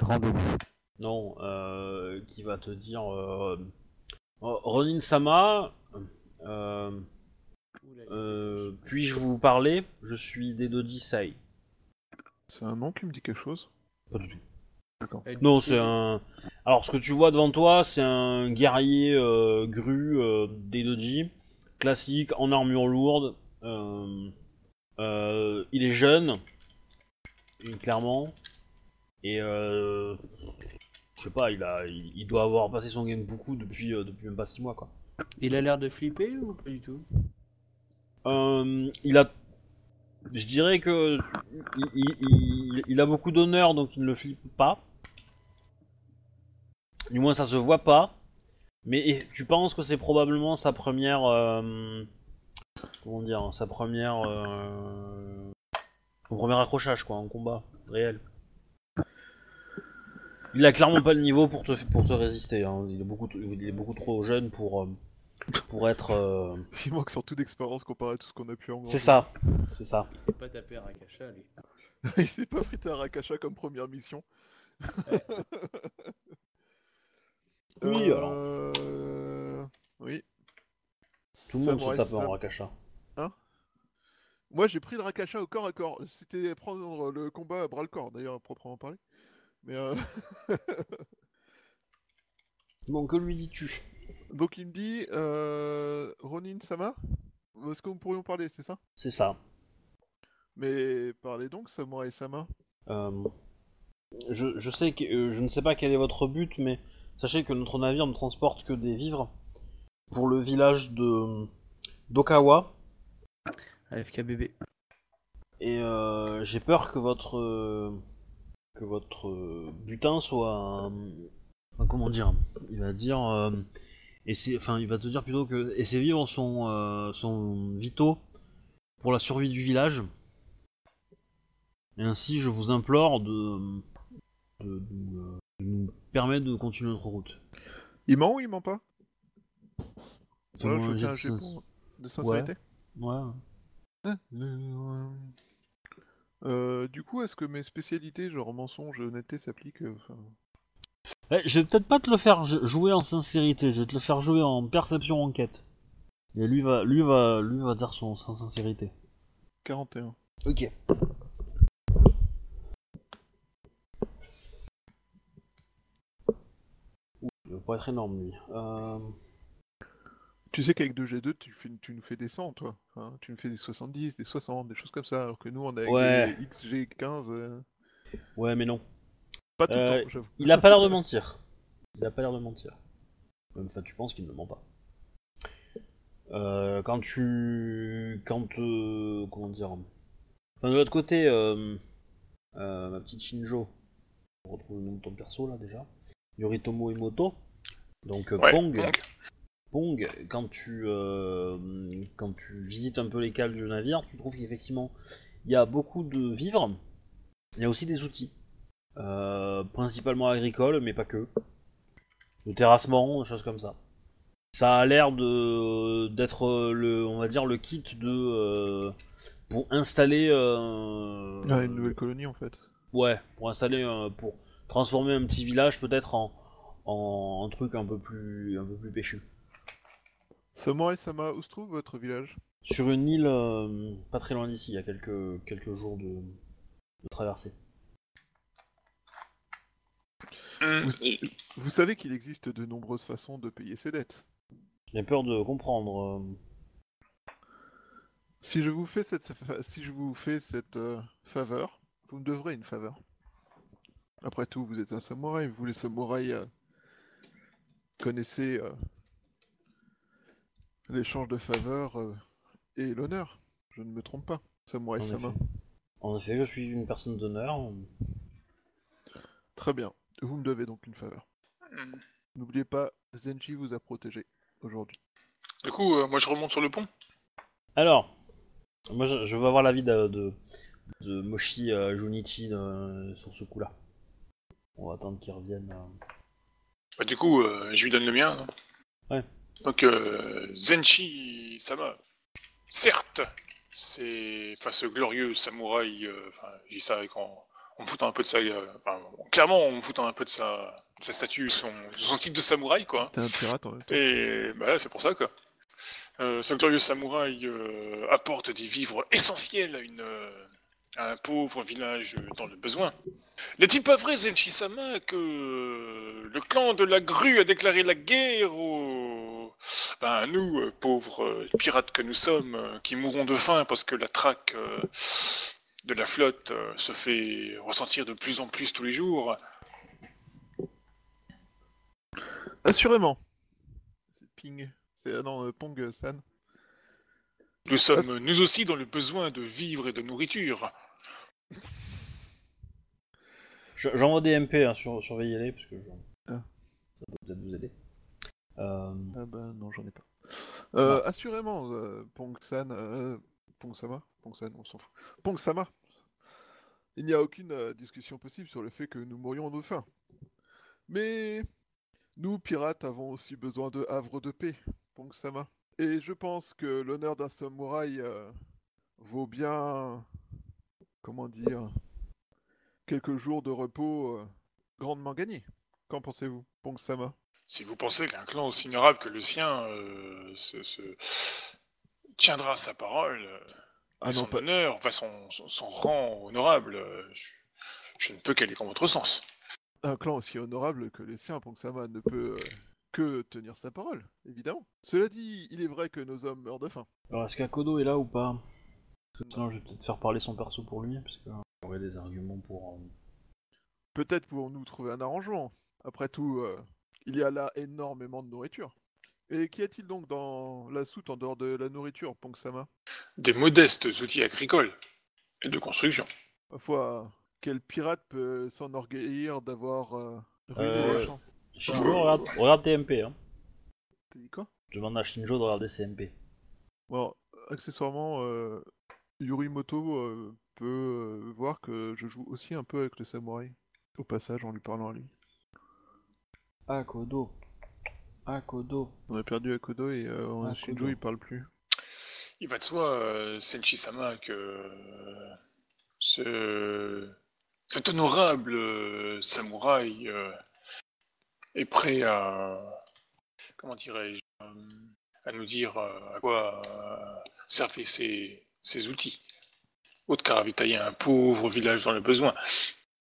D: rendez-vous.
A: non, euh, qui va te dire euh, Oh, Ronin Sama, euh, euh, puis-je vous parler Je suis Dedo Jisai.
B: C'est un nom qui me dit quelque chose.
A: Pas du tout.
D: Et-
A: Non,
D: et-
A: c'est un. Alors, ce que tu vois devant toi, c'est un guerrier euh, gru euh, Dedoji, classique, en armure lourde, euh, Euh, il est jeune, clairement, et euh, je sais pas, il, a, il, il doit avoir passé son game beaucoup depuis, euh, depuis même pas 6 mois quoi.
D: Il a l'air de flipper ou pas du tout
A: Euh, il a. Je dirais que. Il, il- il- il a beaucoup d'honneur donc il ne le flippe pas. Du moins ça se voit pas. Mais et- tu penses que c'est probablement sa première. euh, comment dire Sa première. euh, son premier accrochage quoi, en combat réel. Il a clairement pas le niveau pour te, pour te résister. hein. Il, est beaucoup, t- il est beaucoup trop jeune pour, euh, pour être. euh,
B: Il manque surtout d'expérience comparé à tout ce qu'on a pu en
A: c'est ça, c'est ça.
D: Il s'est pas tapé à Rakasha, lui.
B: Il s'est pas frité à Rakasha comme première mission.
A: Oui, alors.
B: Euh, Oui.
A: Tout le monde se
B: Samurai
A: tape en
B: Sam.
A: Rakasha.
B: Moi, j'ai pris le Rakasha au corps à corps. C'était prendre le combat à bras le corps, d'ailleurs, à proprement parler. Mais euh,
A: Bon, que lui dis-tu
B: donc il me dit, euh, Ronin Sama, est-ce que nous pourrions parler, c'est ça
A: C'est ça.
B: Mais parlez donc, Samurai Sama.
A: Euh, je, je sais que euh, je ne sais pas quel est votre but, mais sachez que notre navire ne transporte que des vivres pour le village de d'Okawa,
D: AFKBB.
A: et euh, j'ai peur que votre euh, que votre euh, butin soit un- un- comment dire Il va dire euh, et c'est enfin il va te dire plutôt que et ces vivres sont euh, sont vitaux pour la survie du village. Et ainsi, je vous implore de de, de nous, euh, de nous permettre de continuer notre route.
B: Il ment ou il ment pas
A: Fais-moi
B: Voilà,
A: un
B: je
A: jet
B: fais un
A: de
B: jet
A: sin-
B: pour- de sincérité.
A: Ouais.
B: Euh, du coup, est-ce que mes spécialités, genre mensonge, honnêteté, s'appliquent euh, enfin,
A: Ouais, Eh, je vais peut-être pas te le faire j- jouer en sincérité, je vais te le faire jouer en perception enquête. Et lui va, lui va, lui va dire son sa sincérité.
B: 41.
A: Ok. Il va pas être énorme lui. Euh,
B: Tu sais qu'avec 2G2, tu, fais- tu nous fais des 100, toi. Enfin, tu nous fais des 70, des 60, des choses comme ça, alors que nous, on a avec
A: Ouais.
B: des XG15. euh,
A: Ouais, mais non.
B: Pas tout
A: Euh,
B: le temps, j'avoue.
A: Il a pas l'air de mentir. Il a pas l'air de mentir. Même ça, tu penses qu'il ne ment pas. Euh, quand tu. Quand. euh, comment dire. Enfin, de l'autre côté, euh, euh, ma petite Shinjo. On retrouve le nom de ton perso là déjà. Yoritomo Emoto. Donc euh,
E: Ouais,
A: Pong.
E: donc,
A: Pong, quand tu, euh, quand tu visites un peu les cales du navire, tu trouves qu'effectivement, il y a beaucoup de vivres. Il y a aussi des outils. Euh, principalement agricoles, mais pas que. Le terrassement, des choses comme ça. Ça a l'air de d'être euh, le, on va dire le kit de euh, pour installer euh,
B: Ah, une nouvelle colonie, en fait.
A: Ouais, pour installer, un- pour transformer un petit village peut-être en, en, en truc un peu plus, un peu plus péchu.
B: Samurai Sama, où se trouve votre village
A: Sur une île euh, pas très loin d'ici, il y a quelques, quelques jours de, de traversée.
E: hum,
B: Vous- Vous savez qu'il existe de nombreuses façons de payer ses dettes.
A: J'ai peur de comprendre. euh,
B: Si je vous fais cette, fa- si je vous fais cette euh, faveur, vous me devrez une faveur. Après tout, vous êtes un samouraï, vous les samouraïs euh, connaissez euh, l'échange de faveurs euh, et l'honneur. Je ne me trompe pas, samouraï
A: en,
B: sama.
A: effet. en effet, je suis une personne d'honneur.
B: Très bien, vous me devez donc une faveur.
E: hum.
B: N'oubliez pas, Zenji vous a protégé aujourd'hui.
E: Du coup, euh, moi je remonte sur le pont.
A: Alors, moi je, je veux avoir l'avis de, de, de Moshi euh, Junichi euh, sur ce coup-là. On va attendre qu'il revienne. euh.
E: Bah, du coup, euh, je lui donne le mien. hein.
A: Ouais.
E: Donc, euh, Zenshi Sama, certes, c'est. Enfin, ce glorieux samouraï. euh, Enfin, je dis ça avec en, en me foutant un peu de sa. euh, enfin, clairement, en me foutant un peu de sa, de sa statue, son, son titre de samouraï, quoi.
B: T'es un pirate en même temps.
E: Et bah, là, c'est pour ça, quoi. Euh, ce glorieux samouraï euh, apporte des vivres essentiels à, une, euh, à un pauvre village euh, dans le besoin. N'est-il pas vrai, Zenshi-sama, que euh, le clan de la grue a déclaré la guerre au, ben, nous, euh, pauvres euh, pirates que nous sommes, euh, qui mourons de faim parce que la traque euh, de la flotte euh, se fait ressentir de plus en plus tous les jours,
B: Assurément. C'est Ping. C'est ah non, euh, Pong euh, San.
E: nous sommes nous aussi dans le besoin de vivre et de nourriture.
A: Je- J'envoie des MP, hein, sur, surveillez-les, parce que je-
B: Ah.
A: ça peut peut-être vous aider. Euh,
B: Ah bah non, j'en ai pas. Euh, Assurément, euh, Pong-san, euh, Pong-sama, Pong-san, on s'en fout. Pong-sama, il n'y a aucune euh, discussion possible sur le fait que nous mourions de faim. Mais nous, pirates, avons aussi besoin de havre de paix, Pong-sama. Et je pense que l'honneur d'un samouraï euh, vaut bien, comment dire, quelques jours de repos euh, grandement gagnés. Qu'en pensez-vous, Pong-sama
E: Si vous pensez qu'un clan aussi ignorable que le sien euh, se, se- tiendra sa parole, euh, et son honneur, enfin son, son- son rang honorable, euh, je, je ne peux qu'aller en votre sens.
B: Un clan aussi honorable que les siens, Ponksama, ne peut euh, que tenir sa parole, évidemment. Cela dit, il est vrai que nos hommes meurent de faim.
A: Alors, est-ce qu'Akodo est là ou pas Parce que Sinon, je vais peut-être faire parler son perso pour lui, parce qu'il aurait des arguments pour. euh,
B: Peut-être pouvons-nous trouver un arrangement. Après tout, euh, il y a là énormément de nourriture. Et qu'y a-t-il donc dans la soute en dehors de la nourriture, Ponksama
E: Des modestes outils agricoles et de construction.
B: Ma foi, quel pirate peut s'enorgueillir d'avoir euh, ruiné
A: Euh,
B: la chance
A: Shinjo, regarde, regarde tes MP. Hein.
B: T'as dit quoi
A: Je demande à Shinjo de regarder ses MP.
B: Bon, accessoirement, euh, Yurimoto euh, peut euh, voir que je joue aussi un peu avec le samouraï. Au passage, en lui parlant à lui.
A: Akodo. Akodo.
B: On a perdu Akodo et euh,
A: Akodo.
B: Shinjo il parle plus.
E: Il va de soi, euh, Senshi-sama, que euh, ce, cet honorable euh, samouraï euh, est prêt à, comment dirais-je, euh, à nous dire euh, à quoi euh, servaient ces, ces outils. Autre qu'à ravitailler un pauvre village dans le besoin,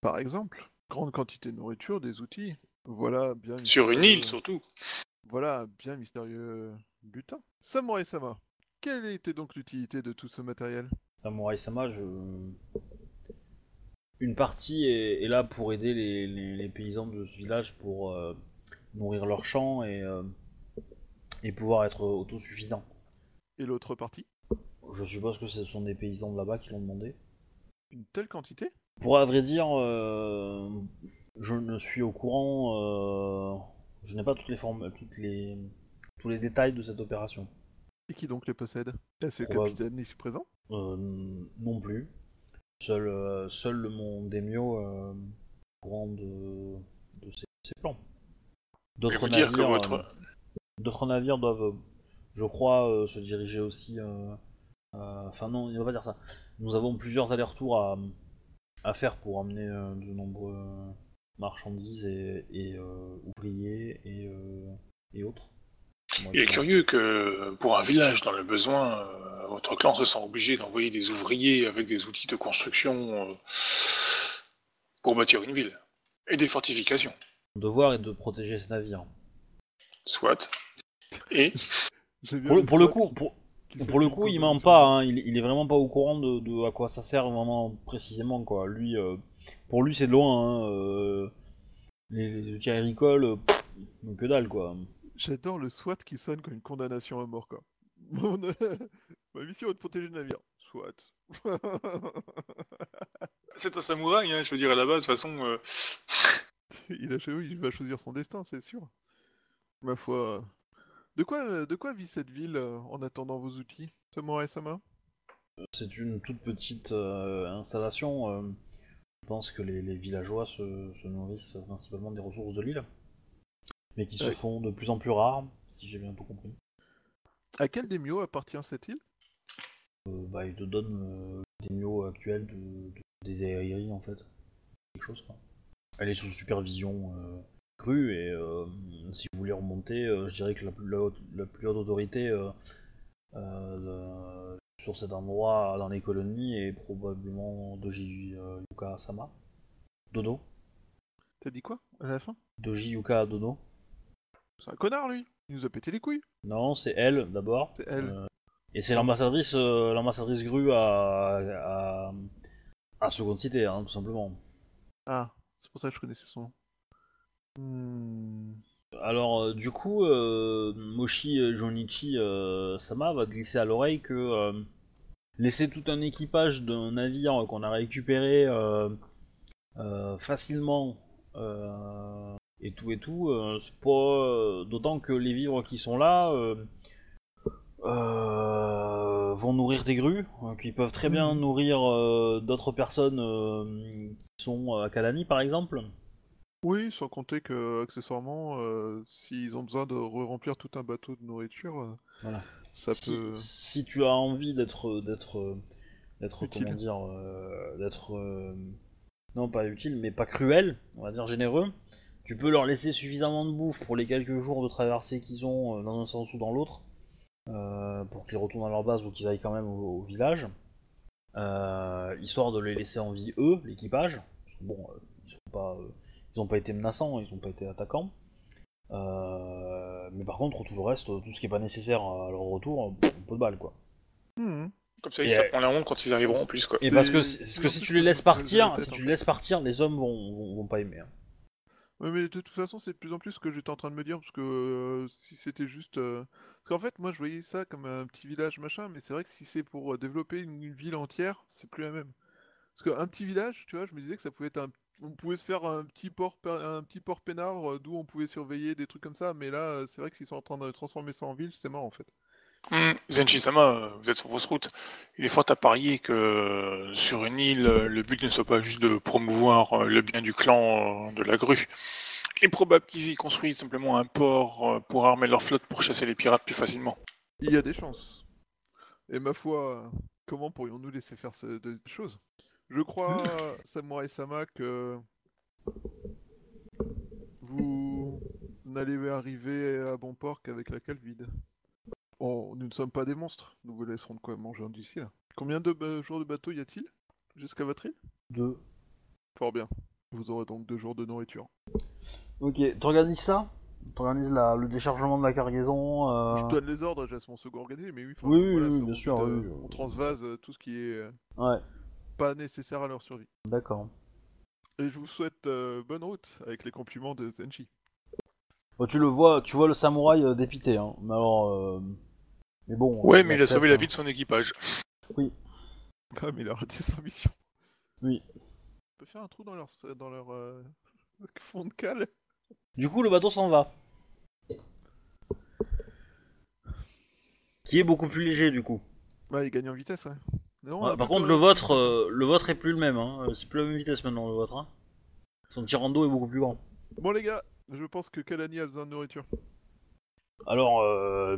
B: Par exemple, grande quantité de nourriture, des outils. Voilà bien
E: sur une île
B: mystérieux-
E: surtout.
B: Voilà un bien mystérieux butin. Samurai Sama, quelle était donc l'utilité de tout ce matériel
A: Samurai Sama, je... une partie est, est là pour aider les, les- les paysans de ce village pour euh, nourrir leurs champs et, euh, et pouvoir être autosuffisants.
B: Et l'autre partie
A: Je suppose que ce sont des paysans de là-bas qui l'ont demandé.
B: Une telle quantité
A: Pour à vrai dire, euh, je ne suis au courant, euh, je n'ai pas toutes les formes, toutes les, tous les détails de cette opération.
B: Et qui donc les possède Est-ce que le
A: Probable.
B: capitaine ici présent
A: Euh, non plus. Seul, euh, seul le mon Demio euh, est au courant de, de ses, ses plans.
E: Je vais
A: D'autres
E: vous dire
A: navires,
E: que votre,
A: euh, d'autres navires doivent, je crois, euh, se diriger aussi. euh, euh, Enfin non, il ne va pas dire ça. Nous avons plusieurs allers-retours à, à faire pour amener euh, de nombreux marchandises et, et, euh, ouvriers et, euh, et autres. Comment
E: Il est
A: dire
E: curieux que pour un village dans le besoin, euh, votre clan se sent obligé d'envoyer des ouvriers avec des outils de construction euh, pour bâtir une ville et des fortifications,
A: Mon devoir est de protéger ce navire.
E: soit. Et
B: J'ai vu
A: Pour,
B: une
A: pour le
B: phrase
A: coup,
B: qui-
A: pour,
B: qui
A: Pour
B: fait
A: le
B: beaucoup
A: coup, il
B: de-
A: ment
B: sur-
A: pas, hein, il, il est vraiment pas au courant de, de à quoi ça sert vraiment précisément quoi. Lui, euh, pour lui c'est de loin, hein, euh, les, les outils agricoles, euh, pff, que dalle quoi.
B: J'adore le SWAT qui sonne comme une condamnation à mort, quoi. Mon- Ma mission est de protéger le navire. SWAT.
E: c'est un samouraï, hein, je veux dire, à la base, de toute façon, euh,
B: il, a cho- il va choisir son destin, c'est sûr. Ma foi. euh, De quoi, de quoi vit cette ville euh, en attendant vos outils, Samurai Sama
A: C'est une toute petite euh, installation. euh, je pense que les, les villageois se, se nourrissent principalement des ressources de l'île, mais qui se
B: Ouais.
A: font de plus en plus rares, si j'ai bien tout compris.
B: À quel démio appartient cette île
A: Euh, bah, ils te donnent euh, des mots actuels de, de- des aéries en fait. Quelque chose quoi. Elle est sous supervision euh, crue et euh, si vous voulez remonter, euh, je dirais que la plus, la haute- la plus haute autorité euh, euh, de- sur cet endroit dans les colonies est probablement Doji euh, Yuka Sama. Dodo.
B: T'as dit quoi à la fin
A: Doji Yuka Dodo.
B: C'est un connard, lui qui nous a pété les couilles.
A: Non, c'est elle d'abord.
B: C'est elle.
A: Euh, et c'est l'ambassadrice euh, l'ambassadrice Grue à, à, à Seconde Cité, hein, tout simplement.
B: Ah, c'est pour ça que je connaissais son nom. Hmm.
A: Alors, euh, du coup, euh, Moshi euh, Jonichi euh, Sama va glisser à l'oreille que euh, laisser tout un équipage d'un navire qu'on a récupéré euh, euh, facilement euh, et tout et tout, euh, c'est pas. euh, D'autant que les vivres qui sont là euh, euh, vont nourrir des grues, euh, qui peuvent très bien
B: Mm.
A: nourrir euh, d'autres personnes euh, qui sont à Kalani par exemple.
B: Oui, sans compter que, accessoirement, euh, s'ils ont besoin de remplir tout un bateau de nourriture, euh,
A: Voilà.
B: ça
A: si,
B: peut.
A: si tu as envie d'être d'être d'être
B: Utile.
A: comment dire euh, d'être euh, non pas utile mais pas cruel on va dire généreux tu peux leur laisser suffisamment de bouffe pour les quelques jours de traversée qu'ils ont euh, dans un sens ou dans l'autre euh, pour qu'ils retournent à leur base ou qu'ils aillent quand même au, au village euh, histoire de les laisser en vie eux l'équipage parce que bon euh, ils sont pas euh, ils ont pas été menaçants ils ont pas été attaquants euh, mais par contre, tout le reste, tout ce qui est pas nécessaire à leur retour, euh, pff, un peu de balle quoi.
B: Hmm.
E: Comme ça, ils
A: Et,
E: seront la honte quand ils arriveront en plus, quoi.
A: Et
B: C'est-
A: parce que, c- parce que si tu les laisses partir, si tu les laisses partir, les hommes vont, vont, vont pas aimer. hein.
B: Ouais, mais de toute façon, c'est de plus en plus ce que j'étais en train de me dire, parce que euh, si c'était juste. euh, Parce qu'en fait, moi, je voyais ça comme un petit village, machin, mais c'est vrai que si c'est pour euh, développer une, une ville entière, c'est plus la même. Parce qu'un petit village, tu vois, je me disais que ça pouvait être un. On pouvait se faire un petit port, pe- un petit port peinard euh, d'où on pouvait surveiller des trucs comme ça, mais là, euh, c'est vrai que s'ils sont en train de transformer ça en ville, c'est mort en fait.
E: Hmm, Zenshi-sama, euh, vous êtes sur votre route. Il est fort à parier que euh, sur une île, euh, le but ne soit pas juste de promouvoir euh, le bien du clan euh, de la grue. Il est probable qu'ils y construisent simplement un port euh, pour armer leur flotte pour chasser les pirates plus facilement.
B: Il y a des chances. Et ma foi, comment pourrions-nous laisser faire ce- de choses Je crois, Samurai Sama, que vous n'allez arriver à bon port qu'avec la cale vide. Oh, nous ne sommes pas des monstres. Nous vous laisserons de quoi manger d'ici là. Combien de ba- jours de bateau y a-t-il jusqu'à votre île
A: Deux.
B: Fort bien. Vous aurez donc deux jours de nourriture.
A: Ok, t'organises ça T'organises la- le déchargement de la cargaison euh,
B: Je donne les ordres, j'ai mon second organisé, mais oui, enfin,
A: Oui, oui,
B: voilà,
A: oui,
B: c'est
A: bien
B: au
A: sûr,
B: but,
A: oui,
B: euh,
A: oui.
B: on transvase euh, tout ce qui est euh,
A: Ouais,
B: pas nécessaire à leur survie.
A: d'accord.
B: Et je vous souhaite euh, bonne route avec les compliments de Zenji.
A: Bon, tu le vois, tu vois le samouraï euh, dépité, hein. Mais alors, euh, mais bon.
E: Ouais,
A: euh,
E: mais il a
A: accepte,
E: sauvé la
A: hein.
E: vie de son équipage.
B: Bah, mais il a raté sa mission.
A: Oui.
B: On peut faire un trou dans leur, dans leur euh, fond de cale
A: Du coup, le bateau s'en va. Qui est beaucoup plus léger du coup.
B: Bah, il gagne en vitesse, ouais. Non, on
A: Ouais,
B: a
A: par
B: pas
A: contre,
B: peur. hein.
A: le vôtre, euh, le vôtre est plus le même. Hein. Euh, C'est plus la même vitesse maintenant, le vôtre. Hein. Son tirant d'eau est beaucoup plus grand.
B: Bon, les gars, je pense que Kalani a besoin de nourriture.
A: Alors, euh...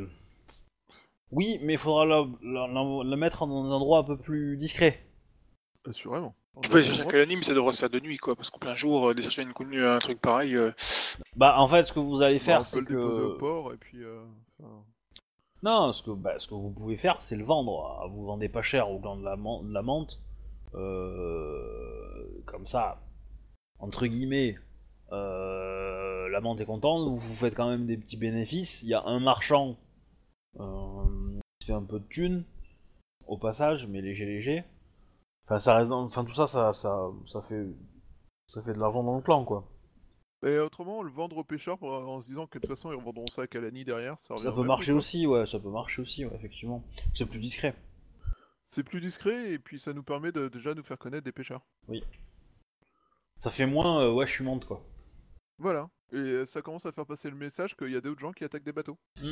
A: oui, mais il faudra la, la- la- la mettre dans un endroit un peu plus discret.
B: Assurément.
E: On peut aller chercher un Kalani, mais ça devrait se faire de nuit, quoi. Parce qu'en plein jour, euh, décharger une connue un truc pareil, euh,
A: Bah, en fait, ce que vous allez
B: Bah,
A: faire,
B: on peut
A: c'est
B: le déposer
A: que
B: au port et puis. euh, enfin,
A: non, ce que bah, ce que vous pouvez faire, c'est le vendre. Ah, Vous vendez pas cher au gland de la, man- de la menthe, Euh, comme ça, entre guillemets. euh, la menthe est contente, vous vous faites quand même des petits bénéfices. Il y a un marchand euh, qui se fait un peu de thunes, au passage, mais léger, léger. Enfin, ça reste dans- enfin tout ça, ça, ça, ça fait, ça fait de l'argent dans le clan, quoi.
B: Et autrement, le vendre aux pêcheurs pour- euh, en se disant que de toute façon, ils revendront ça à Kalani derrière. Ça,
A: Ça
B: revient au
A: peut
B: même,
A: marcher
B: quoi.
A: aussi, ouais, ça peut marcher aussi, ouais, effectivement. C'est plus discret.
B: C'est plus discret et puis ça nous permet de déjà nous faire connaître des pêcheurs.
A: Ça fait moins, euh, ouais, je suis menthe, quoi.
B: Voilà. Et euh, ça commence à faire passer le message qu'il y a d'autres gens qui attaquent des bateaux.
A: Mm.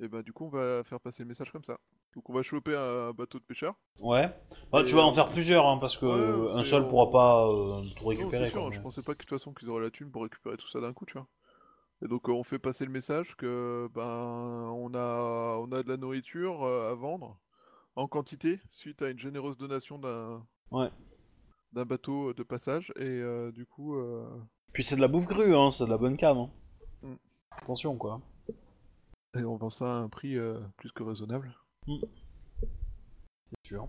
B: Et ben du coup on va faire passer le message comme ça. Donc on va choper un bateau de pêcheurs.
A: Ouais. Bah, tu
B: Et,
A: vas
B: euh,
A: en faire plusieurs, hein, parce que
B: ouais,
A: euh, un
B: c'est,
A: seul
B: euh,
A: pourra pas euh, tout
B: Non, c'est
A: récupérer.
B: sûr, hein,
A: quoi,
B: je
A: mais-
B: pensais pas que de toute façon qu'ils auraient la thune pour récupérer tout ça d'un coup, tu vois. Et donc euh, on fait passer le message que ben on a on a de la nourriture euh, à vendre en quantité suite à une généreuse donation d'un
A: Ouais.
B: d'un bateau de passage et euh, du coup euh,
A: Puis c'est de la bouffe crue, hein, c'est de la bonne cam. Hein.
B: Mm.
A: Attention, quoi.
B: et on vend ça à un prix euh, plus que raisonnable.
A: C'est sûr.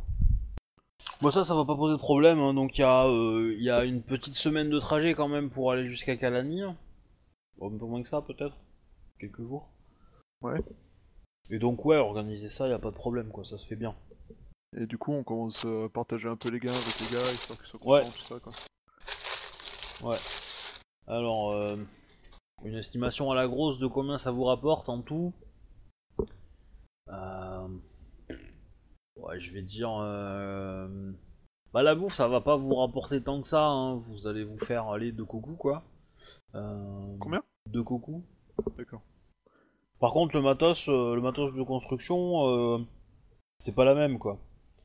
A: Bon, ça, ça va pas poser de problème. hein, Donc, il y, a, euh, il y a une petite semaine de trajet quand même pour aller jusqu'à Kalani. Bon, un peu moins que ça, peut-être. Quelques jours.
B: Ouais.
A: Et donc, ouais, organiser ça, y a pas de problème, quoi, ça se fait bien.
B: Et du coup, on commence à partager un peu les gains avec les gars, histoire qu'ils soient contents,
A: Ouais.
B: tout ça, quoi.
A: Alors, euh, une estimation à la grosse de combien ça vous rapporte en tout Euh, Ouais, je vais dire. euh, Bah, la bouffe, ça va pas vous rapporter tant que ça, hein, vous allez vous faire aller de coucou, quoi. Euh,
B: Combien
A: De coucou.
B: D'accord.
A: Par contre, le matos, euh, le matos de construction, euh, c'est pas la même, quoi.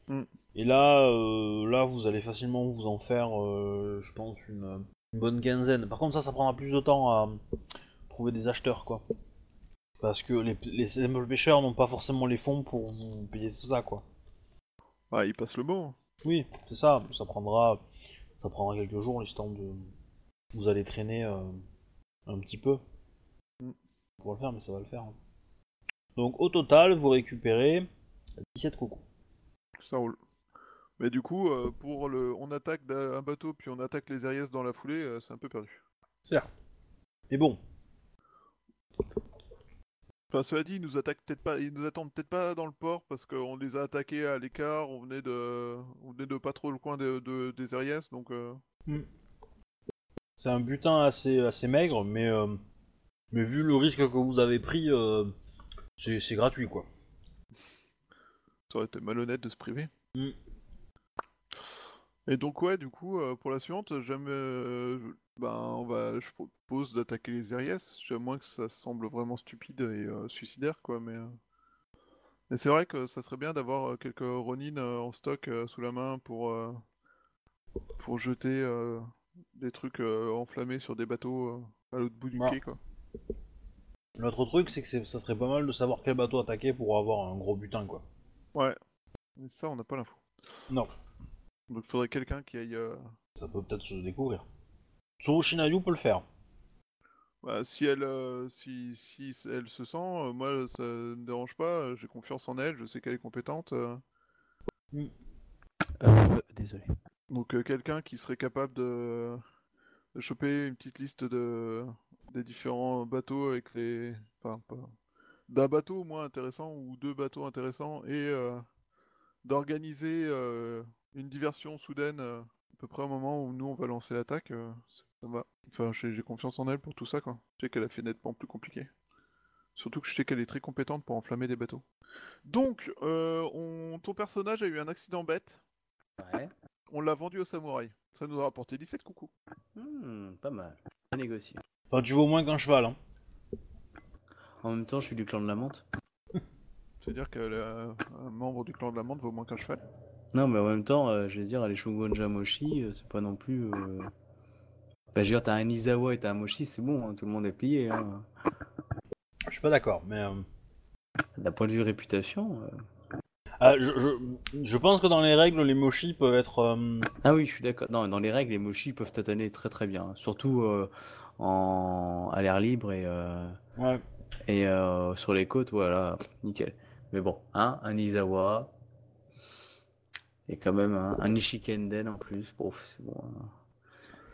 B: Mm.
A: Et là, euh, là, vous allez facilement vous en faire, euh, je pense, une, une bonne quinzaine. Par contre, ça, ça prendra plus de temps à euh, trouver des acheteurs, quoi. Parce que les, les simples pêcheurs n'ont pas forcément les fonds pour vous payer ça, quoi.
B: Ah, il passe le mot.
A: Oui, c'est ça. Ça prendra, ça prendra quelques jours, le temps de. Vous allez traîner euh, un petit peu.
B: Mm.
A: Pour le faire, mais ça va le faire. hein. Donc au total, vous récupérez 17 coucous.
B: Ça roule. Mais du coup, euh, pour le, on attaque d'un- un bateau puis on attaque les Ariès dans la foulée, euh, c'est un peu perdu.
A: Mais bon,
B: Enfin, cela dit, ils nous attaquent peut-être pas, ils nous attendent peut-être pas dans le port parce qu'on les a attaqués à l'écart. On venait de, on venait de pas trop le coin de- de- des Ariès, donc euh,
A: c'est un butin assez, assez maigre, mais, euh, mais vu le risque que vous avez pris, euh, c'est c'est gratuit quoi.
B: ça aurait été malhonnête de se priver.
A: Mm.
B: Et donc ouais, du coup, euh, pour la suivante, j'aime, euh, je- ben, on va, je propose d'attaquer les Ariès, à moins que ça semble vraiment stupide et euh, suicidaire, quoi. Mais, euh, mais c'est vrai que ça serait bien d'avoir euh, quelques Ronin euh, en stock euh, sous la main pour euh, pour jeter euh, des trucs euh, enflammés sur des bateaux euh, à l'autre bout du
A: Ah.
B: quai, quoi.
A: L'autre truc, c'est que c'est- ça serait pas mal de savoir quel bateau attaquer pour avoir un gros butin quoi.
B: Ouais. Mais ça, on n'a pas l'info.
A: Non.
B: Donc, faudrait quelqu'un qui aille. euh,
A: Ça peut peut-être se découvrir. Tsuru Shinayu peut le faire.
B: Bah, si elle, euh, si, si elle se sent, euh, moi ça ne me dérange pas, euh, j'ai confiance en elle, je sais qu'elle est compétente. euh,
D: Euh, désolé.
B: donc euh, quelqu'un qui serait capable de, de choper une petite liste de, des différents bateaux avec les... Enfin, pas- d'un bateau au moins intéressant ou deux bateaux intéressants et euh, d'organiser euh, une diversion soudaine euh, à peu près au moment où nous on va lancer l'attaque. euh, ça ça me va. Enfin, j'ai j'ai confiance en elle pour tout ça quoi. Je sais qu'elle a fait nettement plus compliqué. Surtout que je sais qu'elle est très compétente pour enflammer des bateaux. Donc, euh, on... ton personnage a eu un accident bête.
D: Ouais.
B: On l'a vendu aux samouraïs. Ça nous a rapporté 17 coucou.
D: Hmm, pas mal. À négocier.
A: Enfin, tu vaux moins qu'un cheval. Hein.
D: En même temps, je suis du clan de la menthe.
B: C'est-à-dire qu'un membre du clan de la menthe vaut moins qu'un cheval.
D: Non, mais en même temps, euh, je veux dire, les Shogunja Moshi, euh, c'est pas non plus. euh, Bah, je veux dire, t'as un Izawa et t'as un Moshi, c'est bon, hein, tout le monde est plié. hein.
A: Je suis pas d'accord, mais. euh,
D: D'un point de vue réputation. euh.
A: Ah, je, je- je pense que dans les règles, les mochis peuvent être. euh,
D: Ah oui, je suis d'accord. Non, dans les règles, les Moshi peuvent tataner très très bien. Surtout euh, en... à l'air libre et, euh,
A: Ouais.
D: et euh, sur les côtes, voilà, nickel. Mais bon, hein, un Izawa. Et quand même un, un Ishikenden en plus. Bon, c'est bon. hein.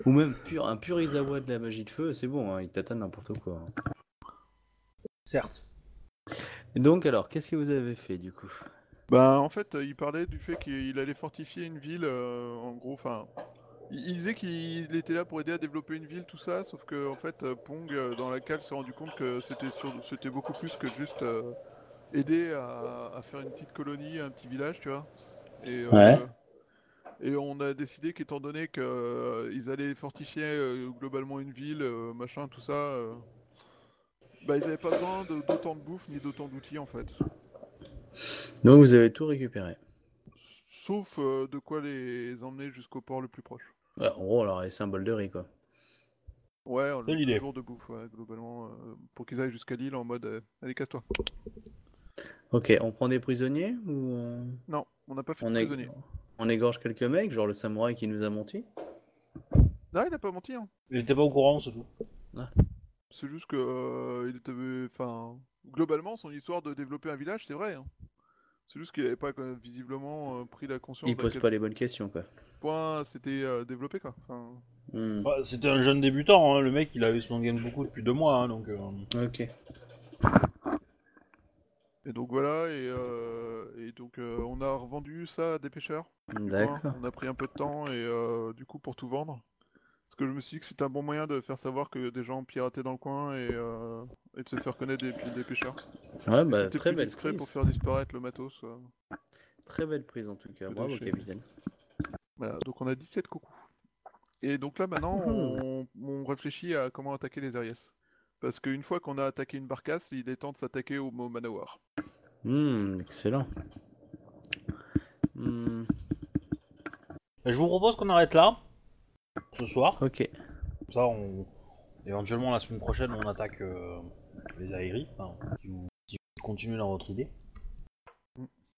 D: Ou même pur, un pur Izawa de la magie de feu, c'est bon, hein, il tatane n'importe quoi. hein.
A: Certes.
D: Et donc alors, qu'est-ce que vous avez fait du coup
B: Bah en fait, euh, il parlait du fait qu'il allait fortifier une ville, euh, en gros, enfin... Il il disait qu'il était là pour aider à développer une ville, tout ça, sauf que en fait, euh, Pong, euh, dans la cale, s'est rendu compte que c'était sur- c'était beaucoup plus que juste euh, aider à, à faire une petite colonie, un petit village, tu vois. Et, euh,
D: Ouais.
B: et on a décidé qu'étant donné qu'ils allaient fortifier euh, globalement une ville, euh, machin, tout ça, euh, bah, ils n'avaient pas besoin de- d'autant de bouffe ni d'autant d'outils, en fait.
D: Donc vous avez tout récupéré.
B: Sauf euh, de quoi les emmener jusqu'au port le plus proche.
D: Ouais, Bah, en gros, alors, les symboles de riz quoi.
B: Ouais, on
A: C'est
B: leur
A: l'idée.
B: toujours de bouffe, ouais, globalement, euh, pour qu'ils aillent jusqu'à l'île en mode euh, allez, casse-toi.
D: Ok, on prend des prisonniers ou on,
B: Non, on n'a pas fait
D: on,
B: de
D: ég-
B: prisonnier.
D: on égorge quelques mecs, genre le samouraï qui nous a menti
B: Non, il a pas menti, hein.
A: Il était pas au courant, c'est tout.
B: C'est juste que. euh, il était. Enfin. Globalement, son histoire de développer un village, c'est vrai. hein. C'est juste qu'il n'avait pas euh, visiblement euh, pris la conscience
D: Il
B: d'à
D: pose
B: quel
D: pas les bonnes questions quoi.
B: point c'était euh, développé, quoi. Enfin,
D: Hmm,
A: Bah, C'était un jeune débutant, hein, le mec il avait son game beaucoup depuis deux mois, hein, donc. euh,
D: Ok.
B: Et donc voilà, et, euh, et donc euh, on a revendu ça à des pêcheurs.
D: D'accord.
B: On a pris un peu de temps et euh, du coup pour tout vendre. Parce que je me suis dit que c'était un bon moyen de faire savoir que des gens pirataient dans le coin et, euh, et de se faire connaître des, des pêcheurs.
D: Ouais,
B: Et
D: bah,
B: c'était
D: très
B: plus
D: belle
B: discret
D: prise.
B: pour faire disparaître le matos. euh.
D: Très belle prise en tout cas.
B: Que de
D: Bravo,
B: chez-
D: capitaine.
B: Voilà, donc on a 17 coucous. Et donc là maintenant,
D: Mmh.
B: on, on réfléchit à comment attaquer les Aries. Parce qu'une fois qu'on a attaqué une barcasse, il est temps de s'attaquer au, au manoir.
D: Hmm, excellent. Hmm,
A: Je vous propose qu'on arrête là, ce soir.
D: ok.
A: Comme ça, on... éventuellement la semaine prochaine, on attaque euh, les aéries. Enfin, si, vous... si vous continuez dans votre idée.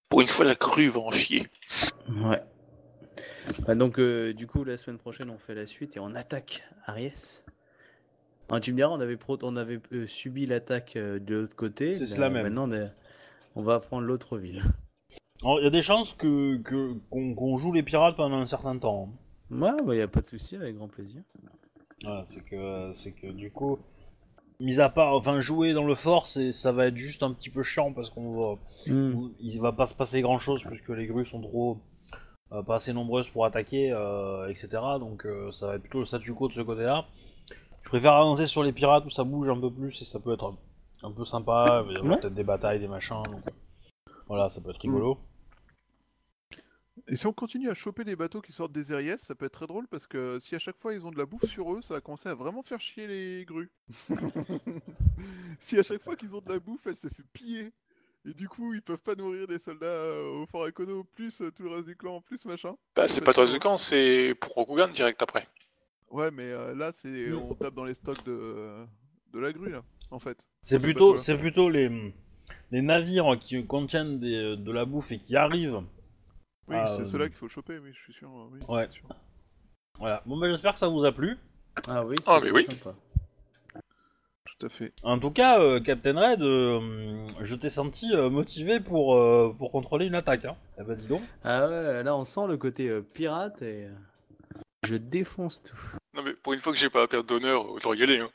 E: Pour une fois, la crue va en chier.
D: Ouais. Bah, donc, euh, du coup, la semaine prochaine, on fait la suite et on attaque Aries. Ah, tu me diras, on avait, pro- on avait euh, subi l'attaque euh, de l'autre côté.
A: C'est
D: Bah,
A: cela même.
D: Maintenant, on, est- on va prendre l'autre ville.
A: Alors, Oh, il y a des chances que que- qu'on qu'on joue les pirates pendant un certain temps. hein.
D: Ouais, bah, y a pas de souci, avec grand plaisir.
A: Voilà, c'est que c'est que du coup, mis à part, enfin jouer dans le fort, c'est ça va être juste un petit peu chiant parce qu'on va
D: Hmm,
A: il va pas se passer grand chose puisque les grues sont trop euh, pas assez nombreuses pour attaquer, euh, etc. Donc euh, ça va être plutôt le statu quo de ce côté-là. Je préfère avancer sur les pirates où ça bouge un peu plus et ça peut être un, un peu sympa. Il va y avoir
D: Ouais.
A: peut-être des batailles, des machins. donc, euh, voilà, ça peut être rigolo.
B: Et si on continue à choper les bateaux qui sortent des Aries, ça peut être très drôle parce que si à chaque fois ils ont de la bouffe sur eux, ça va commencer à vraiment faire chier les grues. si à chaque fois qu'ils ont de la bouffe, elle se fait piller. Et du coup, ils peuvent pas nourrir des soldats euh, au fort Akono, plus euh, tout le reste du clan, plus machin.
E: Bah, c'est pas toi de camp, c'est pour Rokugan direct après.
B: Ouais, mais euh, là, c'est
A: Mm.
B: on tape dans les stocks de, euh, de la grue, là, en fait.
A: C'est
B: Ces
A: plutôt,
B: bateaux-là.
A: c'est plutôt les, les navires qui contiennent des- euh, de la bouffe et qui arrivent.
B: Oui,
A: Ah,
B: c'est
A: euh.
B: ceux-là qu'il faut choper, oui, je suis sûr. euh, Oui,
A: Ouais.
B: c'est sûr.
A: Voilà. Bon, ben, j'espère que ça vous a plu.
D: Ah oui,
E: Ah,
D: c'était
E: mais oui.
D: sympa.
B: Tout à fait.
A: En tout cas, euh, Captain Red, euh, je t'ai senti euh, motivé pour, euh, pour contrôler une attaque. Hein. Eh ben, dis donc.
D: Ah ouais, là, on sent le côté euh, pirate et euh, je défonce tout.
E: Non, mais pour une fois que j'ai pas à perdre d'honneur, autant y aller. Hein.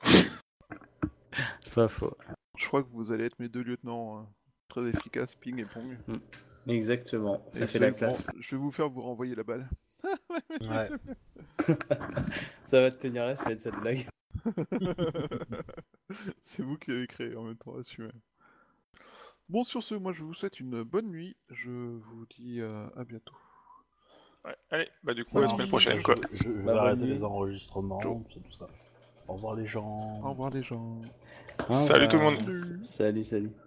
D: C'est Pas faux.
B: Je crois que vous allez être mes deux lieutenants euh, très efficaces, Ping et Pong.
D: Exactement, ça
B: Et
D: fait
B: vous
D: la
B: allez vous
D: classe.
B: ren- Je vais vous faire vous renvoyer la balle.
A: Ouais.
D: Ça va te tenir la semaine, cette blague.
B: c'est vous qui l'avez créé en même temps, assumé. Bon, sur ce, moi, je vous souhaite une bonne nuit. Je vous dis euh, à bientôt.
E: Ouais. Allez, bah du coup,
A: Ça
E: à la
A: marche.
E: semaine prochaine,
A: Je-
E: quoi.
A: Je, je vais
D: Bah, bonne
A: arrêter
D: nuit.
A: les enregistrements,
B: Ciao.
A: c'est tout ça. Au revoir les gens.
B: Au revoir, les gens.
E: Salut tout le monde.
D: Ah, bah, Salut, salut.